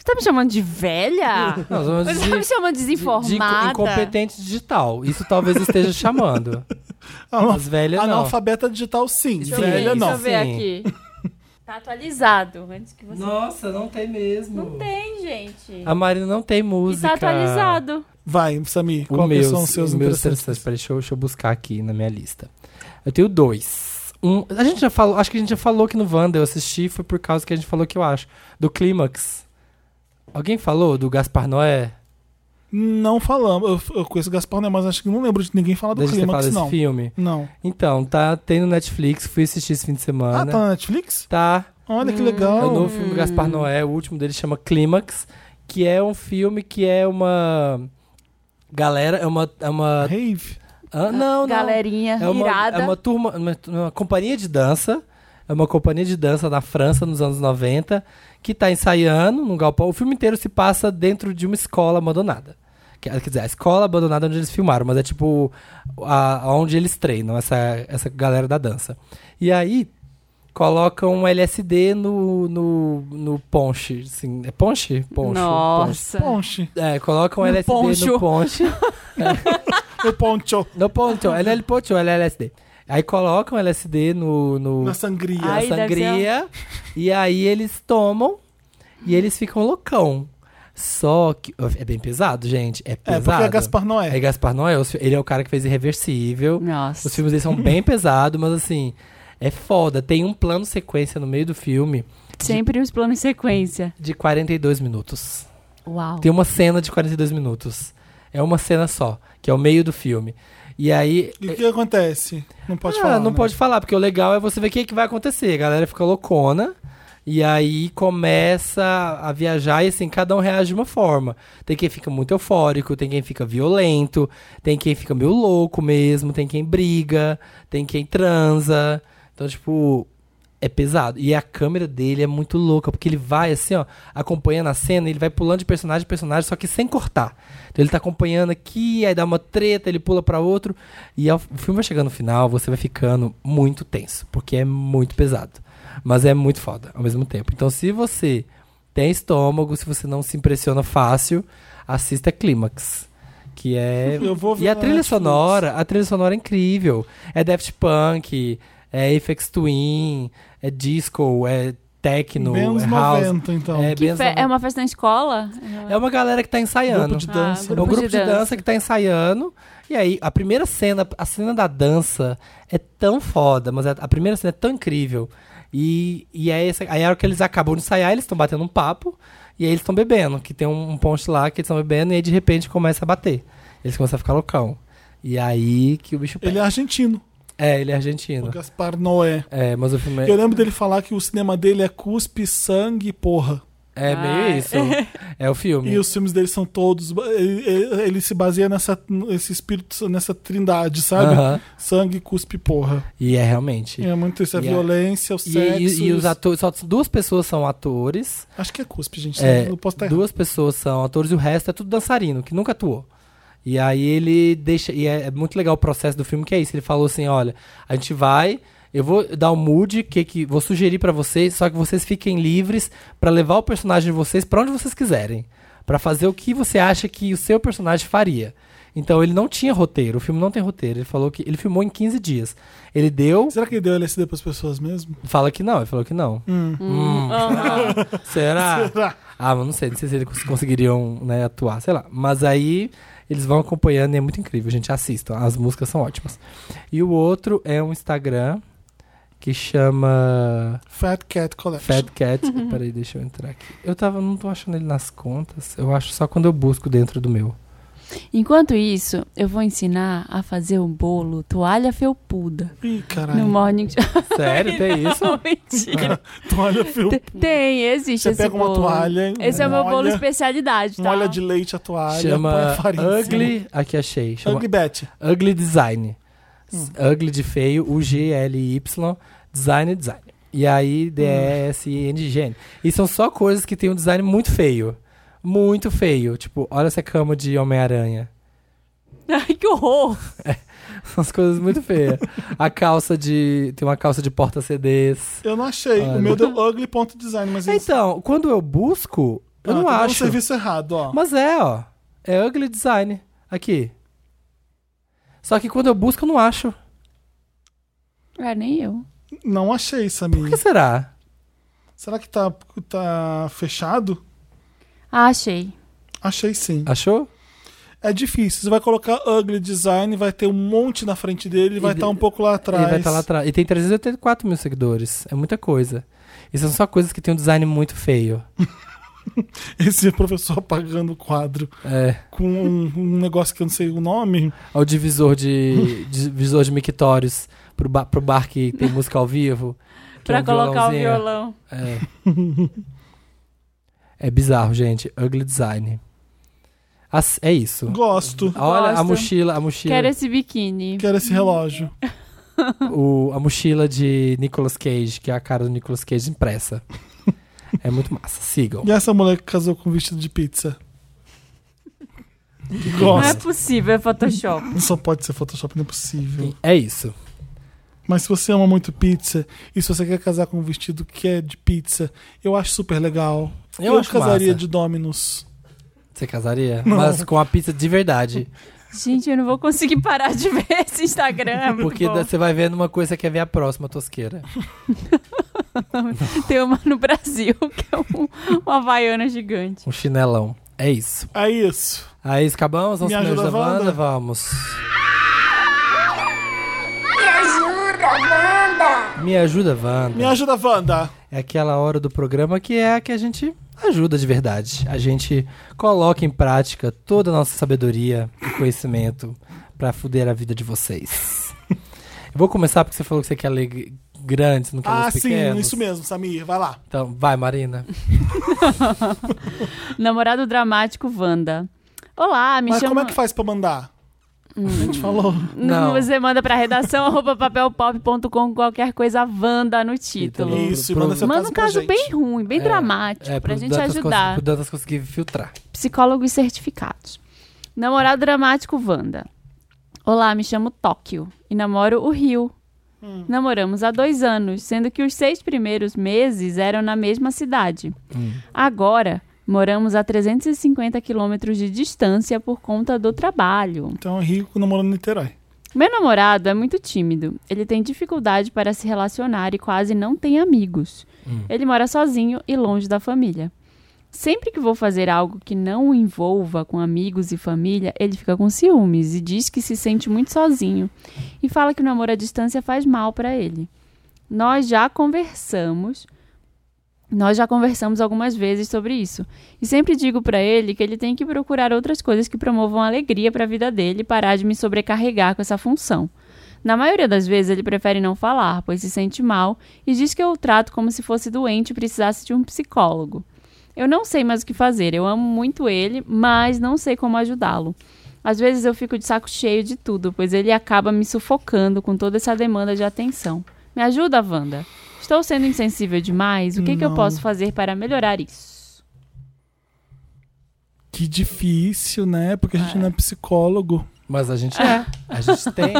Você tá me chamando de velha? Não, vamos Você de- tá me chamando de de- de desinformada? incompetente digital. Isso talvez esteja chamando. Ana- As velhas é não. Analfabeta digital, sim. Deixa eu ver, Velha, deixa não. eu ver Sim. aqui. Tá atualizado, antes que você... Nossa, não tem mesmo. Não tem, gente. A Marina não tem música. Está atualizado. Vai, Samir. O Qual que meu, são os seus os meus interessantes? interessantes. Peraí, deixa, eu- deixa eu buscar aqui na minha lista. Eu tenho dois. Um, a gente já falou, acho que a gente já falou que no Wanda eu assisti, foi por causa que a gente falou que eu acho. Do Clímax. Alguém falou do Gaspar Noé? Não falamos. Eu, eu conheço o Gaspar, né? Mas acho que não lembro de ninguém falar do Desde Clímax, desse não. filme. Não. Então, tá, tem no Netflix, fui assistir esse fim de Ah, Então- semana. tá na Netflix? Tá, Olha que né? É o legal. novo filme do Gaspar Noé, o último dele chama Clímax, que é um filme que é uma galera, é uma é uma Rave. ah, não, não. Galerinha É uma, irada. é uma turma, uma, uma companhia de dança. É uma companhia de dança na França nos anos 90 que tá ensaiando num galpão. O filme inteiro se passa dentro de uma escola abandonada. Que- Quer dizer, a escola abandonada onde eles filmaram, mas é tipo a, onde eles treinam, essa, essa galera da dança. E aí colocam um LSD no, no, no ponche. Assim, é ponche? Poncho. ponche. Nossa. Ponche. É, colocam um No LSD poncho. no ponche. O poncho. No poncho, ele é el poncho, ele é LSD. Aí colocam LSD no, no Na na sangria. Ai. deve sangria e aí eles tomam e eles ficam loucão. Só que é bem pesado, gente, é é, pesado. porque é Gaspar Noé. É Gaspar Noé, os fi- ele é o cara que fez Irreversível. Nossa. Os filmes dele são bem pesados, mas assim, é foda. Tem um plano sequência no meio do filme Sempre os planos em sequência. de 42 minutos. Uau. Tem uma cena de 42 minutos. É uma cena só, que é o meio do filme. E aí E o que acontece? Não pode ah, falar. Não né? pode falar, porque o legal é você ver o que, que vai acontecer. A galera fica loucona. E aí começa a viajar e assim, cada um reage de uma forma. Tem quem fica muito eufórico, tem quem fica violento, tem quem fica meio louco mesmo, tem quem briga, tem quem transa. Então, tipo, é pesado. E a câmera dele é muito louca, porque ele vai assim, ó, acompanhando a cena, ele vai pulando de personagem em personagem, só que sem cortar. Então ele tá acompanhando aqui, aí dá uma treta, ele pula pra outro, e ao- o filme vai chegando no final, você vai ficando muito tenso, porque é muito pesado. Mas é muito foda ao mesmo tempo. Então se você tem estômago, se você não se impressiona fácil, assista Clímax. Que é. Eu vou ver e a na trilha Netflix. sonora, a trilha sonora é incrível. É Daft Punk, é Aphex Twin, é disco, é techno, Menos é house. 90, então. É, Que Benz fe- é uma festa na escola? é uma galera que tá Grupo ensaiando. Ah, de dança. É um grupo de dança que tá ensaiando. E aí, a primeira cena, a cena da dança é tão foda, mas a- a primeira cena é tão incrível. E, e aí, essa- aí a hora que eles acabam de ensaiar, eles estão batendo um papo. E aí eles estão bebendo, que tem um, um ponte lá que eles estão bebendo, e aí de repente começa a bater. Eles começam a ficar loucão. E aí que o bicho pega. Ele é argentino, É, ele é o argentino. Gaspar Noé. É, mas o filme é, Eu lembro dele falar que o cinema dele é cuspe, sangue e porra. é meio Ah. isso. É o filme. E os filmes dele são todos. Ele, ele- ele se baseia nessa, nesse espírito, nessa trindade, sabe? Aham. Sangue, cuspe e porra. E é realmente. É muito isso. A E a- violência, o E, sexo. e- e os os- atores, só duas pessoas são atores, Acho que é cuspe, gente. É, eu posso estar errado. duas pessoas são atores e o resto é tudo dançarino, que nunca atuou. E aí ele deixa. E é, é muito legal o processo do filme, que é isso. Ele falou assim: olha, a gente vai, eu vou dar o mood, que, que vou sugerir pra vocês, só que vocês fiquem livres pra levar o personagem de vocês pra onde vocês quiserem. Pra fazer o que você acha que o seu personagem faria. Então ele não tinha roteiro, o filme não tem roteiro. Ele falou que ele filmou em 15 dias. Ele deu, Será que ele deu LSD pras pessoas mesmo? fala que não, ele falou que não. Hum. Será? Será? Ah, mas não sei, não sei se eles conseguiriam né, atuar, sei lá. Mas aí eles vão acompanhando e é muito incrível, gente. Assistam, as músicas são ótimas. E o outro é um Instagram que chama Fat Cat Collection. Fat Cat. Peraí, deixa eu entrar aqui. Eu tava, não tô achando ele nas contas, eu acho só quando eu busco dentro do meu. Enquanto isso, eu vou ensinar a fazer um bolo toalha felpuda Ih, no caralho. morning show. Sério, tem isso? Não, mentira. Toalha filme. Tem, existe Você esse pega uma bolo. toalha. Esse é o meu bolo molha- especialidade, tá? Molha de leite a toalha. põe Chama a farinha em cima. Ugly, aqui achei. Chama Ugly Betty. Ugly Design. S- Hum. Ugly de feio, U-G-L-Y, Design Design. E aí, Hum. D-S-I-N-G. E são só coisas que tem um design muito feio. Muito feio. Tipo, olha essa cama de Homem-Aranha. Ai, que horror! Umas coisas muito feias. A calça de. Tem uma calça de porta-CDs. Eu não achei. Olha. O meu deu ugly.design, mas isso. Então, quando eu busco, eu Ah, não tá dando acho. um serviço errado, ó. Mas é, ó. É Ugly Design. Aqui. Só que quando eu busco, eu não acho. Ah, nem eu. Não achei, Por que Samir. será? Será que tá, tá fechado? Ah, achei. Achei sim. Achou? É difícil. Você vai colocar ugly design, vai ter um monte na frente dele e vai E estar de- um pouco lá atrás. Ele vai estar lá atrás. E tem 384 mil seguidores. É muita coisa. E são só coisas que tem um design muito feio. Esse é professor apagando o quadro É. com um, um negócio que eu não sei o nome. Olha o divisor de, de- divisor de mictórios pro, ba- pro bar que tem música ao vivo. que pra é um colocar o violãozinho. violão. É. É bizarro, gente. Ugly design. As- é isso. Gosto. Olha a Gosto. mochila, a mochila, Quero esse biquíni. Quero esse relógio. o- a mochila de Nicolas Cage, que é a cara do Nicolas Cage impressa. é muito massa. Sigam. E essa mulher que casou com um vestido de pizza? Não é Gosto. possível, é Photoshop. Só pode ser Photoshop, não é possível. E É isso. Mas se você ama muito pizza e se você quer casar com um vestido que é de pizza, eu acho super legal. Eu acho casaria massa. de Dominus. Você casaria? Mas com a pizza de verdade. Gente, eu não vou conseguir parar de ver esse Instagram. é muito Porque bom. da- você vai vendo uma coisa, você quer ver a próxima tosqueira. Tem uma no Brasil, que é um, uma havaiana gigante. Um chinelão. É isso. É isso. Aí, acabamos? Vamos Me pro Me ajuda, ajuda, Wanda? Wanda? Vamos. Me ajuda, Wanda! Me ajuda, Wanda. Me ajuda, Wanda. É aquela hora do programa que é a que a gente ajuda de verdade. A gente coloca em prática toda a nossa sabedoria e conhecimento pra fuder a vida de vocês. Eu vou começar porque você falou que você quer ler g- grandes, não quer ler Ah, os sim, pequenos. isso mesmo, Samir. Vai lá. Então, vai, Marina. Namorado dramático Wanda. Olá, me Mas chama... como é que faz pra mandar? A gente falou. Não. Você manda pra redação arroba papelpop.com qualquer coisa Wanda no título. Pro- Isso, e pro- manda seu Manda caso um pra caso gente. bem ruim, bem tá É, dramático, Tipo, pra pro gente Dantas cons- ajudar. pro Dantas conseguir filtrar. Psicólogos certificados. Namorado dramático Wanda. Olá, me chamo Tóquio e namoro o Rio. Namoramos há dois anos, sendo que os seis primeiros meses eram na mesma cidade. Hum. Agora, moramos a 350 quilômetros de distância por conta do trabalho. Então, Rico namorando em Niterói. Meu namorado é muito tímido. Ele tem dificuldade para se relacionar e quase não tem amigos. Ele mora sozinho e longe da família. Sempre que vou fazer algo que não o envolva com amigos e família, ele fica com ciúmes e diz que se sente muito sozinho e fala que o namoro à distância faz mal para ele. Nós já conversamos, nós já conversamos algumas vezes sobre isso e sempre digo pra ele que ele tem que procurar outras coisas que promovam alegria pra vida dele e parar de me sobrecarregar com essa função. Na maioria das vezes ele prefere não falar, pois se sente mal e diz que eu o trato como se fosse doente e precisasse de um psicólogo. Eu não sei mais o que fazer, eu amo muito ele, mas não sei como ajudá-lo. Às vezes eu fico de saco cheio de tudo, pois ele acaba me sufocando com toda essa demanda de atenção. Me ajuda, Wanda. Estou sendo insensível demais? O que, que eu Não. posso fazer para melhorar isso? Que difícil, né? Porque a gente não é psicólogo. Mas a gente é. A gente tem.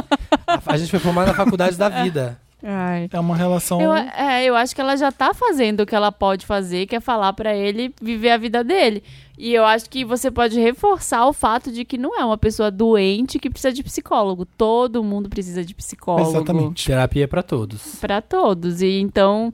A, a gente foi formado na faculdade da É. vida. Ai. É uma relação. Eu, é, eu acho que ela já tá fazendo o que ela pode fazer, que é falar pra ele viver a vida dele. E eu acho que você pode reforçar o fato de que não é uma pessoa doente que precisa de psicólogo. Todo mundo precisa de psicólogo. Exatamente. Terapia é pra todos. Pra todos. E então,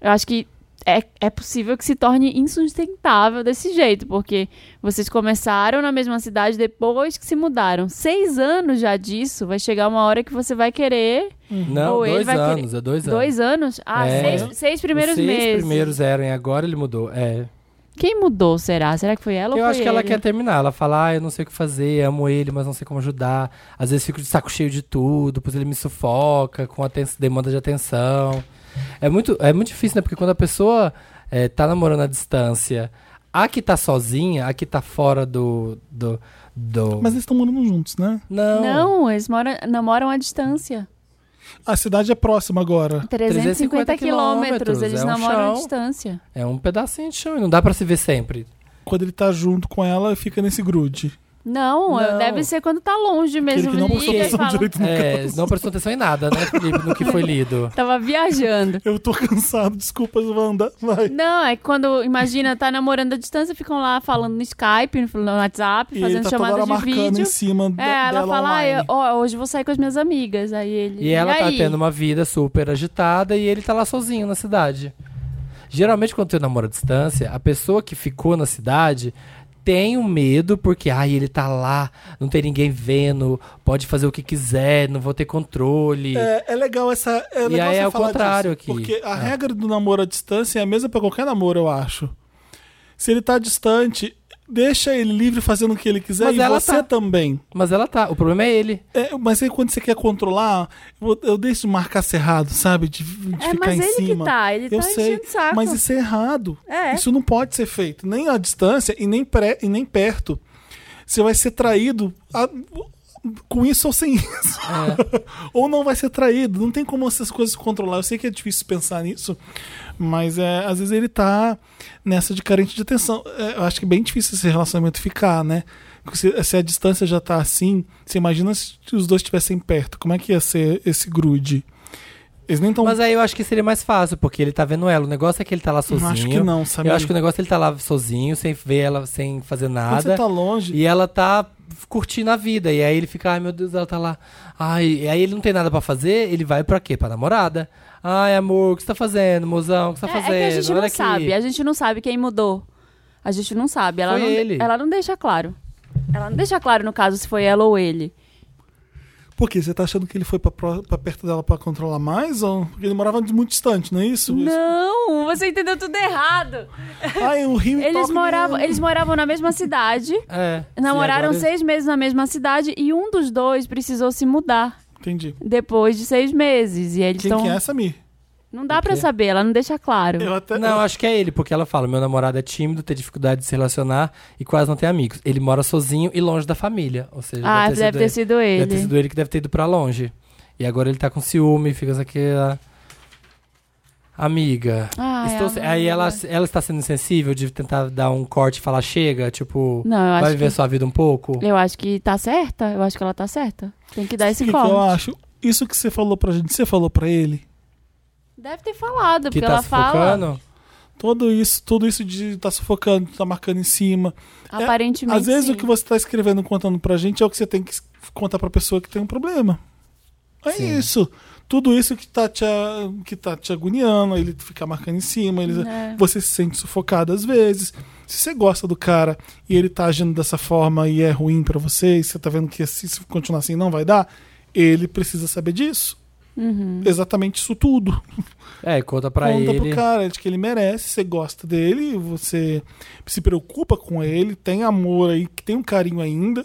eu acho que é, é possível que se torne insustentável desse jeito, porque vocês começaram na mesma cidade depois que se mudaram. Seis anos já disso, vai chegar uma hora que você vai querer Não, Ou ele dois vai querer- anos, é dois anos. Dois anos? Ah, É. seis, seis primeiros Os seis meses. primeiros eram e agora ele mudou. É. Quem mudou, será? Será que foi ela eu ou foi acho que ela ele? quer terminar. Ela fala, ah, eu não sei o que fazer, amo ele, mas não sei como ajudar. Às vezes fico de saco cheio de tudo, pois ele me sufoca com aten- demanda de atenção. É muito, é muito difícil, né? Porque quando a pessoa é, tá namorando à distância, a que tá sozinha, a que tá fora do. do, do... Mas eles estão morando juntos, né? não, Não, eles moram, namoram à distância. A cidade é próxima agora. 350 350 quilômetros, eles é um namoram à chão. distância. É um pedacinho de chão e não dá pra se ver sempre. Quando ele tá junto com ela, fica nesse grude. Não, Não. deve ser quando tá longe mesmo. que não liga prestou e atenção fala, direito no É, caso. não prestou atenção em nada, né, Felipe, no que foi lido. Tava viajando. Eu tô cansado, desculpa, Wanda. Vai. Não, é que quando, imagina, tá namorando à distância, ficam lá falando no Skype, no no WhatsApp, E ele fazendo tá toda hora chamada de marcando em vídeo. cima É, da- ela dela fala, ah, online. eu- ó, hoje vou sair com as minhas amigas. Aí ele. E ela tá aí? tendo uma vida super agitada e ele tá lá sozinho na cidade. Geralmente, quando tem um namoro à distância, a pessoa que ficou na cidade tem um medo porque, ai, ele tá lá, não tem ninguém vendo, pode fazer o que quiser, não vou ter controle. É, é legal essa. É E legal aí você é o falar contrário disso, aqui. Porque a Ah. é regra do namoro à distância é a mesma pra qualquer namoro, eu acho. Se ele tá distante, Deixa ele livre fazendo o que ele quiser Mas e ela você tá. também. Mas ela tá. O problema é ele. É, mas aí quando você quer controlar, eu, eu deixo de marcar ser errado, sabe? De, de É, ficar mas em ele que cima. tá, ele eu tá sei, enchendo o saco. mas isso é errado. É. Isso não pode ser feito, nem à distância e nem, pré, e nem perto. Você vai ser traído a- com isso ou sem isso. ou não vai ser traído. Não tem como essas coisas controlar. Eu sei que é difícil pensar nisso, mas é, às vezes ele tá nessa de carente de atenção. É, eu acho que é bem difícil esse relacionamento ficar, né? Se, se a distância já tá assim, você imagina se os dois estivessem perto. Como é que ia ser esse grude? Eles nem tão Mas é aí eu acho que seria mais fácil, porque ele tá vendo ela. O negócio é que ele tá lá sozinho. Não né? acho que não, sabe? Eu acho que o negócio é ele tá lá sozinho, sem ver ela, sem fazer Quando você nada. tá longe. E ela tá curtindo a vida. E aí ele fica, ai meu Deus, ela tá lá. Ai, e aí ele não tem nada pra fazer, ele vai pra quê? Pra namorada. Ai, amor, o que você tá fazendo, mozão? O que você tá É, é fazendo? que a gente Olha não aqui." sabe. A gente não sabe quem mudou. A gente não sabe. Ela, Foi não, ele. ela não deixa claro. Ela não deixa claro, no caso, se foi ela ou ele. Por quê? Você tá achando que ele foi pra, pró- pra perto dela pra controlar mais? Ou... Porque ele morava muito distante, não é isso? Não, você entendeu tudo errado. Ai, o Ah, é um Rio e Eles Tóquio- moravam, eles moravam na mesma cidade, É. namoraram E agora- seis meses na mesma cidade e um dos dois precisou se mudar Entendi. depois de seis meses. E eles Quem estão. Então que é, Samir? Não dá pra saber, ela não deixa claro. Eu até... Não, acho que é ele, porque ela fala: meu namorado é tímido, tem dificuldade de se relacionar e quase não tem amigos. Ele mora sozinho e longe da família. Ou seja, Ah, deve, ter sido sido ele. ele. Deve ter sido ele que deve ter ido pra longe. E agora ele tá com ciúme, fica essa aqui. ah, Amiga. Ai, Estou- amiga. aí ela, ela está sendo insensível de tentar dar um corte e falar, chega, tipo, Não, eu vai acho, viver que, sua vida um pouco? eu acho que tá certa. Eu acho que ela tá certa. Tem que dar O esse que, que corte. eu acho? Isso que você falou pra gente, você falou pra ele? Deve ter falado, Que porque tá ela se fala. focando? Tudo isso, tudo isso de tá sufocando, tá marcando em cima. É, Aparentemente. Às vezes sim. o que você tá escrevendo, contando pra gente, é o que você tem que contar pra pessoa que tem um problema. É Sim. isso. Tudo isso que tá, te, a- que tá te agoniando, ele fica marcando em cima, ele, É. você se sente sufocado às vezes. Se você gosta do cara e ele tá agindo dessa forma e é ruim pra você, e você tá vendo que se se continuar assim não vai dar, ele precisa saber disso. Uhum. Exatamente isso tudo. É, conta pra Conta ele. pro cara de que ele merece, você gosta dele, você se preocupa com ele, tem amor aí, que tem um carinho ainda,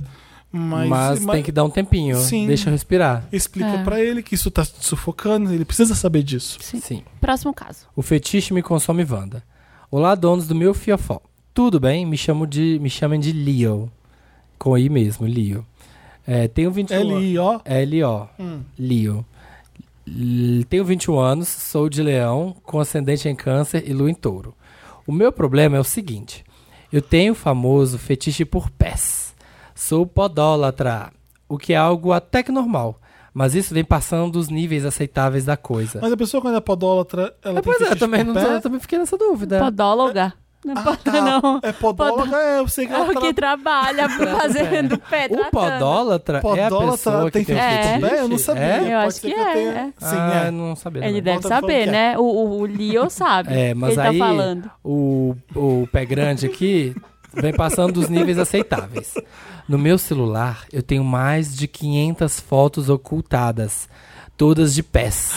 mas, mas, tem que dar um tempinho. Sim. Deixa eu respirar. explica É. pra ele que isso tá te sufocando, ele precisa saber disso. Sim. Sim. Próximo caso. O fetiche me consome Wanda. Olá, donos do meu fiofó. Tudo bem? Me chamo de. Me chamem de Leo. Com I mesmo, Leo. É, tenho 21 anos. Ele, ó, L.O. Hum. Leo. L- Tenho 21 anos, sou de leão, com ascendente em câncer e lua em touro. O meu problema é o seguinte: eu tenho o famoso fetiche por pés. Sou podólatra, o que é algo até que normal, mas isso vem passando dos níveis aceitáveis da coisa. mas a pessoa quando é podólatra, ela Ah, pois tem é, eu também, não, eu pé. também fiquei nessa É. dúvida. Podóloga. Não Ah, pode, tá. não. É podólatra, é, eu sei que É ela é. o que trabalha fazendo pé O tratando. podólatra, é a Podólatra pessoa tem que tem fetiche fetiche? por pé? Eu não É? sabia. Eu Pode acho ser que eu é, tenha- é. Sim, ah, é. não sabia. Ele não. deve Volta saber, falando né? O, o, o Leo sabe. É, mas ele aí tá falando. O, o pé grande aqui vem passando dos níveis aceitáveis. No meu celular, eu tenho mais de 500 fotos ocultadas, todas de pés.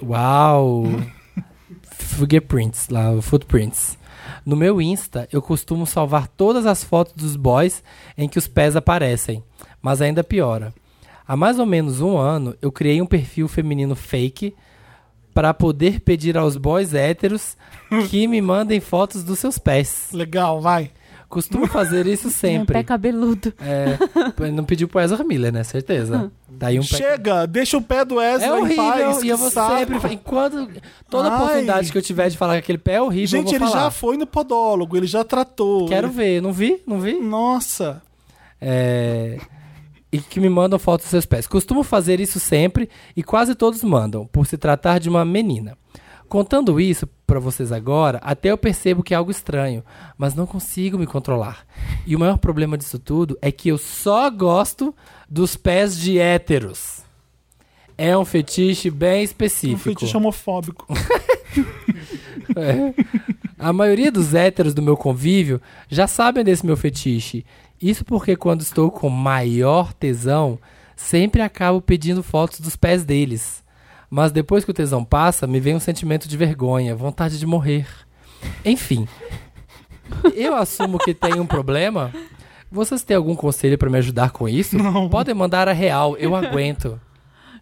Uau! Fingerprints lá, footprints. No meu Insta, eu costumo salvar todas as fotos dos boys em que os pés aparecem, mas ainda piora. Há mais ou menos um ano, eu criei um perfil feminino fake para poder pedir aos boys héteros que me mandem fotos dos seus pés. Legal, vai. Costumo fazer isso É um pé sempre. cabeludo. É, p- não pediu pro Ezra Miller, né? Certeza. Tá aí um pé- Chega, deixa o pé do Ezra É em paz. horrível. E que eu vou saco. sempre. fa- Enquanto. Toda Ai. oportunidade que eu tiver de falar que aquele pé é horrível, Gente, eu vou ele falar. já foi no podólogo, ele já tratou. Quero Ele- ver. Não vi? Não vi? Nossa. É, e que me mandam fotos dos seus pés. Costumo fazer isso sempre e quase todos mandam, por se tratar de uma menina. Contando isso pra vocês agora, até eu percebo que é algo estranho, mas não consigo me controlar. E o maior problema disso tudo é que eu só gosto dos pés de héteros. É um fetiche bem Um específico. fetiche homofóbico. É. A maioria dos héteros do meu convívio já sabem desse meu fetiche. Isso porque quando estou com maior tesão, sempre acabo pedindo fotos dos pés deles. Mas depois que o tesão passa, me vem um sentimento de vergonha, vontade de morrer. Enfim, Eu assumo que tem um problema. Vocês têm algum conselho pra me ajudar com isso? Podem mandar a real, eu aguento.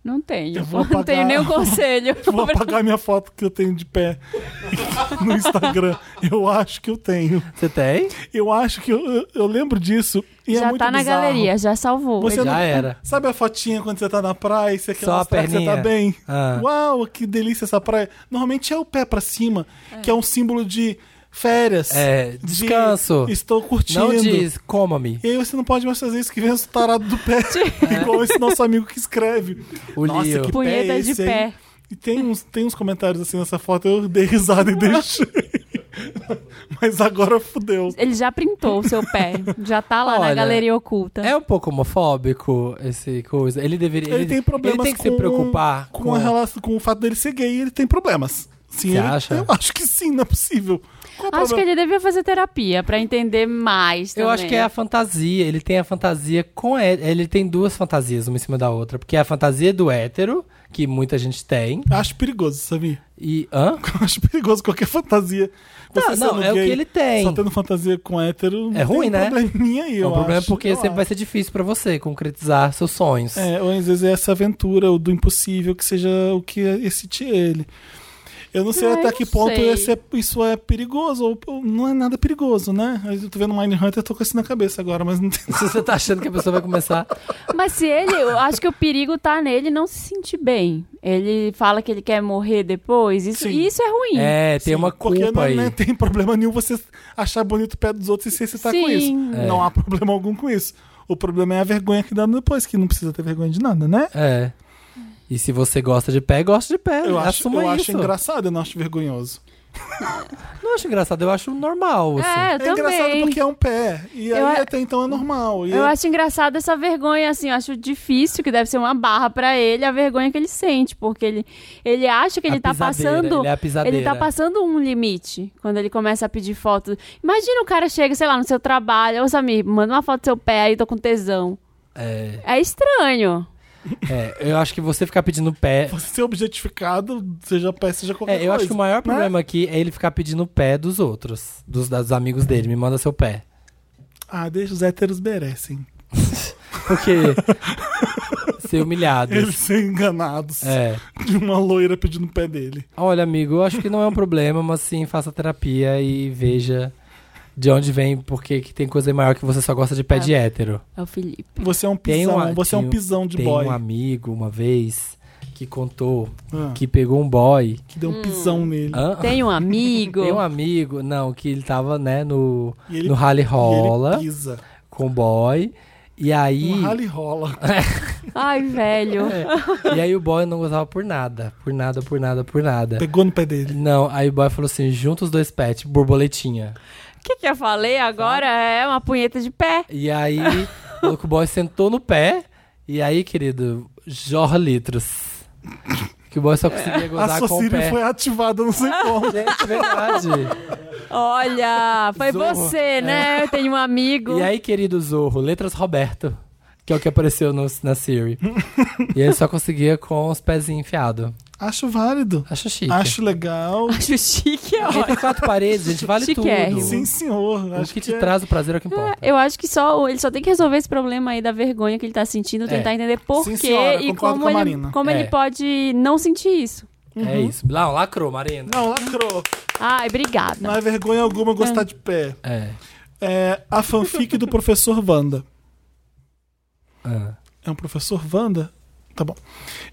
Não tenho. Eu vou não tenho apagar- nenhum conselho. Vou apagar minha foto que eu tenho de pé no Instagram. Eu acho que eu tenho. Você tem? Eu acho que eu, eu- eu lembro disso. E é já muito tá na bizarro. galeria, já salvou. Você Já não- era. Sabe a fotinha quando você tá na praia e você quer Só a mostrar que você tá perninha. bem? Ah. Uau, que delícia essa praia. Normalmente é o pé pra cima, que é um símbolo de férias. É, de descanso. estou curtindo. Não diz, coma-me. E aí você não pode mais fazer isso, que vem o tarado do pé. Igual esse nosso amigo que escreve. O Nossa, Lio. que pé é Punheta de esse, pé. hein? E tem uns, tem uns comentários assim nessa foto, eu dei risada e deixei. Mas agora fudeu. Ele já printou o seu pé. Já tá lá na Olha, galeria oculta. É um pouco homofóbico esse coisa. Ele deveria. Ele tem problemas Ele tem que com, se preocupar com, a relação, com o fato dele ser gay, ele tem problemas. Sim, Você ele- acha? Eu acho que sim, não é possível. Qual o Acho que problema? ele devia fazer terapia pra entender mais. Eu acho também. que é a fantasia. Ele tem a fantasia com ele. Ele tem duas fantasias, uma em cima da outra. Porque é a fantasia do hétero, que muita gente tem. Acho perigoso, sabia? E. Hã? Acho perigoso qualquer fantasia. Tá, Você não, sendo é o gay, que ele tem. Só tendo fantasia com hétero. É ruim, tem né? Probleminha aí, eu o problema acho, é porque eu sempre acho. vai ser difícil pra você concretizar seus sonhos. É, ou às vezes é essa aventura o do impossível que seja o que excite ele. Eu não sei Ah, eu até não que ponto sei. esse é- isso é perigoso, ou, ou não é nada perigoso, né? Eu tô vendo Mindhunter, eu tô com isso na cabeça agora, mas não tem Se você tá achando que a pessoa vai começar. Mas se ele, eu acho que o perigo tá nele não se sentir bem. Ele fala que ele quer morrer depois. Isso, Sim. isso é ruim. É, tem uma Porque culpa não, aí. não tem problema nenhum você achar bonito o pé dos outros e se excitar com Sim. isso. É. Não há problema algum com isso. O problema é a vergonha que dá depois, que não precisa ter vergonha de nada, né? É. E se você gosta de pé, gosta de pé. Eu, acho, Assuma eu isso. acho engraçado, eu não acho vergonhoso. Não acho engraçado, eu acho normal. Assim. É, eu é engraçado também. porque é um pé. E aí Eu a- até então é normal. E Eu é- acho engraçado essa vergonha, assim, eu acho difícil, que deve ser uma barra pra ele, a vergonha que ele sente, porque ele, ele acha que ele A tá pisadeira, passando. ele é a pisadeira. tá passando um limite quando ele começa a pedir foto. Imagina o cara chega, sei lá, no seu trabalho, ô Samir, manda uma foto do seu pé aí, tô com tesão. É, É estranho. é, eu acho que você ficar pedindo pé. Você ser objetificado, seja pé, seja qualquer É, coisa. eu acho que o maior né? problema aqui é ele ficar pedindo pé dos outros, dos, dos amigos dele. Me manda seu pé. Ah, deixa os héteros merecem. Porque ser humilhado. Eles serem enganados É. de uma loira pedindo o pé dele. Olha, amigo, eu acho que não é um problema, mas sim, faça terapia e veja de onde vem, porque que tem coisa maior que você só gosta Ah, de pé de hétero. É o Felipe. Você é um Tem pisão, uma- você é um tem- pisão de Tem boy. um amigo uma vez que contou Ah, que... que pegou um boy. deu um pisão nele. Hã? Tem um amigo. Tem um amigo, não, que ele tava, né, no, E ele- no rally rola E ele pisa. com o boy. E aí. Um rally rola. Ai, velho. É, e aí o boy não gostava por nada. Por nada, por nada, por nada. Pegou no pé dele. Não, aí o boy falou assim: junta os dois pets, borboletinha. O que, que eu falei agora é uma punheta de pé. E aí, o louco boy sentou no pé. E aí, querido, jorra litros. Que o boy só conseguia A gozar sua com o Siri pé. foi ativada, não sei como. Gente, verdade. Olha, foi Zorro. É. você, né? Eu tenho um amigo. E aí, querido Zorro, letras Roberto. Que é o que apareceu no- na Siri. e ele só conseguia com os pezinhos enfiados. Acho válido. Acho chique. Acho legal. Acho chique, ó. Entre quatro paredes, gente, vale Chiquérrimo. tudo. Sim, senhor. O Acho que te é- traz o prazer é o que importa. Eu acho que só ele só tem que resolver esse problema aí da vergonha que ele tá sentindo, tentar entender por É. Sim, quê senhora, e concordo como, com a Marina. ele, como É. ele pode não sentir isso. É isso. Não, lacrou, Marina. Não, lacrou. Ai, obrigada. Não é vergonha alguma gostar de pé. É. É a fanfic do professor Wanda. Ah. É um professor Wanda? Tá bom.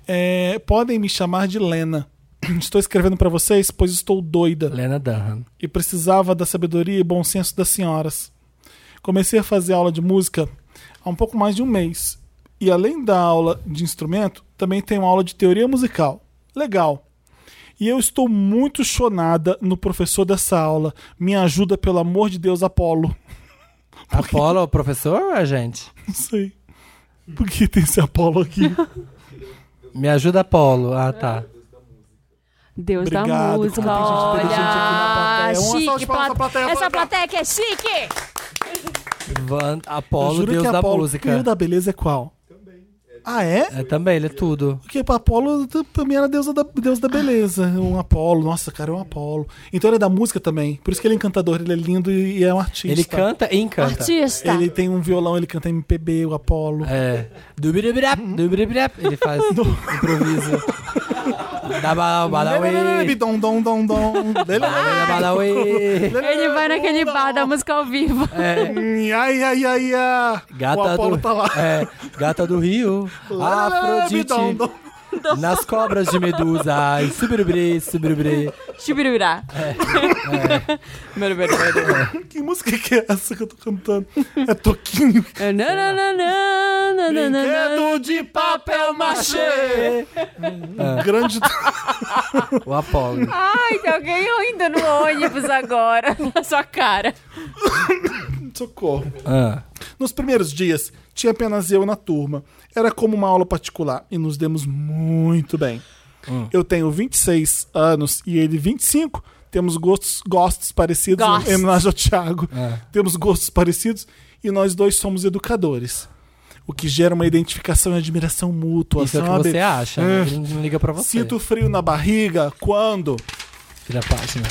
É, podem me chamar de Lena. Estou escrevendo para vocês, pois estou doida Lena Dunham. e precisava da sabedoria e bom senso das senhoras. Comecei a fazer aula de música há um pouco mais de um mês. E além da aula de instrumento, também tenho aula de teoria musical. Legal. E eu estou muito chonada no professor dessa aula. Me ajuda, pelo amor de Deus, Apolo. Apolo, o professor ou a gente? Não sei. Por que tem esse Apolo aqui? Me ajuda, Apolo. Ah, tá. Deus da Obrigado, música. como tem gente Olha, inteligente chique, aqui na plateia. Um aplauso pra Tá. pla- nossa plateia, essa plateia. plateia que é chique. Van... Eu Apolo, juro Deus que da Apolo- E música. o da beleza é qual? É Ah, é? É, também, ele é tudo. Porque o Apolo t- também era deusa da, deus da beleza. Um Apolo, nossa, cara, é um Apolo. Então ele é da música também. Por isso que ele é encantador, ele é lindo e, e é um artista. Ele canta e encanta. Artista. Ele tem um violão, ele canta MPB, o Apolo. É. Dubiribirap, dubiribirap. Ele faz improviso. Dabalabalauê. Dom, dom, dom, dom. Ele- Dabalabalauê. Ele vai naquele bar da música ao vivo. Ai, ai, ai, ai. o Gata Apolo do, tá lá. é, gata do Rio, Afrodite, Dom, dom. nas cobras de Medusa, ai, subirubri, subirubri. Chibirubirá. Que música que é essa que eu tô cantando? É Toquinho. É, nananana, nananana. Brinquedo de papel machê. Grande. O Apolo. Ai, tem alguém rindo no ônibus agora. Na sua cara. Socorro. Ah, Nos primeiros dias, tinha apenas eu na turma. Era como uma aula particular e nos demos muito bem. Hum. Eu tenho 26 anos e ele 25. Temos gostos, gostos parecidos. Gostos. Em homenagem ao Thiago. É. Temos gostos parecidos e nós dois somos educadores. O que gera uma identificação e admiração mútua, isso é o que sabe? você acha, né? ele não liga pra você. Sinto frio na barriga quando, Vira a página.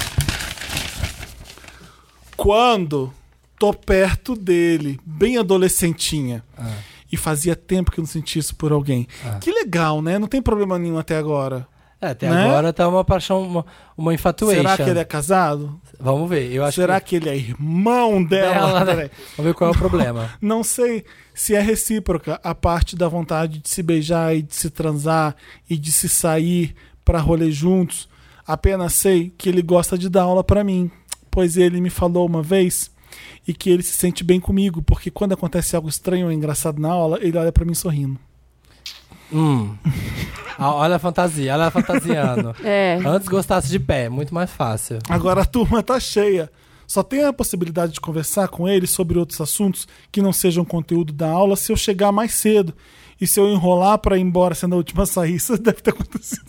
quando tô perto dele, bem adolescentinha. Ah. E fazia tempo que eu não sentia isso por alguém. Que legal, né? Não tem problema nenhum até agora. É, até Né? agora tá uma paixão, uma, uma infatuation. Será que ele é casado? Vamos ver, eu acho Será que... que... ele é irmão dela? Dela, né? Peraí. Vamos ver qual é o problema. Não sei se é recíproca a parte da vontade de se beijar e de se transar e de se sair pra rolê juntos. Apenas sei que ele gosta de dar aula pra mim, pois ele me falou uma vez e que ele se sente bem comigo, porque quando acontece algo estranho ou engraçado na aula, ele olha pra mim sorrindo. Hum. Ah, Olha a fantasia, olha a fantasiando. É. Antes gostasse de pé, muito mais fácil. Agora a turma tá cheia. Só tem a possibilidade de conversar com ele sobre outros assuntos que não sejam conteúdo da aula se eu chegar mais cedo. E se eu enrolar pra ir embora sendo a última a sair, isso deve ter acontecido.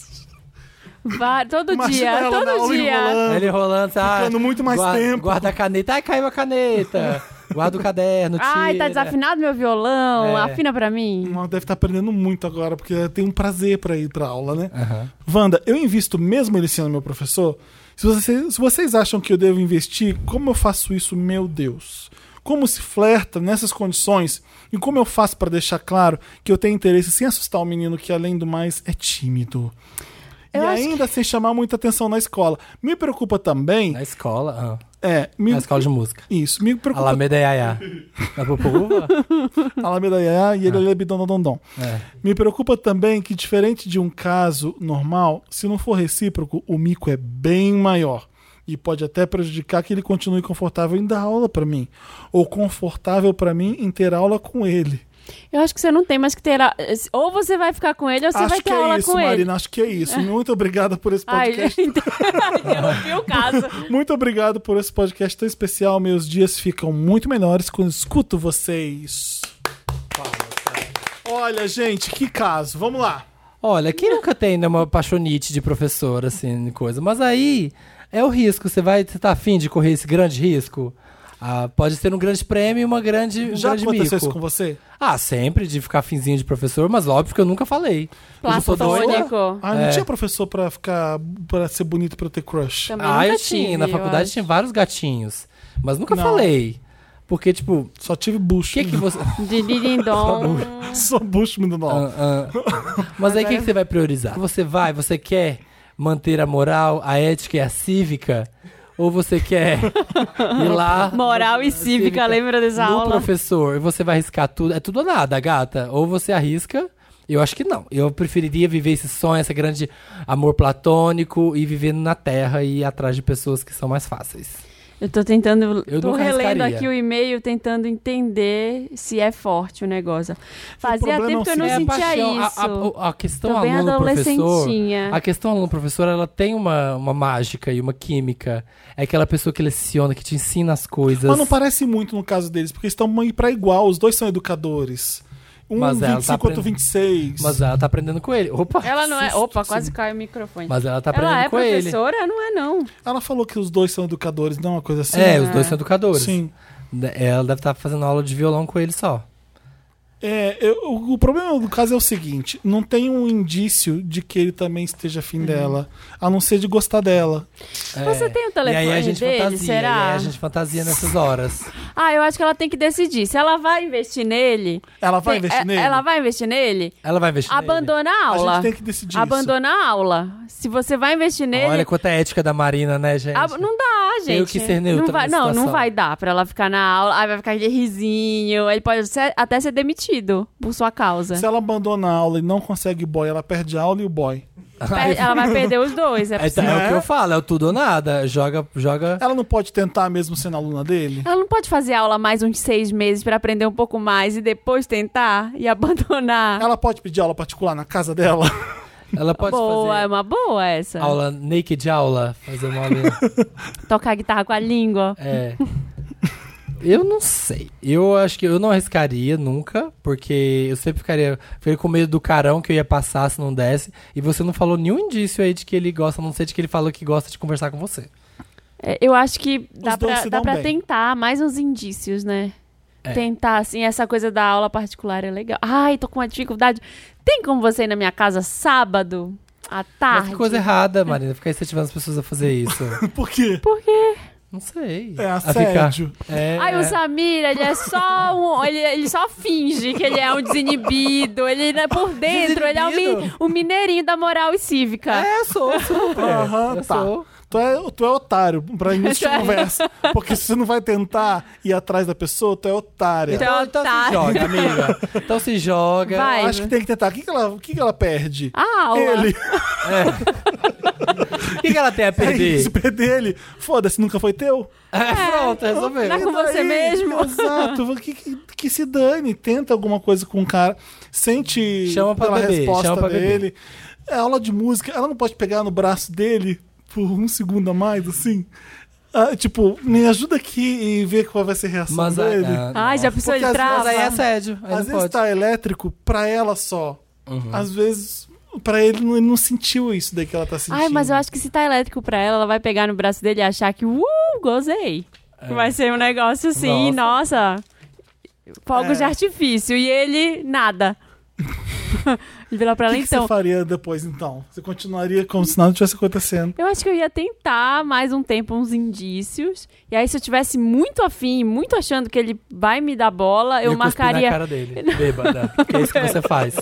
Vá- todo Imagina dia, ela na todo aula dia. enrolando. Aí Ele rolando, sabe? Ficando muito mais guarda, tempo. Guarda a caneta. Ai, caiu a caneta. Guarda o caderno, tira. Ai, tá desafinado meu violão. É. Afina pra mim. Ela Deve estar aprendendo muito agora, porque tem um prazer pra ir pra aula, né? Aham. Wanda, eu invisto mesmo ele sendo meu professor? Se vocês, se vocês acham que eu devo investir, como eu faço isso, meu Deus? Como se flerta nessas condições? E como eu faço pra deixar claro que eu tenho interesse sem assustar o menino que, além do mais, é tímido? Eu e acho ainda sem chamar muita atenção na escola. Me preocupa também. Na escola. ah. É, me, Na escola de música. isso, me preocupa Alameda é Yaya. Na Pupuva? Alameda Yaya e ele é Lebidondondondon. É. Me preocupa também que, diferente de um caso normal, se não for recíproco, o mico é bem maior. E pode até prejudicar que ele continue confortável em dar aula pra mim. Ou confortável pra mim em ter aula com ele. Eu acho que você não tem mais que ter. A... Ou você vai ficar com ele ou você acho vai ter que aula é isso, com ele. Marina. Acho que é isso. Muito obrigado por esse Ai, podcast. interrompi o caso. Muito obrigado por esse podcast tão especial. Meus dias ficam muito melhores quando escuto vocês. Olha, gente, que caso. Vamos lá. Olha, quem nunca tem né, uma paixonite de professor, assim, coisa. Mas aí é o risco. Você vai, você tá afim de correr esse grande risco? Ah, pode ser um grande prêmio e uma grande, um Já grande aconteceu isso mico. com você? Ah, sempre de ficar finzinho de professor, mas óbvio que eu nunca falei. Eu não sou doida. Platônico. Ah, não É. tinha professor pra ficar. pra ser bonito pra eu ter crush. Também Ah, nunca eu tive, tinha. Na eu faculdade acho. tinha vários gatinhos. Mas nunca Não. falei. Porque, tipo, o Só tive bucho. que que você. De Lirindom. Só bucho me dando aula. Ah, ah. Mas aí o que, que você vai priorizar? Você vai, você quer manter a moral, a ética e a cívica? Ou você quer ir lá Moral e cívica, lembra dessa no aula? professor e você vai arriscar tudo? É tudo ou nada, gata. Ou você arrisca. Eu acho que não. Eu preferiria viver esse sonho, esse grande amor platônico e viver na terra e ir atrás de pessoas que são mais fáceis. Eu tô tentando. Eu tô nunca relendo arriscaria. aqui o e-mail, tentando entender se é forte o negócio. Fazia problema tempo que eu não é o a sentia paixão, a- isso. A, a, questão Tô bem aluno-professor... adolescentinha. A questão aluno-professor, ela tem uma, uma mágica e uma química. É aquela pessoa que leciona, que te ensina as coisas. Mas não parece muito no caso deles, porque estão mãe pra igual, os dois são educadores. Um Mas ela tá 25, outro aprendendo. 26. Mas ela tá aprendendo com ele. Opa! Ela não é. susto, Opa, assim. quase caiu o microfone. Mas ela tá aprendendo Ela é com ele. professora? Não é, não. Ela falou que os dois são educadores, não é uma coisa né? assim. É, os dois são educadores. Sim. Ela deve estar fazendo aula de violão com ele só. É, eu- o, o problema do caso é o seguinte: não tem um indício de que ele também esteja afim Uhum. dela, a não ser de gostar dela. Você tem o telefone É. e aí a gente dele, fantasia, será? E aí a gente fantasia nessas horas. Ah, eu acho que ela tem que decidir. Se ela vai investir nele. Ela vai tem- investir é- nele? Ela vai investir nele? Ela vai investir nele? Abandona a A aula. gente tem que decidir Abandona a aula. Se você vai investir nele. Olha quanta ética da Marina, né, gente? ab- Não dá, gente. Tenho que ser neutra Não, vai, na não, não situação. vai dar pra ela ficar na aula. Aí vai ficar aquele risinho. Ele pode ser- até ser demitido por sua causa. isso. Se ela abandona a aula e não consegue boy, ela perde a aula e o boy. Per- Ela vai perder os dois. É É, tá, possível. é tá, o que eu falo, é o tudo ou nada. Joga, joga. Ela não pode tentar mesmo sendo aluna dele? Ela não pode fazer aula mais uns seis meses pra aprender um pouco mais e depois tentar e abandonar. Ela pode pedir aula particular na casa dela? Ela pode boa, é fazer uma boa essa. aula naked aula, fazer uma aula. Tocar guitarra com a língua. É. Eu não sei. Eu acho que eu não arriscaria nunca, porque eu sempre ficaria, ficaria com medo do carão que eu ia passar se não desse. E você não falou nenhum indício aí de que ele gosta, a não ser de que ele falou que gosta de conversar com você. É, Eu acho que dá dois pra, se dá dão pra bem. tentar mais uns indícios, né? É. Tentar, assim, essa coisa da aula particular é legal. Ai, tô com uma dificuldade. Tem como você ir na minha casa sábado à Mas tarde? que coisa errada, Marina, ficar incentivando as pessoas a fazer isso. Por quê? Por quê? Não sei. É A ficar- assédio. É, Ai, o Samir, ele é só um. Ele, ele só finge que ele é um desinibido. Ele não é por dentro, ele é o, mi- Desinibido? o mineirinho da moral e cívica. é, sou, super. Aham, Eu tá. sou. Tu é, tu é otário pra início de É. conversa. Porque se você não vai tentar ir atrás da pessoa, tu é otária. Então- Então, então se tá. joga, amiga. Então se joga. Vai. Eu acho que tem que tentar. O que, que, ela, o que, que ela perde? A aula. Ele. O que, que ela tem a É perder? isso, perder ele. Foda-se, nunca foi teu? É, pronto, resolveu. Tá com E daí? você mesmo? Exato. Que, que, que se dane. Tenta alguma coisa com o cara. Sente Chama pra pela beber, resposta chama pra beber. dele. É aula de música. Ela não pode pegar no braço dele por um segundo a mais, assim? Ah, tipo, me ajuda aqui e ver qual vai ser a reação Mas, dele. ah, Ai, já pensou ele Porque às vezes trava? mas aí é assédio. Aí não Às vezes pode. Uhum. tá elétrico pra ela só. Às vezes, pra ele, não- ele não sentiu isso daí que ela tá sentindo. Ai, mas eu acho que se tá elétrico pra ela, ela vai pegar no braço dele e achar que, uh, gozei. Vai ser um negócio assim, nossa. Fogos É. de artifício. E ele, nada. ele virou pra O ela, que, que então. você faria depois, então? Você continuaria como se nada tivesse acontecendo? Eu acho que eu ia tentar mais um tempo uns indícios. E aí, se eu tivesse muito afim, muito achando que ele vai me dar bola, eu, Ia cuspir marcaria. na cara dele, bêbada. Porque é isso que você faz.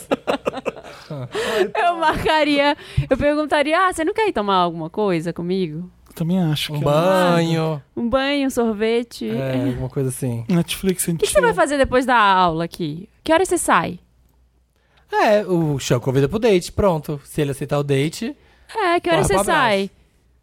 Eu marcaria. Eu perguntaria: ah, você não quer ir tomar alguma coisa comigo? Eu também acho Um que banho, Um banho, um sorvete? é, alguma coisa assim. é Netflix O que, que você vai sentiu. fazer depois da aula aqui? Que hora você sai? É, o show convida pro date, pronto. Se ele aceitar o date, É, que hora Corre você pro abraço. sai?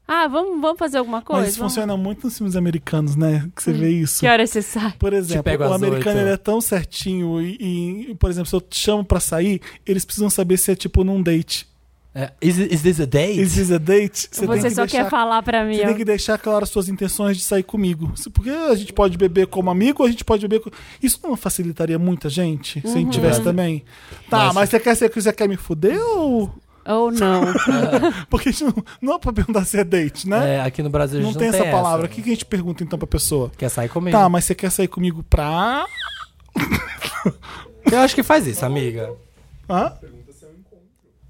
Ah, vamos, vamos fazer alguma coisa? Mas isso Vamos. funciona muito nos filmes americanos, né? Que você vê isso. Que hora você sai? Por exemplo, pego o às americano oito. ele é tão certinho e, e, por exemplo, se eu te chamo pra sair, eles precisam saber se é tipo num date. é, is, is this a date? Is this a date? Você, tem Você que só deixar quer falar pra mim. Você tem ó. que deixar claras suas intenções de sair comigo. Se- Porque a gente pode beber como amigo, a gente pode beber. co- Isso não facilitaria muita gente se a Uhum. gente É. tivesse também. Tá, Nossa. mas você quer, ser- você quer me fuder ou. Ou não. Porque a gente não, não é pra perguntar se é date, né? É, aqui no Brasil a não, gente não né? tem essa palavra. O aqui. que que a gente pergunta então pra pessoa? Quer sair comigo? Tá, mas você quer sair comigo pra. Eu acho que faz isso, amiga. Hã?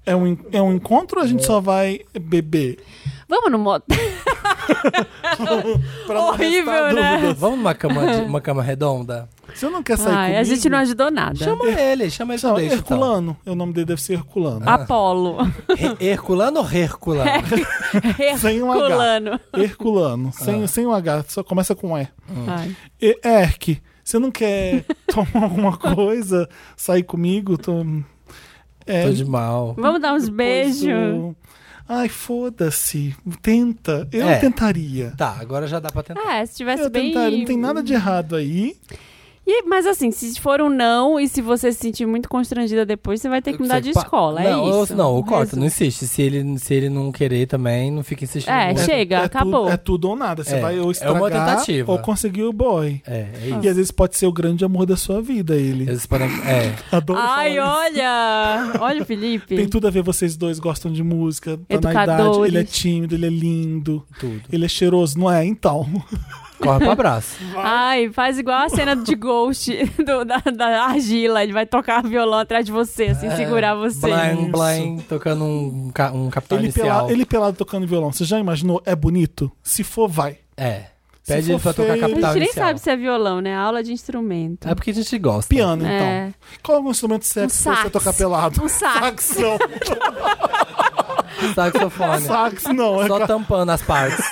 É um, en- é um encontro ou a gente só vai beber? Vamos no motel. Pra não Horrível, restar né? dúvidas. Vamos numa cama, de- uma cama redonda? Você não quer Ai, sair comigo? Ah, a gente não ajudou nada. Chama ele, chama ele pro Não, date. Então. Herculano. O nome dele deve ser Herculano. Ah, Apolo. Re- Herculano ou Herculano? Sem um H. Herculano. Herculano, sem, sem o H, só começa com E. Ai. e Erk, você não quer tomar alguma coisa, sair comigo? Tô, é, Tô de mal. Vamos dar uns depois beijos. do- Ai, foda-se. Tenta. Eu É. tentaria. Tá, agora já dá pra tentar. É, se tivesse Eu bem. tentaria. Não tem nada de errado aí. E, mas assim, se for um não e se você se sentir muito constrangida depois, você vai ter que mudar de Pa- escola. não, é eu- isso. Não, eu corto, Resu- não insiste. Se ele, se ele não querer também, não fica insistindo. Né? É, muito. chega, é acabou. Tudo, é tudo ou nada. Você É, vai é ou uma estragar tentativa. ou conseguir o boy. É, é E Ah. isso. às vezes pode ser o grande amor da sua vida, ele. Eles podem. É. Adoro Ai, falar isso. olha! Olha o Felipe. Tem tudo a ver, vocês dois gostam de música, tá na idade, Educadores. ele é tímido, ele é lindo. Tudo. Ele é cheiroso, não é? Então. Corre pro abraço. Ai, faz igual a cena de Ghost do- da, da argila. Ele vai tocar violão atrás de você, assim, É, segurar você. Blind, blind, tocando um, ca- um capital Ele, inicial. pela, ele pelado tocando violão. Você já imaginou? É bonito? Se for, vai. É. Se Pede ele for pra feio- tocar A gente capital nem tá inicial. sabe se é violão, né? Aula de instrumento. É porque a gente gosta. Piano, então. É. Qual é o instrumento certo Um pra você sax. tocar pelado? Um sax. Sax não. Saxofone. Sax não. É Só tá- ca- tampando as partes.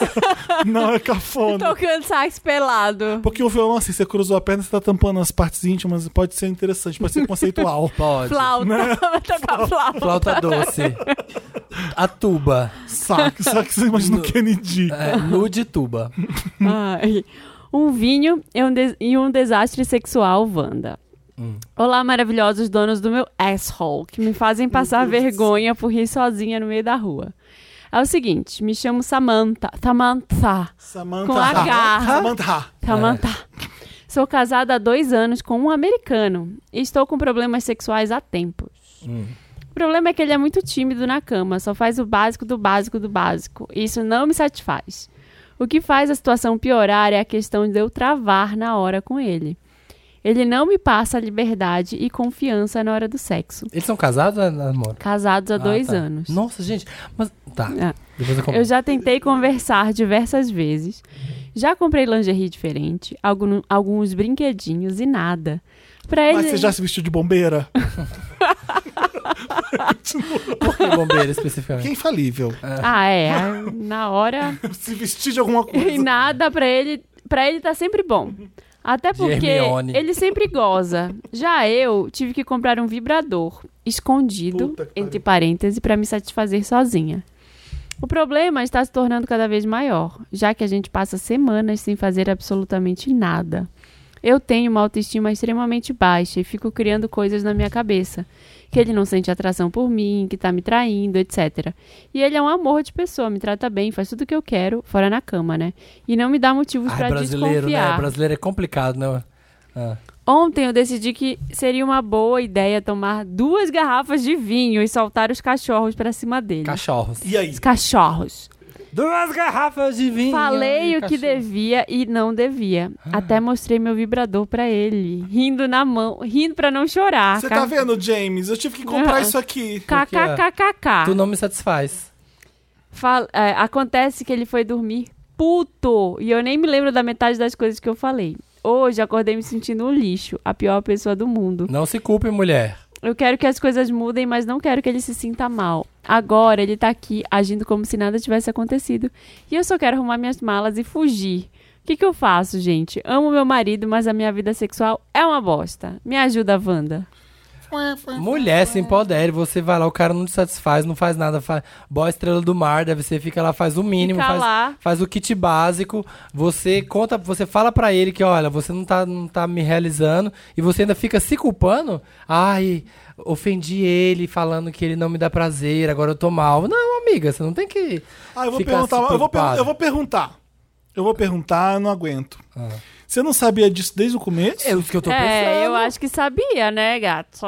Não, é cafona. Tocando sax pelado. Porque o violão, assim, você cruzou a perna, você tá tampando as partes íntimas. Pode ser interessante, pode ser conceitual. Pode. Flauta. Vai tocar flauta. Flauta doce. A tuba. Sax, sax, você imagina o Kennedy. É, nude tuba. Ai. Um vinho e um, des- e um desastre sexual, Wanda. Olá, maravilhosos donos do meu asshole, que me fazem passar vergonha por rir sozinha no meio da rua. É o seguinte, me chamo Samantha. Samantha. Samantha. Com H. Samantha. Samantha. É. Sou casada há dois anos com um americano e estou com problemas sexuais há tempos. Hum. O problema é que ele é muito tímido na cama, só faz o básico do básico do básico. E isso não me satisfaz. O que faz a situação piorar é a questão de eu travar na hora com ele. Ele não me passa liberdade e confiança na hora do sexo. Eles são casados, né, namoro? Casados há dois Ah, tá. anos. Nossa, gente. Mas tá. É. Depois eu Eu comento. já tentei conversar diversas vezes. Já comprei lingerie diferente, algum- alguns brinquedinhos e nada. Pra ele. Mas você já se vestiu de bombeira? É. Por que bombeiro especificamente? Que é infalível. Ah, é. Aí, Na hora. Se vestir de alguma E coisa. nada pra ele. Pra ele tá sempre bom. Até porque Hermione. ele sempre goza. Já eu tive que comprar um vibrador escondido, Puta que entre parênteses, pra me satisfazer sozinha. O problema está se tornando cada vez maior, já que a gente passa semanas sem fazer absolutamente nada. Eu tenho uma autoestima extremamente baixa e fico criando coisas na minha cabeça. Que ele não sente atração por mim, que tá me traindo, etc. E ele é um amor de pessoa, me trata bem, faz tudo o que eu quero, fora na cama, né? E não me dá motivos Ai, pra brasileiro, né? desconfiar. Brasileiro é complicado, né? Ah. Ontem eu decidi que seria uma boa ideia tomar duas garrafas de vinho e soltar os cachorros pra cima dele. Cachorros. E aí? Os cachorros. Duas garrafas de vinho. Falei e o que cachorro. Ah. devia e não devia. Até mostrei meu vibrador pra ele, rindo na mão, rindo pra não chorar. Você tá vendo, James? Eu tive que comprar isso aqui. KKKKK. Tu não me satisfaz. Fal- é, acontece que ele foi dormir puto. E eu nem me lembro da metade das coisas que eu falei. Hoje acordei me sentindo um lixo, a pior pessoa do mundo. Não se culpe, mulher. Eu quero que as coisas mudem, mas não quero que ele se sinta mal. Agora ele tá aqui agindo como se nada tivesse acontecido. E eu só quero arrumar minhas malas e fugir. O que, que eu faço, gente? Amo meu marido, mas a minha vida sexual é uma bosta. Me ajuda, Wanda. Mulher se empodere, você vai lá, o cara não te satisfaz, não faz nada. Faz... Boa estrela do mar, deve ser, fica lá, faz o mínimo, Fica faz, lá. faz o kit básico. Você conta, você fala pra ele que, olha, você não tá, não tá me realizando e você ainda fica se culpando. Ai, ofendi ele falando que ele não me dá prazer, agora eu tô mal. Não, amiga, você não tem que. Ah, eu vou ficar se perguntar. Eu vou, pergun- preocupado. eu vou perguntar. Eu vou perguntar, eu não aguento. Você não sabia disso desde o começo? É o que eu tô É, Ah. eu pensando. acho que sabia, né, gato?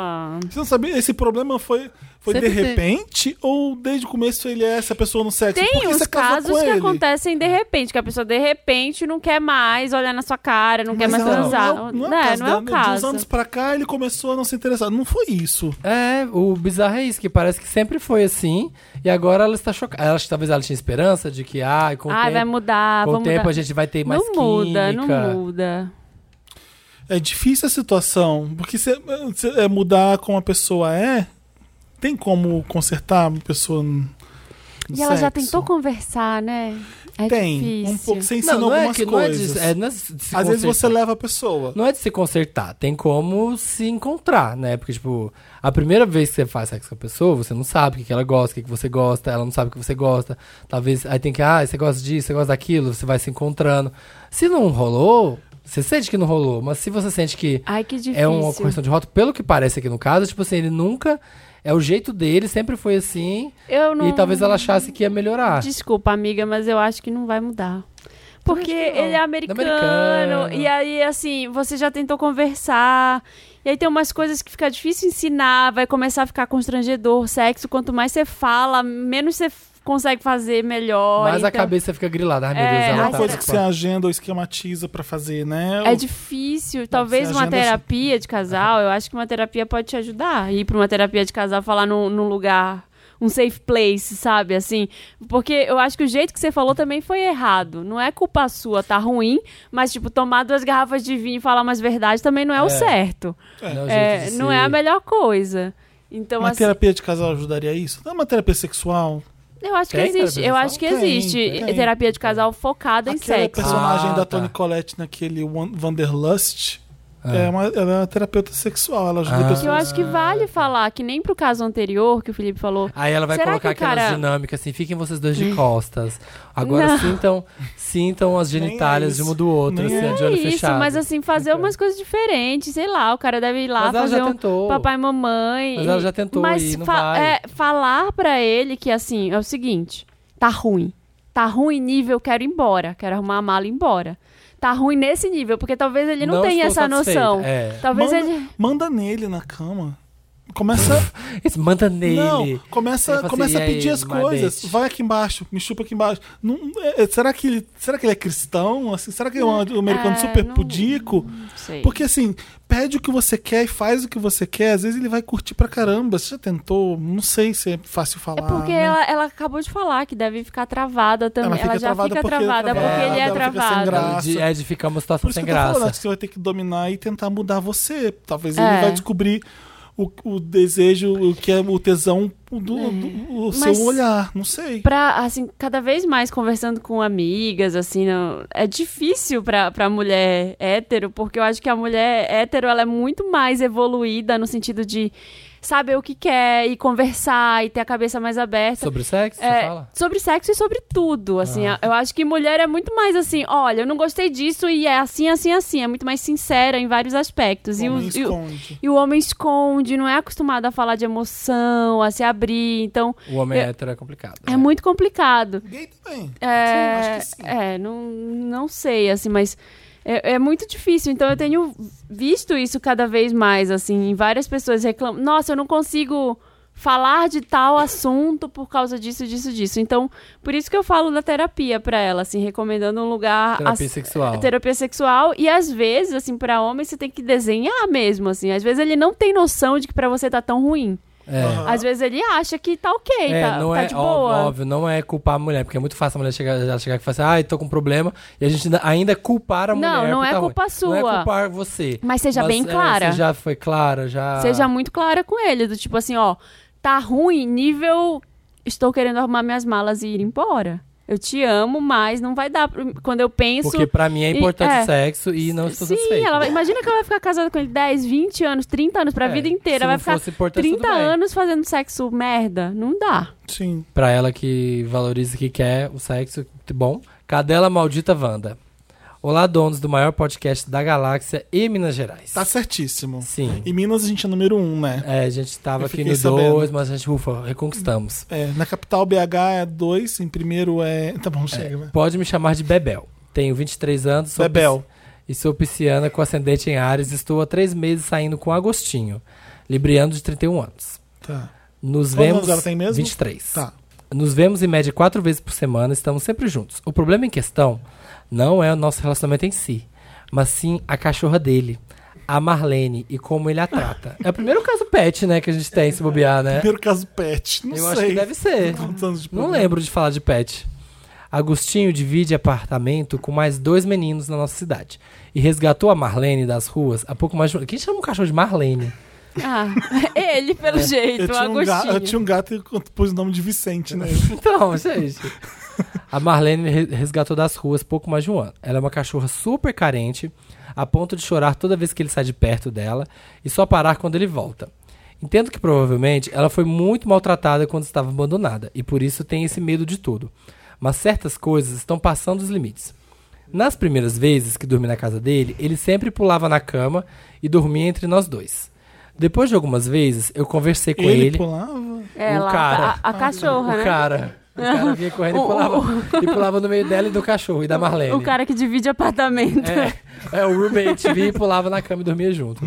Você não sabia? Esse problema foi, foi de Sempre tem. repente? Ou desde o começo ele é essa pessoa no sexo? Por Tem que uns você casou com casos que ele? É. acontecem de repente, que a pessoa de repente não quer mais olhar na sua cara, não quer É mais não, transar. Não, Não, não é, não é o dela. De uns caso. anos pra cá ele começou a não se interessar. Não foi isso. É, o bizarro é isso, que parece que sempre foi assim, e agora ela está chocada. Ela, talvez ela tinha esperança de que, ah, um com o Ai, tempo, vai mudar, com o Ah, vamos tempo mudar. a gente vai ter mais Não muda, não química. muda. É difícil a situação. Porque se, se- é mudar como a pessoa é, tem como consertar a pessoa no no E ela já sexo? tentou conversar, né? É Tem. difícil. Um pouco, você ensina Não, não é algumas que não é coisas. de, é, não é de se Às vezes você consertar. leva a pessoa. Não é de se consertar, tem como se encontrar, né? Porque, tipo, a primeira vez que você faz sexo com a pessoa, você não sabe o que que ela gosta, o que que você gosta, ela não sabe o que você gosta. Talvez, aí tem que, ah, você gosta disso, você gosta daquilo, você vai se encontrando. Se não rolou, você sente que não rolou, mas se você sente que Ai, que difícil. é uma questão de rota. Pelo que parece aqui no caso, tipo assim, ele nunca. É o jeito dele, sempre foi assim. Eu não... E talvez ela achasse que ia melhorar. Desculpa, amiga, mas eu acho que não vai mudar. Porque ele é americano, Americano. E aí, assim, você já tentou conversar. E aí tem umas coisas que fica difícil ensinar. Vai começar a ficar constrangedor. Sexo, quanto mais você fala, menos você f- consegue fazer melhor. Mas a então- cabeça fica grilada. Ai, meu É, Deus, ela É ai, uma tá coisa que você preocupada. agenda ou esquematiza pra fazer, né? Então, É Ou- difícil, talvez você uma agenda assim. terapia de casal, eu acho que uma terapia pode te ajudar. Ir pra uma terapia de casal, falar num, num lugar, um safe place, sabe? Assim, porque eu acho que o jeito que você falou também foi errado. Não é culpa sua, tá ruim, mas, tipo, tomar duas garrafas de vinho e falar umas verdades também não é, É. o certo. Não, É, gente, assim, não se- é a melhor coisa. Então, uma assim, terapia de casal ajudaria isso? Não é uma terapia sexual? eu acho que Tem existe. terapia de Eu casal? acho que Tem, existe tem. terapia de casal focada em Aquela sexo. personagem Ah, da tá. Toni Collette naquele Wan- Wanderlust É. é. uma, ela é uma terapeuta sexual. Ela ajuda Ah. pessoas. Que eu acho que vale falar, que nem pro caso anterior que o Felipe falou, Aí ela vai Será colocar que o cara- Hum. aquelas dinâmicas assim, fiquem vocês dois de costas. Agora Não. sintam sintam as é genitálias de isso. um do outro, Nem assim, é de olho isso, fechado. mas assim, fazer Entendo. umas coisas diferentes, sei lá, o cara deve ir lá Mas ela fazer já um tentou. papai e mamãe. Mas ela e- já tentou mas e não fa- vai. é, falar pra ele que assim, é o seguinte, tá ruim. Tá ruim nível, quero ir embora, quero arrumar a mala e ir embora. Tá ruim nesse nível, porque talvez ele não, tenha estou essa satisfeita. noção. É. Talvez manda, ele manda nele na cama. Começa. Isso, manda nele. Não, Ele começa, fala assim, começa "E a aí, pedir as my coisas. bitch?" Vai aqui embaixo, me chupa aqui embaixo. Não- é, é, será, que ele, será que ele é cristão? Assim, será que é um americano é, super não- pudico? não sei. Porque assim, pede o que você quer e faz o que você quer. Às vezes ele vai curtir pra caramba. Você já tentou? Não sei se é fácil Ah, É falar. porque né? ela, ela acabou de falar que deve ficar travada também. Ela Ela, fica já travada fica porque- travada porque É, ele é ela fica sem graça. travado. É de, é de ficar uma Por situação isso sem que eu tô falando, acho graça. que você vai ter que dominar e tentar mudar você. Talvez É. ele vai descobrir o, o desejo, o que é o tesão do, É. do- o Mas- seu olhar. Não sei. Pra, assim, cada vez mais conversando com amigas, assim, não- é difícil pra, pra mulher hétero, porque eu acho que a mulher hétero, ela é muito mais evoluída no sentido de saber o que quer e conversar e ter a cabeça mais aberta. Sobre sexo, É, você fala? Ah. sobre sexo e sobre tudo, assim, eu acho que mulher é muito mais assim, olha, eu não gostei disso e é assim, assim, assim, é muito mais sincera em vários aspectos. E Homem os- e o- esconde. e o homem esconde, não é acostumado a falar de emoção, a se abrir, então O homem eu- hétero é complicado. é muito complicado. Gay também. É, Sim, acho que sim. é, não, não sei, assim, mas é, é muito difícil. Então eu tenho visto isso cada vez mais, assim, em várias pessoas reclamam. Nossa, eu não consigo falar de tal assunto por causa disso, disso, disso. Então, por isso que eu falo da terapia pra ela, assim, recomendando um lugar né? Terapia ass- sexual. terapia sexual e às vezes assim pra homem você tem que desenhar mesmo assim às vezes ele não tem noção de que pra você tá tão ruim É. Aham. às vezes ele acha que tá ok tá, não tá é de óbvio, boa óbvio, não é culpar a mulher, porque é muito fácil a mulher chegar, já chegar e falar assim, ai, tô com problema, e a gente ainda- ainda culpar a Não, mulher. não por é tá ruim. culpa Não é sua. culpar você. Mas seja bem é, clara. Você já foi clara, já. Seja muito clara com ele, do tipo assim, ó, tá ruim, nível estou querendo arrumar minhas malas e ir embora. Eu te amo, mas não vai dar. pra- Quando eu penso. Porque pra mim é E- importante é. sexo e não estou Sim, satisfeito. ela vai- imagina que ela vai ficar casada com ele 10, 20 anos, 30 anos, pra É, vida inteira. se Vai não ficar fosse importante, tudo 30 bem. anos fazendo sexo merda. Não dá. É. Sim. Pra ela que valoriza que quer o sexo, muito bom. Cadela Maldita Wanda. Olá, donos do maior podcast da galáxia e Minas Gerais. Tá certíssimo. Sim. Em Minas a gente é número um, né? É, a gente tava Eu aqui fiquei no sabendo. dois, mas a gente, ufa, reconquistamos. É, na capital BH é dois, em primeiro é. Tá bom, chega, né? Pode me chamar de Bebel. Tenho 23 anos. sou Bebel. e sou pisciana com ascendente em Ares. Estou há três meses saindo com Agostinho, libriano de 31 anos. Tá. Nos Quantos vemos. anos ela tem mesmo? 23. Tá. Nos vemos em média quatro vezes por semana, estamos sempre juntos. O problema em questão não é o nosso relacionamento em si, mas sim a cachorra dele, a Marlene, e como ele a trata. É o primeiro caso pet, né, que a gente tem se bobear, né? Primeiro caso pet. Não Eu sei. acho que deve ser. Quantos anos de Não programa? lembro de falar de pet. Agostinho divide apartamento com mais dois meninos na nossa cidade e resgatou a Marlene das ruas há pouco mais de um... Quem chama um cachorro de Marlene? Ah, ele, pelo É. jeito, o Eu tinha, um gato, Agostinho. eu tinha um gato e eu pus o nome de Vicente, né? Então, gente. A Marlene re- resgatou das ruas pouco mais de um ano. Ela é uma cachorra super carente, a ponto de chorar toda vez que ele sai de perto dela e só parar quando ele volta. Entendo que provavelmente ela foi muito maltratada quando estava abandonada e por isso tem esse medo de tudo. Mas certas coisas estão passando os limites. Nas primeiras vezes que dormi na casa dele, ele sempre pulava na cama e dormia entre nós dois. Depois de algumas vezes, eu conversei com Ele, ele. pulava. Ela, um cara. É, a, a cachorra, O né? cara. O cara vinha correndo e pulava, e pulava no meio dela e do cachorro e da Marlene. O cara que divide apartamento. É, é, o roommate vinha e pulava na cama e dormia junto.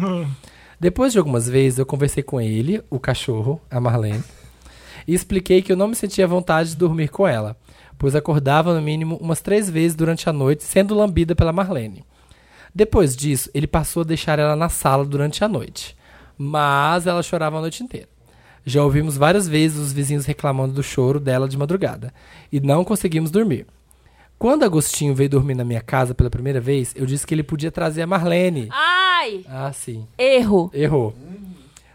Depois de algumas vezes, eu conversei com ele, o cachorro, a Marlene. e expliquei que eu não me sentia à vontade de dormir com ela, pois acordava no mínimo umas três vezes durante a noite sendo lambida pela Marlene. Depois disso, ele passou a deixar ela na sala durante a noite, mas ela chorava a noite inteira. Já ouvimos várias vezes os vizinhos reclamando do choro dela de madrugada e não conseguimos dormir. Quando Agostinho veio dormir na minha casa pela primeira vez, eu disse que ele podia trazer a Marlene. Ai! Ah, sim. Erro. Errou.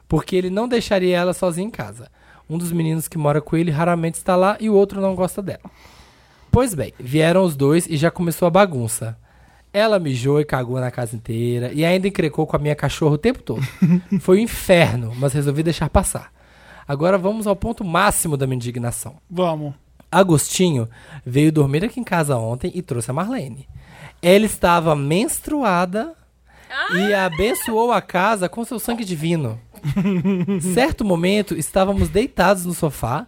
Porque ele não deixaria ela sozinha em casa. Um dos meninos que mora com ele raramente está lá e o outro não gosta dela. Pois bem, vieram os dois e já começou a bagunça. Ela mijou e cagou na casa inteira e ainda encrecou com a minha cachorra o tempo todo. Foi um inferno, mas resolvi deixar passar. Agora vamos ao ponto máximo da minha indignação. Vamos. Agostinho veio dormir aqui em casa ontem e trouxe a Marlene. Ela estava menstruada e abençoou a casa com seu sangue divino. certo momento, estávamos deitados no sofá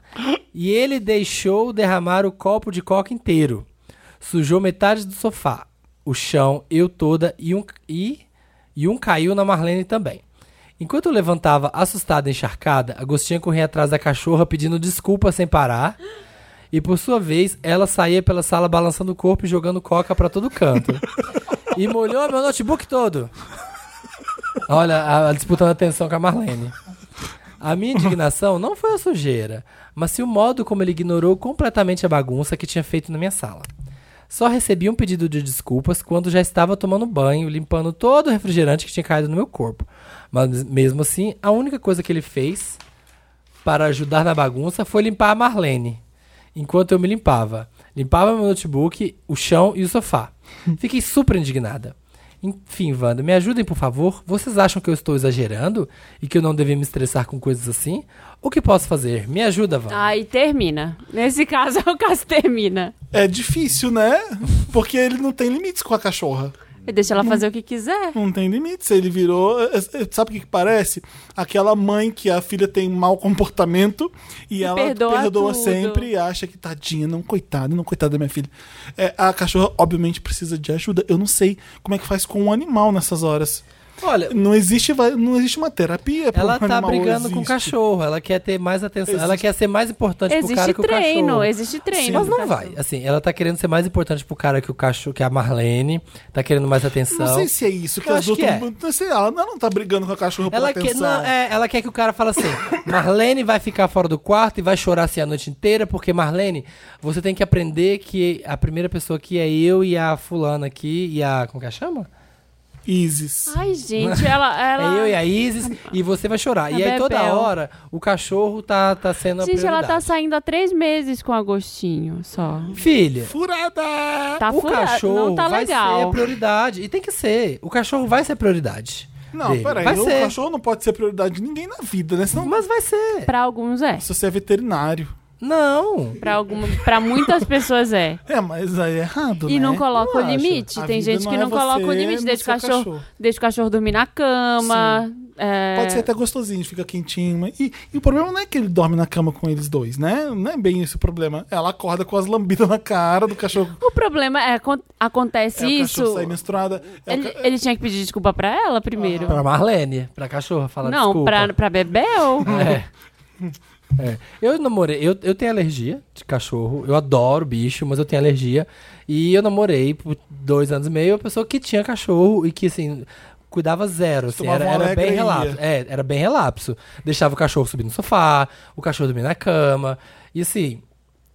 e ele deixou derramar o copo de coca inteiro. Sujou metade do sofá, o chão, eu toda e um, e, e um caiu na Marlene também. Enquanto eu levantava, assustada e encharcada, Agostinha corria atrás da cachorra pedindo desculpa sem parar. E por sua vez, ela saía pela sala balançando o corpo e jogando coca pra todo canto. e molhou meu notebook todo. Olha, a, a disputando atenção com a Marlene. A minha indignação não foi a sujeira, mas sim o modo como ele ignorou completamente a bagunça que tinha feito na minha sala. Só recebi um pedido de desculpas quando já estava tomando banho, limpando todo o refrigerante que tinha caído no meu corpo. Mas mesmo assim, a única coisa que ele fez para ajudar na bagunça foi limpar a Marlene. Enquanto eu me limpava, limpava meu notebook, o chão e o sofá. Fiquei super indignada. Enfim, Wanda, me ajudem, por favor. Vocês acham que eu estou exagerando e que eu não devia me estressar com coisas assim? O que posso fazer? Me ajuda, Wanda. Aí termina. Nesse caso, é o caso termina. É difícil, né? Porque ele não tem limites com a cachorra. E deixa ela fazer o que Tipo, quiser. Não tem limites. Ele virou. é, é, Sabe o que, que parece? Aquela mãe que a filha tem um mau comportamento e, ela perdoa perdoa, tudo. sempre e acha que tadinha, não, coitada, não, coitada da minha filha. É, a cachorra, obviamente, precisa de ajuda. Eu não sei como é que faz com um animal nessas horas. Olha, Não existe, va- não existe uma terapia pra ela um tá animal, brigando com o existe. cachorro, ela quer ter mais atenção, ela Existe- quer ser mais importante pro cara Existe que o cachorro. treino, existe treino. Mas pro não cachorro. vai. Assim, ela tá querendo ser mais importante pro cara que o cachorro, que a Marlene, tá querendo mais atenção. Não sei se é isso que Eu as acho que é. outras. Não sei, ela ela não tá brigando com a cachorra Ela por quer, atenção. não, é, ela quer que o cara fale assim: Marlene vai ficar fora do quarto e vai chorar assim a noite inteira, porque Marlene, você tem que aprender que a primeira pessoa aqui é eu e a fulana aqui e a. Como que ela chama? Isis. Ai, gente, ela. ela... É eu e a Isis e você vai chorar. e aí toda Bebel. hora o cachorro tá, tá sendo a Gente, ela prioridade. tá saindo há três meses com Agostinho só. Filha, Furada! Tá o furado, cachorro não tá vai ser a legal. prioridade. E tem que ser. O cachorro vai ser a prioridade. Não, dele. peraí, Vai o ser. cachorro não pode ser prioridade de ninguém na vida, né? Senão, Mas vai ser. Pra alguns é. se você é veterinário. Não. Pra, algum... pra muitas pessoas é. É, mas aí é errado, E né? não coloca Eu o acho. limite. A Tem vida gente que é não coloca o você limite, no deixa o seu cachorro, deixa o cachorro dormir na cama. é, Pode ser até gostosinho, fica quentinho. mas- E, e o problema não é que ele dorme na cama com eles dois, né? Não é bem esse o problema. Ela acorda com as lambidas na cara do cachorro. O problema é acon- acontece É, o cachorro isso. sai menstruada. É o Ele, ca- ele tinha que pedir desculpa pra ela primeiro. Pra Marlene, pra cachorro falar Não, desculpa. pra, pra Bebel. É. É. Eu namorei, eu, eu tenho alergia de cachorro, eu adoro bicho, mas eu tenho alergia. E eu namorei por dois anos e meio uma pessoa que tinha cachorro e que assim. Cuidava zero, assim, Tomava era, uma era bem alegria. relapso. É, era bem relapso. Deixava o cachorro subir no sofá, o cachorro dormir na cama. E assim,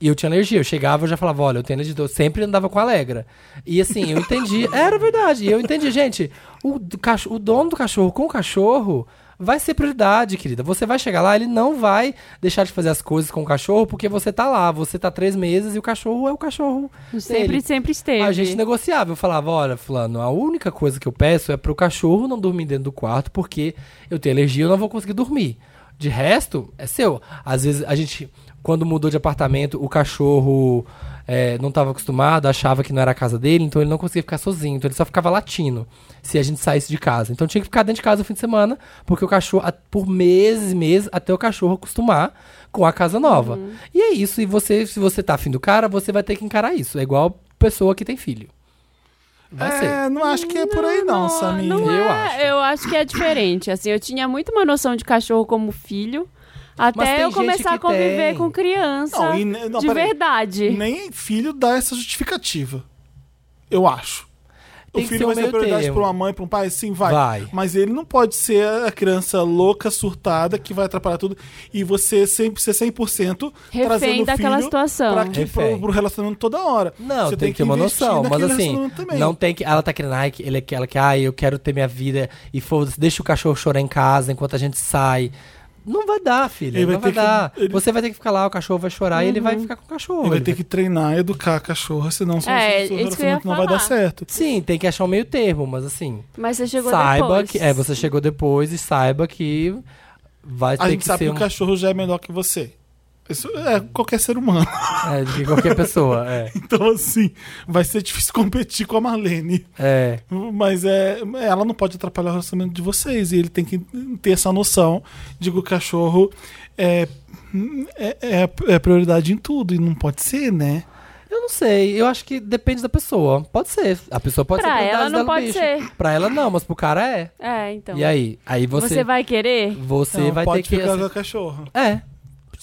e eu tinha alergia. Eu chegava e já falava, olha, eu tenho alergia. Eu sempre andava com alegra. E assim, eu entendi. Era verdade. E eu entendi, gente. O, do cacho- o dono do cachorro com o cachorro vai ser prioridade, querida. Você vai chegar lá, ele não vai deixar de fazer as coisas com o cachorro porque você tá lá. Você tá três meses e o cachorro é o cachorro. Sempre, dele. sempre esteve. A gente negociava. Eu falava, olha, fulano, a única coisa que eu peço é pro cachorro não dormir dentro do quarto, porque eu tenho alergia e eu não vou conseguir dormir. De resto, é seu. Às vezes, a gente, quando mudou de apartamento, o cachorro é, não estava acostumado, achava que não era a casa dele, então ele não conseguia ficar sozinho. Então ele só ficava latindo se a gente saísse de casa. Então tinha que ficar dentro de casa no fim de semana, porque o cachorro, a- por meses e meses, até o cachorro acostumar com a casa nova. E é isso. E você, se você tá afim do cara, você vai ter que encarar isso. É igual pessoa que tem filho. Vai ser. É, não acho que é por aí não, Samir. não Eu é, acho. eu acho que é diferente. Assim, eu tinha muito uma noção de cachorro como filho. Até tem eu gente começar a que conviver tem. com criança Não, e ne- não, de peraí. verdade. Nem filho dá essa justificativa. Eu acho. Tem o que filho ser um vai ser meio prioridade termo. pra uma mãe, pra um pai, sim, vai. Vai. Mas ele não pode ser a criança louca, surtada, que vai atrapalhar tudo. E você sempre ser 100% trazendo Refém o daquela filho situação. pra que, pro, Refém. pro relacionamento toda hora. Não, Você tem, que ter uma investir noção, mas naquele assim, relacionamento também. não tem que. Ela tá querendo, ai, que- ele, que- ela que, ai, eu quero ter minha vida e foda-se, deixa o cachorro chorar em casa enquanto a gente sai. Não vai dar, filha, Ele vai não vai ter que- dar. ele- Uhum. Você vai ter que ficar lá, o cachorro vai chorar e ele vai ficar com o cachorro. Ele vai ele ter que treinar, educar a cachorra, senão seu, É, seu isso que eu ia relacionamento não vai falar. dar certo. Sim, tem que achar um meio termo, mas assim, Mas você chegou saiba depois. que. É, você chegou depois e saiba que vai A ter gente que sabe ser que um, o cachorro já é melhor que você. Isso é qualquer ser humano. é, de qualquer pessoa. É. Então, assim, vai ser difícil competir com a Marlene. é. Mas é, ela não pode atrapalhar o relacionamento de vocês. E ele tem que ter essa noção de que o cachorro é, é, é- é prioridade em tudo. E não pode ser, né? Eu não sei, eu acho que depende da pessoa. Pode ser. A pessoa pode Pra ser ela prioridade não dela, é um pode bicho. ser. Pra ela não, mas pro cara é. É, então. E aí? Aí Você... você, vai querer? você não vai Então, pode ter que. ficar com a cachorra. É.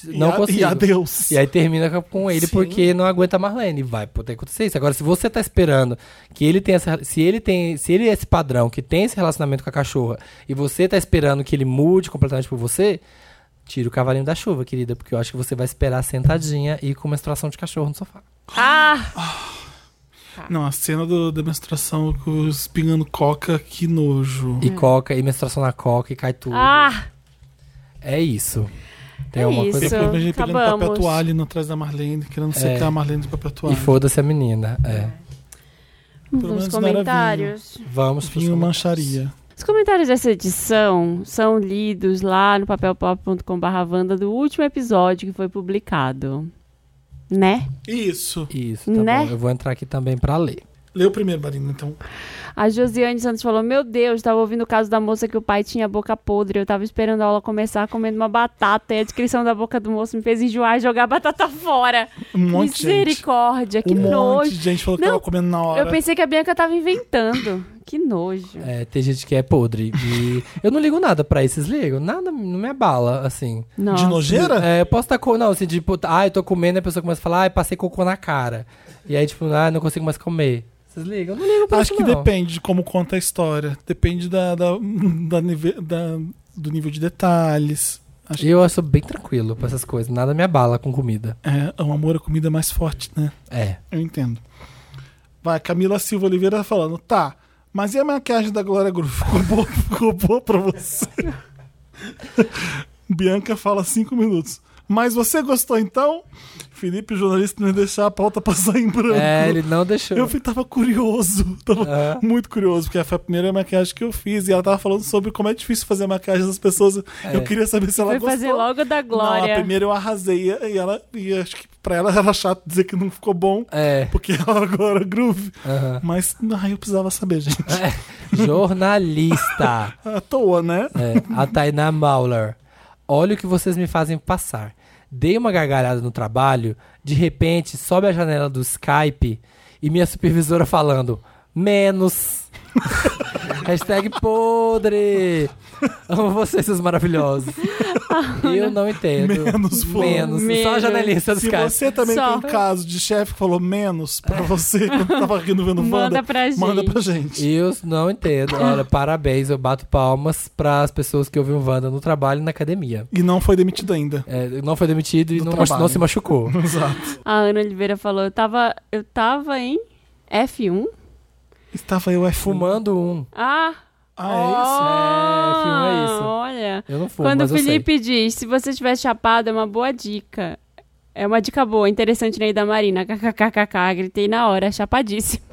E Não a- consigo. E adeus. E aí termina com- com ele Sim. porque não aguenta a Marlene. Vai poder acontecer isso. Agora, se você tá esperando que ele tenha essa, se ele tem, se ele é esse padrão que tem esse relacionamento com a cachorra e você tá esperando que ele mude completamente por você, tira o cavalinho da chuva, querida, porque eu acho que você vai esperar sentadinha e com menstruação de cachorro no sofá. Ah! Não, a cena do, da menstruação com os pingando coca, que nojo. E coca, e menstruação na coca, e cai tudo. Hum. Ah! É isso. Tem É alguma isso. coisa. Eu imaginei pegando papel acabamos. toalha indo atrás da Marlene, querendo secar a Marlene de papel É. E toalha. foda-se a menina. É. Os menos não era comentários. Vamos pros Vinho comentários. mancharia. Os comentários dessa edição são lidos lá no papelpop.com.br do último episódio que foi publicado. Né? Isso. Isso, tá Né? bom. Eu vou entrar aqui também pra ler. Leu primeiro, Marina, então. A Josiane Santos falou: Meu Deus, tava ouvindo o caso da moça que o pai tinha a boca podre. Eu tava esperando a aula começar comendo uma batata e a descrição da boca do moço me fez enjoar e jogar a batata fora. Um monte de gente. Misericórdia, que um monte nojo. de gente falou que Não, tava comendo na hora. Eu pensei que a Bianca tava inventando. Que nojo. É, tem gente que é podre. E eu não ligo nada pra isso, vocês ligam? Nada, não me abala, assim. Nossa. De nojeira? É, eu posso estar com. Não, assim, tipo, ah, eu tô comendo, a pessoa começa a falar, ai, passei cocô na cara. E aí, tipo, ah, não consigo mais comer. Vocês ligam? Eu não ligo pra Acho isso, que não. depende de como conta a história. Depende da, da, da nive- da- do nível de detalhes. Acho que Eu acho bem tranquilo pra essas coisas. Nada me abala com comida. é, o amor à comida é mais forte, né? É. Eu entendo. Vai, Camila Silva Oliveira falando, tá, mas e a maquiagem da Glória Groove? Ficou boa, ficou boa pra você? Bianca fala cinco minutos. Mas você gostou então? Felipe, o jornalista, não ia deixar a pauta passar em branco. É, ele não deixou. Eu fui- tava curioso, tava muito curioso, porque foi a primeira maquiagem que eu fiz e ela tava falando sobre como é difícil fazer a maquiagem das pessoas. Eu queria saber se ela Foi gostou. fazer logo da Não, a glória. primeira eu arrasei e ela e acho que pra ela era chato dizer que não ficou bom, É. porque ela agora groove. Aham. Mas ai, eu precisava saber, gente. Jornalista. À toa, né? É, a Tainá Mauler. Olha o que vocês me fazem passar. Dei uma gargalhada no trabalho, de repente sobe a janela do Skype e minha supervisora falando: menos. Hashtag podre. Amo vocês, seus maravilhosos. Eu não entendo. Menos, pô. menos. Só a Menos. janelinha do Se Skype. você também Só. tem um caso de chefe que falou menos pra você quando tava rindo vendo Manda Wanda, pra gente. manda pra gente. Eu não entendo. Olha, parabéns. Eu bato palmas para as pessoas que ouvem o Wanda no trabalho e na academia. E não foi demitido ainda. É, não foi demitido e No não, trabalho. não se machucou. Exato. A Ana Oliveira falou: Eu tava, eu tava em F1? Estava eu é Fumando um. Ah! Ah, um É, F1 é isso. Olha. Eu não fumo, Quando o mas Felipe diz, se você estiver chapado, é uma boa dica. É uma dica boa, interessante né, na da Marina. KKKKK, gritei na hora, chapadíssimo.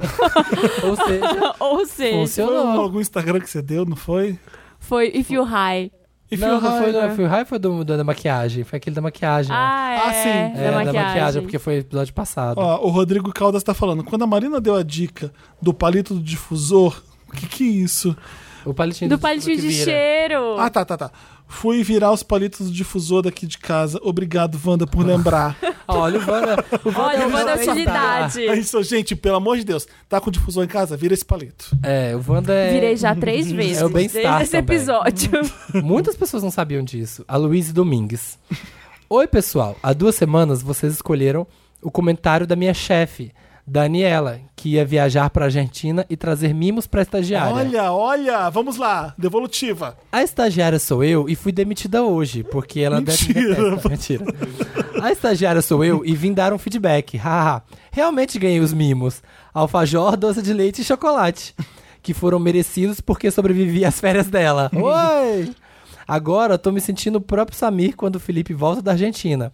eu sei. Ou seja, Ou seja, é isso? Foi funcionou. algum Instagram que você deu, não foi? foi if you high. É. E né? Não, Phil não foi, Hyde, não. Foi o raio foi do, da, da maquiagem. Foi aquele da maquiagem. né? Ah, é. Ah, sim. É, da, maquiagem. porque foi episódio passado. Ó, o Rodrigo Caldas tá falando. Quando a Marina deu a dica do palito do difusor, o que que é isso? O palitinho Do de- palitinho que de vira. cheiro. Ah, tá, tá, tá. Fui virar os palitos do difusor daqui de casa. Obrigado, Wanda, por lembrar. Ah, olha o Wanda. O Wanda Olha, uma da é utilidade. É isso, gente, pelo amor de Deus. Tá com difusor em casa? Vira esse palito. É, o Wanda é. Virei já três vezes. É o desde bem-estar esse também. episódio. Muitas pessoas não sabiam disso. A Luíse Domingues. Oi, pessoal. Há duas semanas vocês escolheram o comentário da minha chefe, Daniela, que ia viajar pra Argentina e trazer mimos pra estagiária. Olha, olha, vamos lá. Devolutiva. A estagiária sou eu e fui demitida hoje, porque ela deve- Mentira. detesta. Mentira. A estagiária sou eu e vim dar um feedback. Haha. Realmente ganhei os mimos: alfajor, doce de leite e chocolate, que foram merecidos porque sobrevivi às férias dela. Oi! Agora tô me sentindo o próprio Samir quando o Felipe volta da Argentina.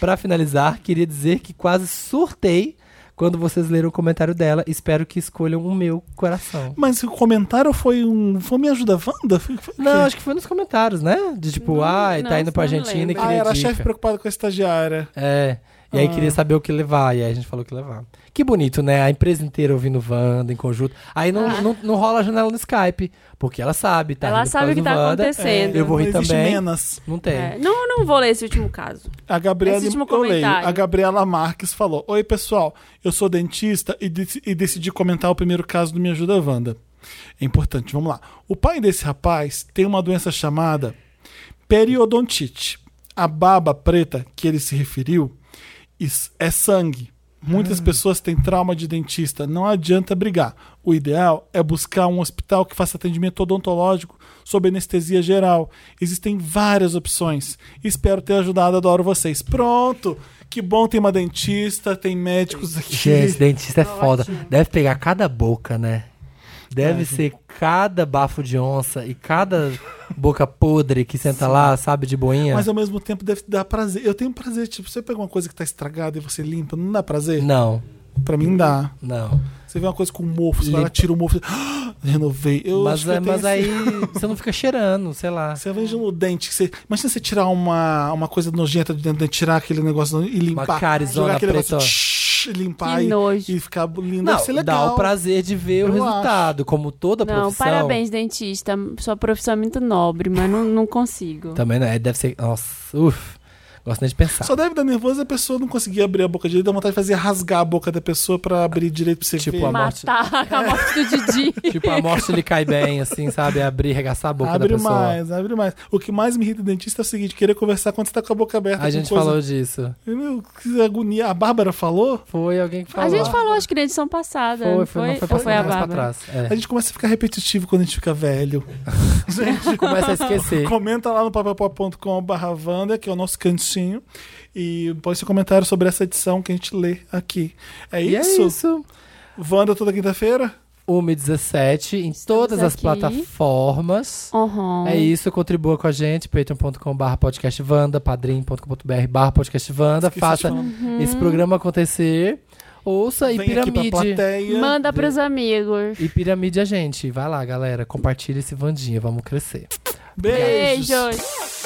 Pra finalizar, queria dizer que quase surtei quando vocês leram o comentário dela. Espero que escolham o meu coração. Mas o comentário foi um. Foi me ajuda, Wanda? Foi, foi o quê? Não, acho que foi nos comentários, né? De tipo, Não, ai, não, tá indo pra não Argentina e lembro. Ah. Ah, queria era a dica. chefe preocupada com a estagiária. É. E aí queria saber o que levar, e aí a gente falou o que levar. Que bonito, né? A empresa inteira ouvindo Wanda em conjunto. Aí não, não, não rola a janela no Skype, porque ela sabe, tá? Ah. Ela rindo por sabe causa o que do tá Wanda. acontecendo. Eu vou rir Não É, existe também. menos. Não tem. É, Não, não vou ler esse último caso. A Gabriela, Esse último eu leio. comentário. A Gabriela Marques falou: Oi, pessoal, eu sou dentista e, dec- e decidi comentar o primeiro caso do Me Ajuda Wanda. É importante, vamos lá. O pai desse rapaz tem uma doença chamada periodontite. A baba preta que ele se referiu is- é sangue. Ah. Muitas pessoas têm trauma de dentista, não adianta brigar. O ideal é buscar um hospital que faça atendimento odontológico sob anestesia geral. Existem várias opções. Espero ter ajudado, adoro vocês. Pronto! Que bom tem uma dentista, tem médicos aqui. Gente, dentista é foda. Deve pegar cada boca, né? Deve ser cada bafo de onça e cada boca podre que senta lá, sabe, de boinha. Mas ao mesmo tempo deve dar prazer. Eu tenho prazer, tipo, você pega uma coisa que tá estragada e você limpa, não dá prazer? Não, Pra mim dá. não. Você vê uma coisa com um mofo, você vai lá, Limpa. tira o mofo, você... Ah, renovei. Eu mas acho que eu é- mas tenho aí esse- você não fica cheirando, sei lá. Você arranja no dente. que Você... Imagina você tirar uma, uma coisa nojenta de dentro, de tirar aquele negócio e limpar. carizona jogar aquele preta, ó. negócio, tsh, e limpar Que e, nojo. e ficar lindo. Não, Deve ser dá legal. o prazer de ver o Eu resultado, como toda Não, profissão. parabéns, dentista. Sua profissão é muito nobre, mas não, não consigo. Também não é, deve ser. Nossa, uff. Gosto nem de pensar. Tá. Só deve dar nervoso a pessoa não conseguir abrir a boca direito. Dá vontade de fazer rasgar a boca da pessoa pra abrir direito pra você Tipo, ver. a morte. Matar a morte do Didi. Tipo, a morte ele cai bem, assim, sabe? Abrir, arregaçar a boca da abre pessoa. mais, abre mais. O que mais me irrita do dentista é o seguinte: querer conversar quando você tá com a boca aberta. A com gente coisa... falou disso. Meu, que agonia. A Bárbara falou? Foi alguém que falou. A gente falou, acho que na edição passada. Foi, não foi, não foi, Ou pra, foi a mais pra Bárbara? trás. É. A gente começa a ficar repetitivo quando a gente fica velho. começa a esquecer. Comenta lá no papelpop.com.br, que é o nosso cantinho. E põe seu comentário sobre essa edição que a gente lê aqui. É E isso? é isso. Wanda toda quinta-feira? 1h17 em todas as aqui. plataformas. Uhum. É isso, contribua com a gente, patreon.com.br podcastvanda, padrim.com.br barra podcastvanda, Esqueci de faça falar. esse programa acontecer, ouça e Vem aqui pra piramide, plateia. Manda pros amigos. e piramide a gente, vai lá galera, compartilha esse Vandinha, vamos crescer. Beijos. Beijos.